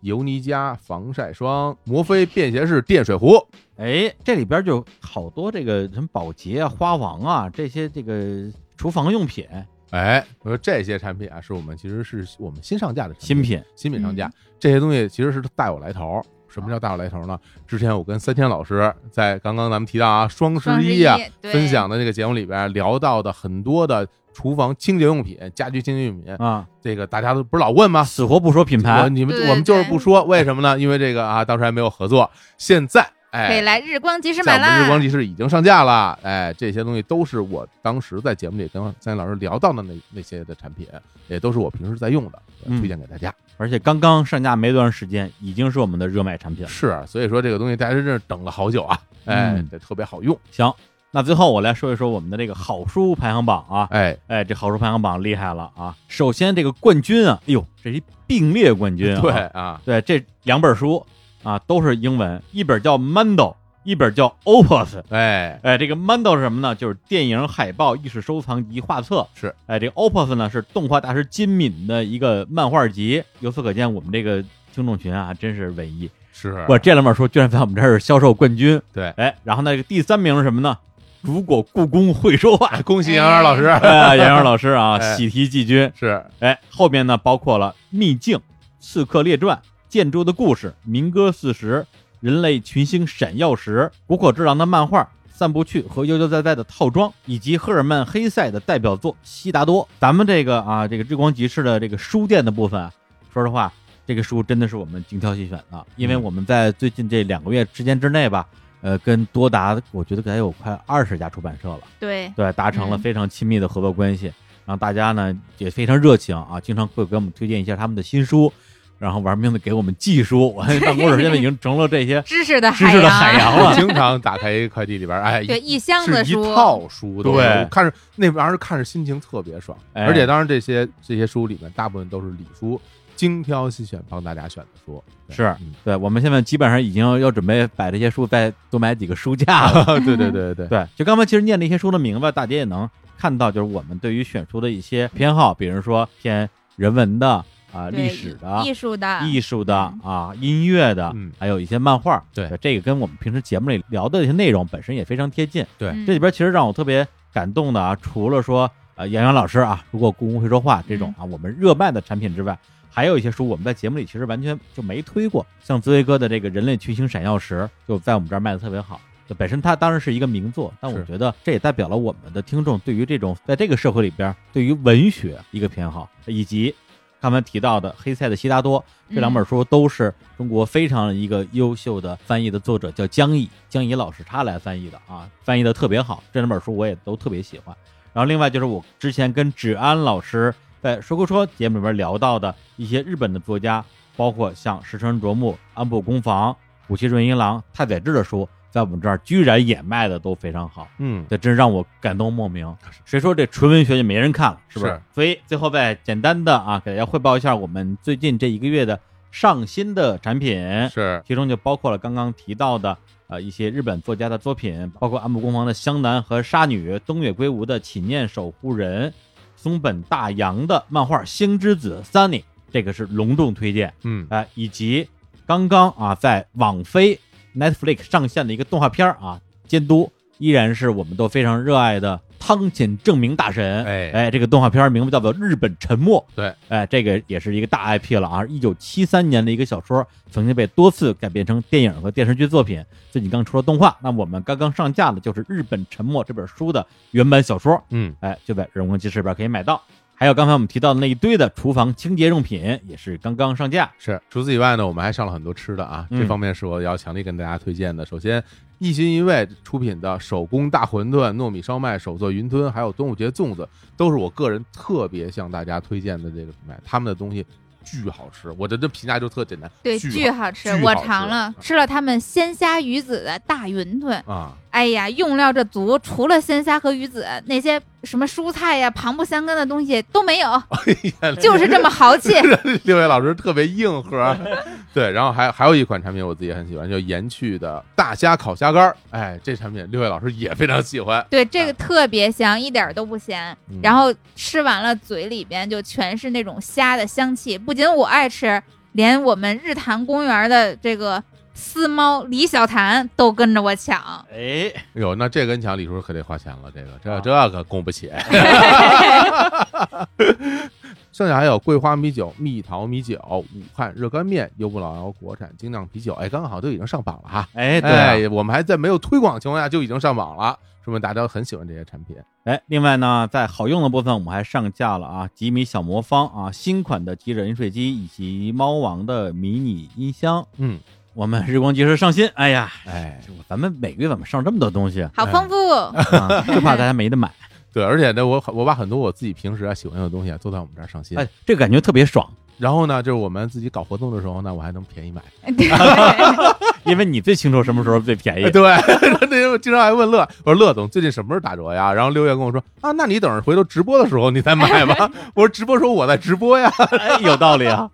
尤妮佳防晒霜、摩飞便携式电水壶。哎，这里边就好多这个什么宝洁啊、花王啊这些这个厨房用品哎，我说这些产品啊，是我们其实是我们新上架的产新品，新品啊上架，嗯这些东西其实是大有来头儿。什么叫大有来头儿呢？之前我跟三千老师在刚刚咱们提到啊，双十一啊双十一对分享的这个节目里边聊到的很多的厨房清洁用品、家居清洁用嗯品，啊，这个大家都不是老问吗？死活不说品我牌，你们对对我们就是不说，为什么呢？因为这个啊，当时还没有合作，现在可哎。以来日光集市在买我们日光啦！集市已经上架了，哎，这些东西都是我当时在节目里跟三千老师聊到的那那些的产品，也都是我平时在用的，嗯推荐给大家。而且刚刚上架没多长时间，已经是我们的热卖产品了。是，所以说这个东西大家真是等了好久啊，哎嗯，这特别好用，行，那最后我来说一说我们的这个好书排行榜啊，哎，哎，这好书排行榜厉害了啊！首先这个冠军啊，哎呦，这是一并列冠军啊，对啊，对，这两本书啊都是英文，一本叫《Mando》，一本叫《Opus》。哎，哎，这个 Mando 是什么呢？就是电影海报、艺术收藏及画册。是，哎，这个 Opus 呢是动画大师金敏的一个漫画集。由此可见，我们这个听众群啊，真是文艺。是，哇，这两本书居然在我们这儿销售冠军。对，哎，然后那个第三名是什么呢？如果故宫会说话， 恭喜杨洋老师，哎，杨洋老师啊，哎喜提季军。是，哎，后边呢包括了《秘境》《刺客列传》《建筑的故事》《民歌四十》《人类群星闪耀时》《古火之狼》的漫画。散步去和悠悠哉哉的套装，以及赫尔曼·黑塞的代表作《悉达多》。咱们这个啊，这个日光集市的这个书店的部分，啊，说实话，这个书真的是我们精挑细选的，因为嗯我们在最近这两个月时间之内吧，呃，跟多达我觉得得有快二十家出版社了。对，对，达成了嗯非常亲密的合作关系。然后大家呢也非常热情啊，经常会给我们推荐一下他们的新书。然后玩命的给我们寄书。 我办公室现在已经成了这些知识 的知识的海洋我了。经常打开一快递里边，哎，对，一箱子是一书，套书，对我看着那玩意儿看着心情特别爽，哎而且当然这些这些书里面大部分都是李叔精挑细选帮大家选的书，对是嗯 对，我们现在基本上已经要准备把这些书再多买几个书架 了。对对对对对，对，就刚才其实念那些书的名字，大家也能看到，就是我们对于选书的一些偏好，比如说偏人文的啊、对历史啊的、艺术的，艺术的啊、音乐的嗯，还有一些漫画。对这个跟我们平时节目里聊的这些内容本身也非常贴近。嗯这里边其实让我特别感动的啊，除了说呃杨洋老师啊，如果故宫会说话这种啊我们热卖的产品之外，还有一些书我们在节目里其实完全就没推过，像紫薇哥的这个《人类群星闪耀时》就在我们这儿卖的特别好。就本身它当然是一个名作，但我是觉得这也代表了我们的听众对于这种在这个社会里边对于文学一个偏好，以及刚才提到的黑塞的《悉达多》这两本书都是中国非常一个优秀的翻译的作者叫江毅，江毅老师他来翻译的啊，翻译的特别好，这两本书我也都特别喜欢。然后另外就是我之前跟芷安老师在说说说节目里边聊到的一些日本的作家，包括像石川卓木、安部公房、武崎润一郎、太宰治的书，在我们这儿居然也卖的都非常好。嗯，这真是让我感动莫名。谁说这纯文学就没人看了，是不是？是所以最后再简单的啊，给大家汇报一下我们最近这一个月的上新的产品，嗯是其中就包括了刚刚提到的呃一些日本作家的作品，包括安部公房的《湘南》和《杀女》，东野圭吾的《祈念守护人》，松本大洋的漫画《星之子 Sunny》，这个是隆重推荐。嗯呃，以及刚刚啊在网飞 Netflix 上线的一个动画片儿啊，监督依然是我们都非常热爱的汤浅证明大神。哎这个动画片儿名字叫做《日本沉默》。对，哎，这个也是一个大 IP 了啊！一九七三年的一个小说，曾经被多次改编成电影和电视剧作品。最近刚出了动画，那我们刚刚上架的就是《日本沉默》这本书的原版小说。嗯哎，就在人工记事里边可以买到。还有刚才我们提到的那一堆的厨房清洁用品，也是刚刚上架。是。除此以外呢，我们还上了很多吃的啊，嗯这方面是我要强力跟大家推荐的。首先，一心一味出品的手工大馄饨、糯米烧麦、手做云吞，还有端午节粽子，都是我个人特别向大家推荐的这个品牌，他们的东西。巨好吃，我这这评价就特简单，对，巨巨好好吃巨，我好吃嗯尝了，吃了他们鲜虾鱼子的大云吞，啊！哎呀，用料这足，除了鲜虾和鱼子，那些什么蔬菜呀、旁不相干的东西都 没有，就是这么豪气。六位老师特别硬核，对，然后还还有一款产品我自己也很喜欢，叫盐趣的大虾烤虾干儿，哎，这产品六位老师也非常喜欢，对，这个特别香，一点儿都不咸。嗯然后吃完了，嘴里边就全是那种虾的香气。不仅我爱吃，连我们日坛公园的这个丝猫李小谭都跟着我抢。哎，哟，那这跟抢李叔可得花钱了，这个这啊这可供 不起。剩下还有桂花米酒、蜜桃米酒、武汉热干面、优步老姚国产精酿啤酒，哎，刚好都已经上榜了哈。哎，对啊、哎，我们还在没有推广的情况下就已经上榜了，说明大家都很喜欢这些产品。哎，另外呢，在好用的部分，我们还上架了啊，吉米小魔方啊，新款的吉人饮水机以及猫王的迷你音箱。嗯，我们日光集市上新，哎呀，哎，咱们每个月怎么上这么多东西啊？啊好丰富， 就怕大家没得买。 对，而且呢，我我把很多我自己平时啊喜欢用的东西啊都在我们这儿上新。哎，这个感觉特别爽，然后呢，就是我们自己搞活动的时候呢，我还能便宜买。对 因为你最清楚什么时候最便宜哎、。对，那我经常还问乐，我说乐总最近什么时候打折呀？然后六月跟我说啊，那你等着回头直播的时候你再买吧。我说直播时候我在直播呀， 哎，有道理 啊。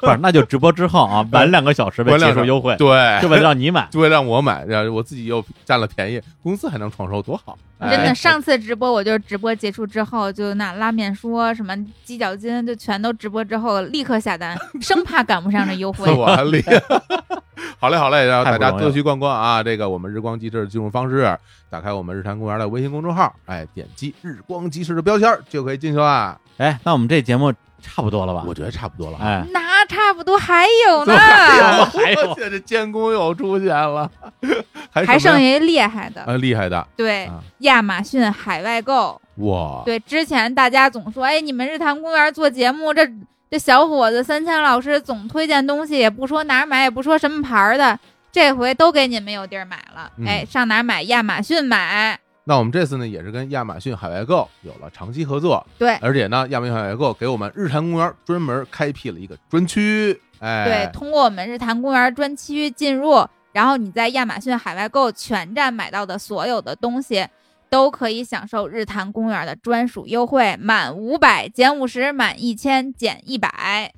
不是，那就直播之后啊，晚两个小时呗，晚两结个束优惠，对，就为了让你买。 就为了让我买，然后我自己又占了便宜，公司还能创收，多好！哎真 的，上次直播我就是直播结束之后，就那拉面说什么鸡脚筋，就全都直播之后立刻 下单，生怕赶不上这优惠。我还厉害。 好嘞，好嘞，然后大太家不容易了多去逛逛啊！这个我们日光集市的进入方式，打开我们日坛公园的微信公众号，哎，点击“日光集市”的标签儿就可以进去啦。 哎，那我们这节目差不多了吧我？觉得差不多了啊。哎，那差不多还有呢，有哎呦 我去，这监工又出现了，还还什么剩呀一厉害的，啊厉害的对啊，亚马逊海外购。哇！对，之前大家总说，哎，你们日坛公园做节目，这这小伙子三千老师总推荐东西，也不说哪儿买，也不说什么牌儿的，这回都给你们有地儿买了。嗯哎，上哪儿买？亚马逊买。那我们这次呢，也是跟亚马逊海外购有了长期合作，对而且呢，亚马逊海外购给我们日坛公园专门开辟了一个专区，对哎，，通过我们日坛公园专区进入，然后你在亚马逊海外购全站买到的所有的东西，都可以享受日坛公园的专属优惠，满五百减五十，满一千减一百。哎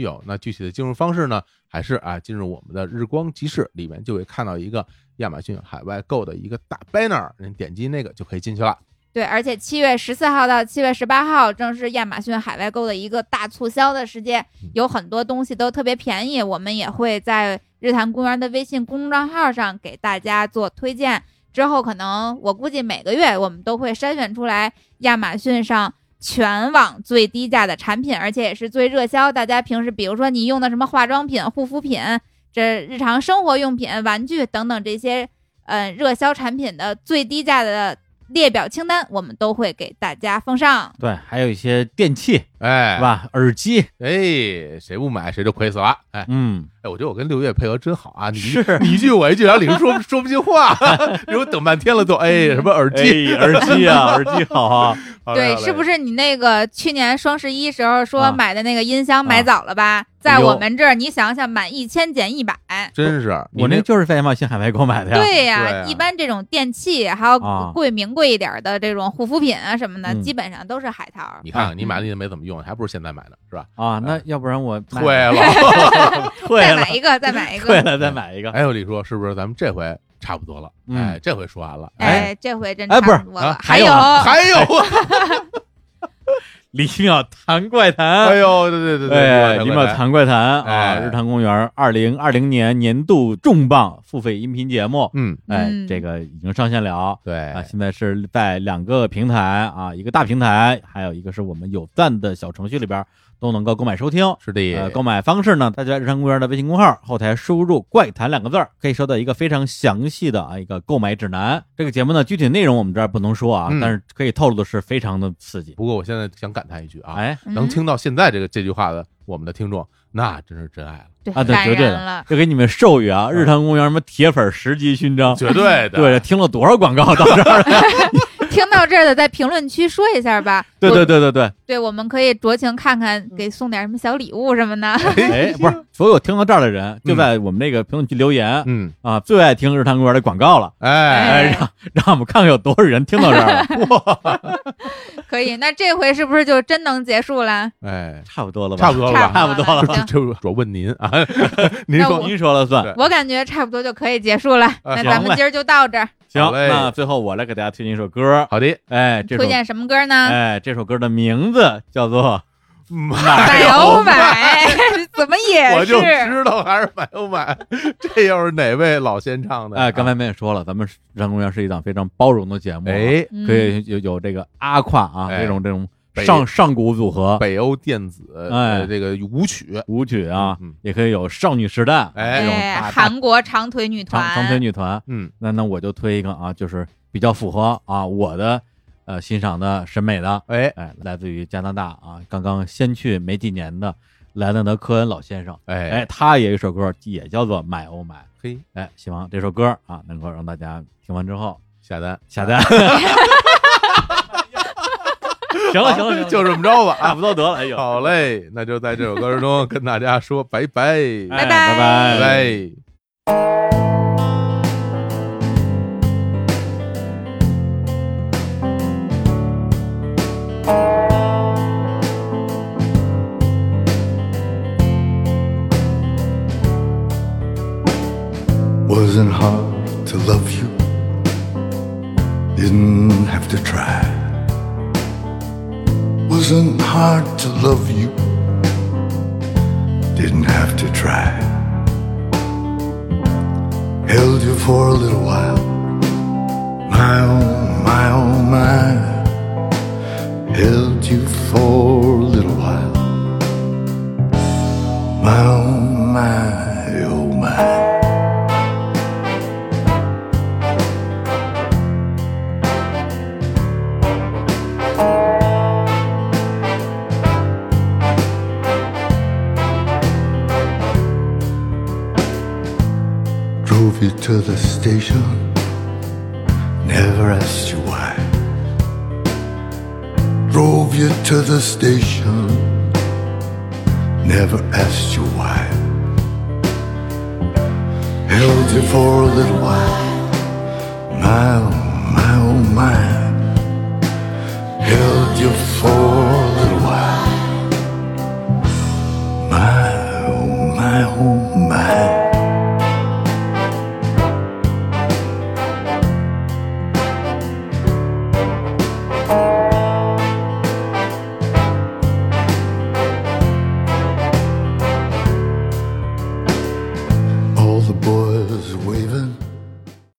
呦，那具体的进入方式呢，还是啊，进入我们的日光集市里面就会看到一个亚马逊海外购的一个大 banner，你点击那个就可以进去了。对，而且七月十四号到七月十八号正是亚马逊海外购的一个大促销的时间，有很多东西都特别便宜。我们也会在日坛公园的微信公众号上给大家做推荐。之后可能我估计每个月我们都会筛选出来亚马逊上全网最低价的产品，而且也是最热销。大家平时比如说你用的什么化妆品、护肤品、这日常生活用品、玩具等等这些，嗯、热销产品的最低价的列表清单，我们都会给大家奉上。对，还有一些电器哎，是？吧？耳机，哎，谁不买谁就亏死了。哎嗯，哎，我觉得我跟六月配合真好啊，你一是你一句我一句，然后李叔说 说不进话，李叔等半天了都哎什么耳机，哎耳机 啊，耳机好啊，好嘞对好，嘞是不是你那个去年双十一时候啊说买的那个音箱啊买早了吧？在我们这儿，你想想，满一千减一百。哎真是我那就是在亚马逊海外购买的呀。对呀、对呀一般这种电器还有啊贵名贵一点的这种护肤品啊什么的，嗯基本上都是海淘。你看看你买的也没怎么用，还不如现在买的是吧？啊，那要不然我嗯买退 了。退再了买一个，再买一退个。了啊再买一个。哎呦，李叔是不是咱们这回差不多了？嗯哎，这回说完了。哎哎，这回真哎差不是多了。啊还还有啊还有啊，李淼谈怪哎谈，呦，对对对哎，对，李淼谈怪谈啊，哎日坛公园二零二零年年度重磅付费音频节目，嗯，哎，嗯这个已经上线了。对啊，，现在是在两个平台啊，一个大平台，还有一个是我们有赞的小程序里边都能够购买收听。是的，呃，购买方式呢，大家在日常公园的微信公号后台输入“怪谈”两个字儿，可以收到一个非常详细的啊一个购买指南。这个节目呢，具体内容我们这儿不能说啊，嗯但是可以透露的是非常的刺激。不过我现在想感叹一句啊，哎能嗯听到现在这个这句话的我们的听众，那真是真爱了，对啊，对，感绝对人的了，，就给你们授予啊，日坛公园什么铁粉十级勋章。绝对的，哦对，听了多少广告到这 儿？听到这儿的，在评论区说一下吧。对我对嗯对对对，对，我们可以酌情看看，给送点什么小礼物什 么的。哎，不是，所有听到这儿的人，就在我们那个评论区留言嗯，啊，最爱听日坛公园的广告了。哎，哎，让让我们看看有多少人听到这儿 了，可以，那这回是不是就真能结束了？哎，差不多了吧？差不多了吧？差不多了了这行，这我问您啊，您那说我您说了算。对我感觉差不多就可以结束了。那咱啊行们今儿就到这儿，行，好嘞那最后我来给大家推荐一首歌，好的，哎，这首推荐啊什么歌呢？哎这首歌的名字叫做哎买买有哦，买， 怎么也 我就是知道还是买有买，这又是哪位老先唱的啊？哎，刚才们也说了，咱们《人公园》是一档非常包容的节目，，啊哎，嗯可以有有这个阿胯啊哎这种这种北上上古组合北欧电子，哎呃这个舞曲，舞曲啊嗯嗯，也可以有少女时代啊这种哎，哎大大韩国长腿女长团，长腿女团。嗯，那那我就推一个啊，就是比较符合啊我的呃欣赏的审美的，哎哎，来自于加拿大啊，刚刚先去没几年的莱昂德科恩老先生。哎，哎他也有一首歌，也叫做《买哦买》。嘿，哎，希望这首歌啊，能够让大家听完之后 下单，下 单。行了行了，行了就这么着吧差 啊。不多得了。哎呦，好嘞，那就在这首歌中跟大家说拜拜，哎拜拜拜拜。 Wasn't hard to love you. Didn't have to try. Wasn't hard to love you. Didn't have to try. Held you for a little while. My oh, my oh, my. Held you for a little while. My oh, my oh, my. drove you to the station, never asked you why. drove you to the station. Never asked you why. Held you for a little while. My, oh, my, oh, my. Held you for oh,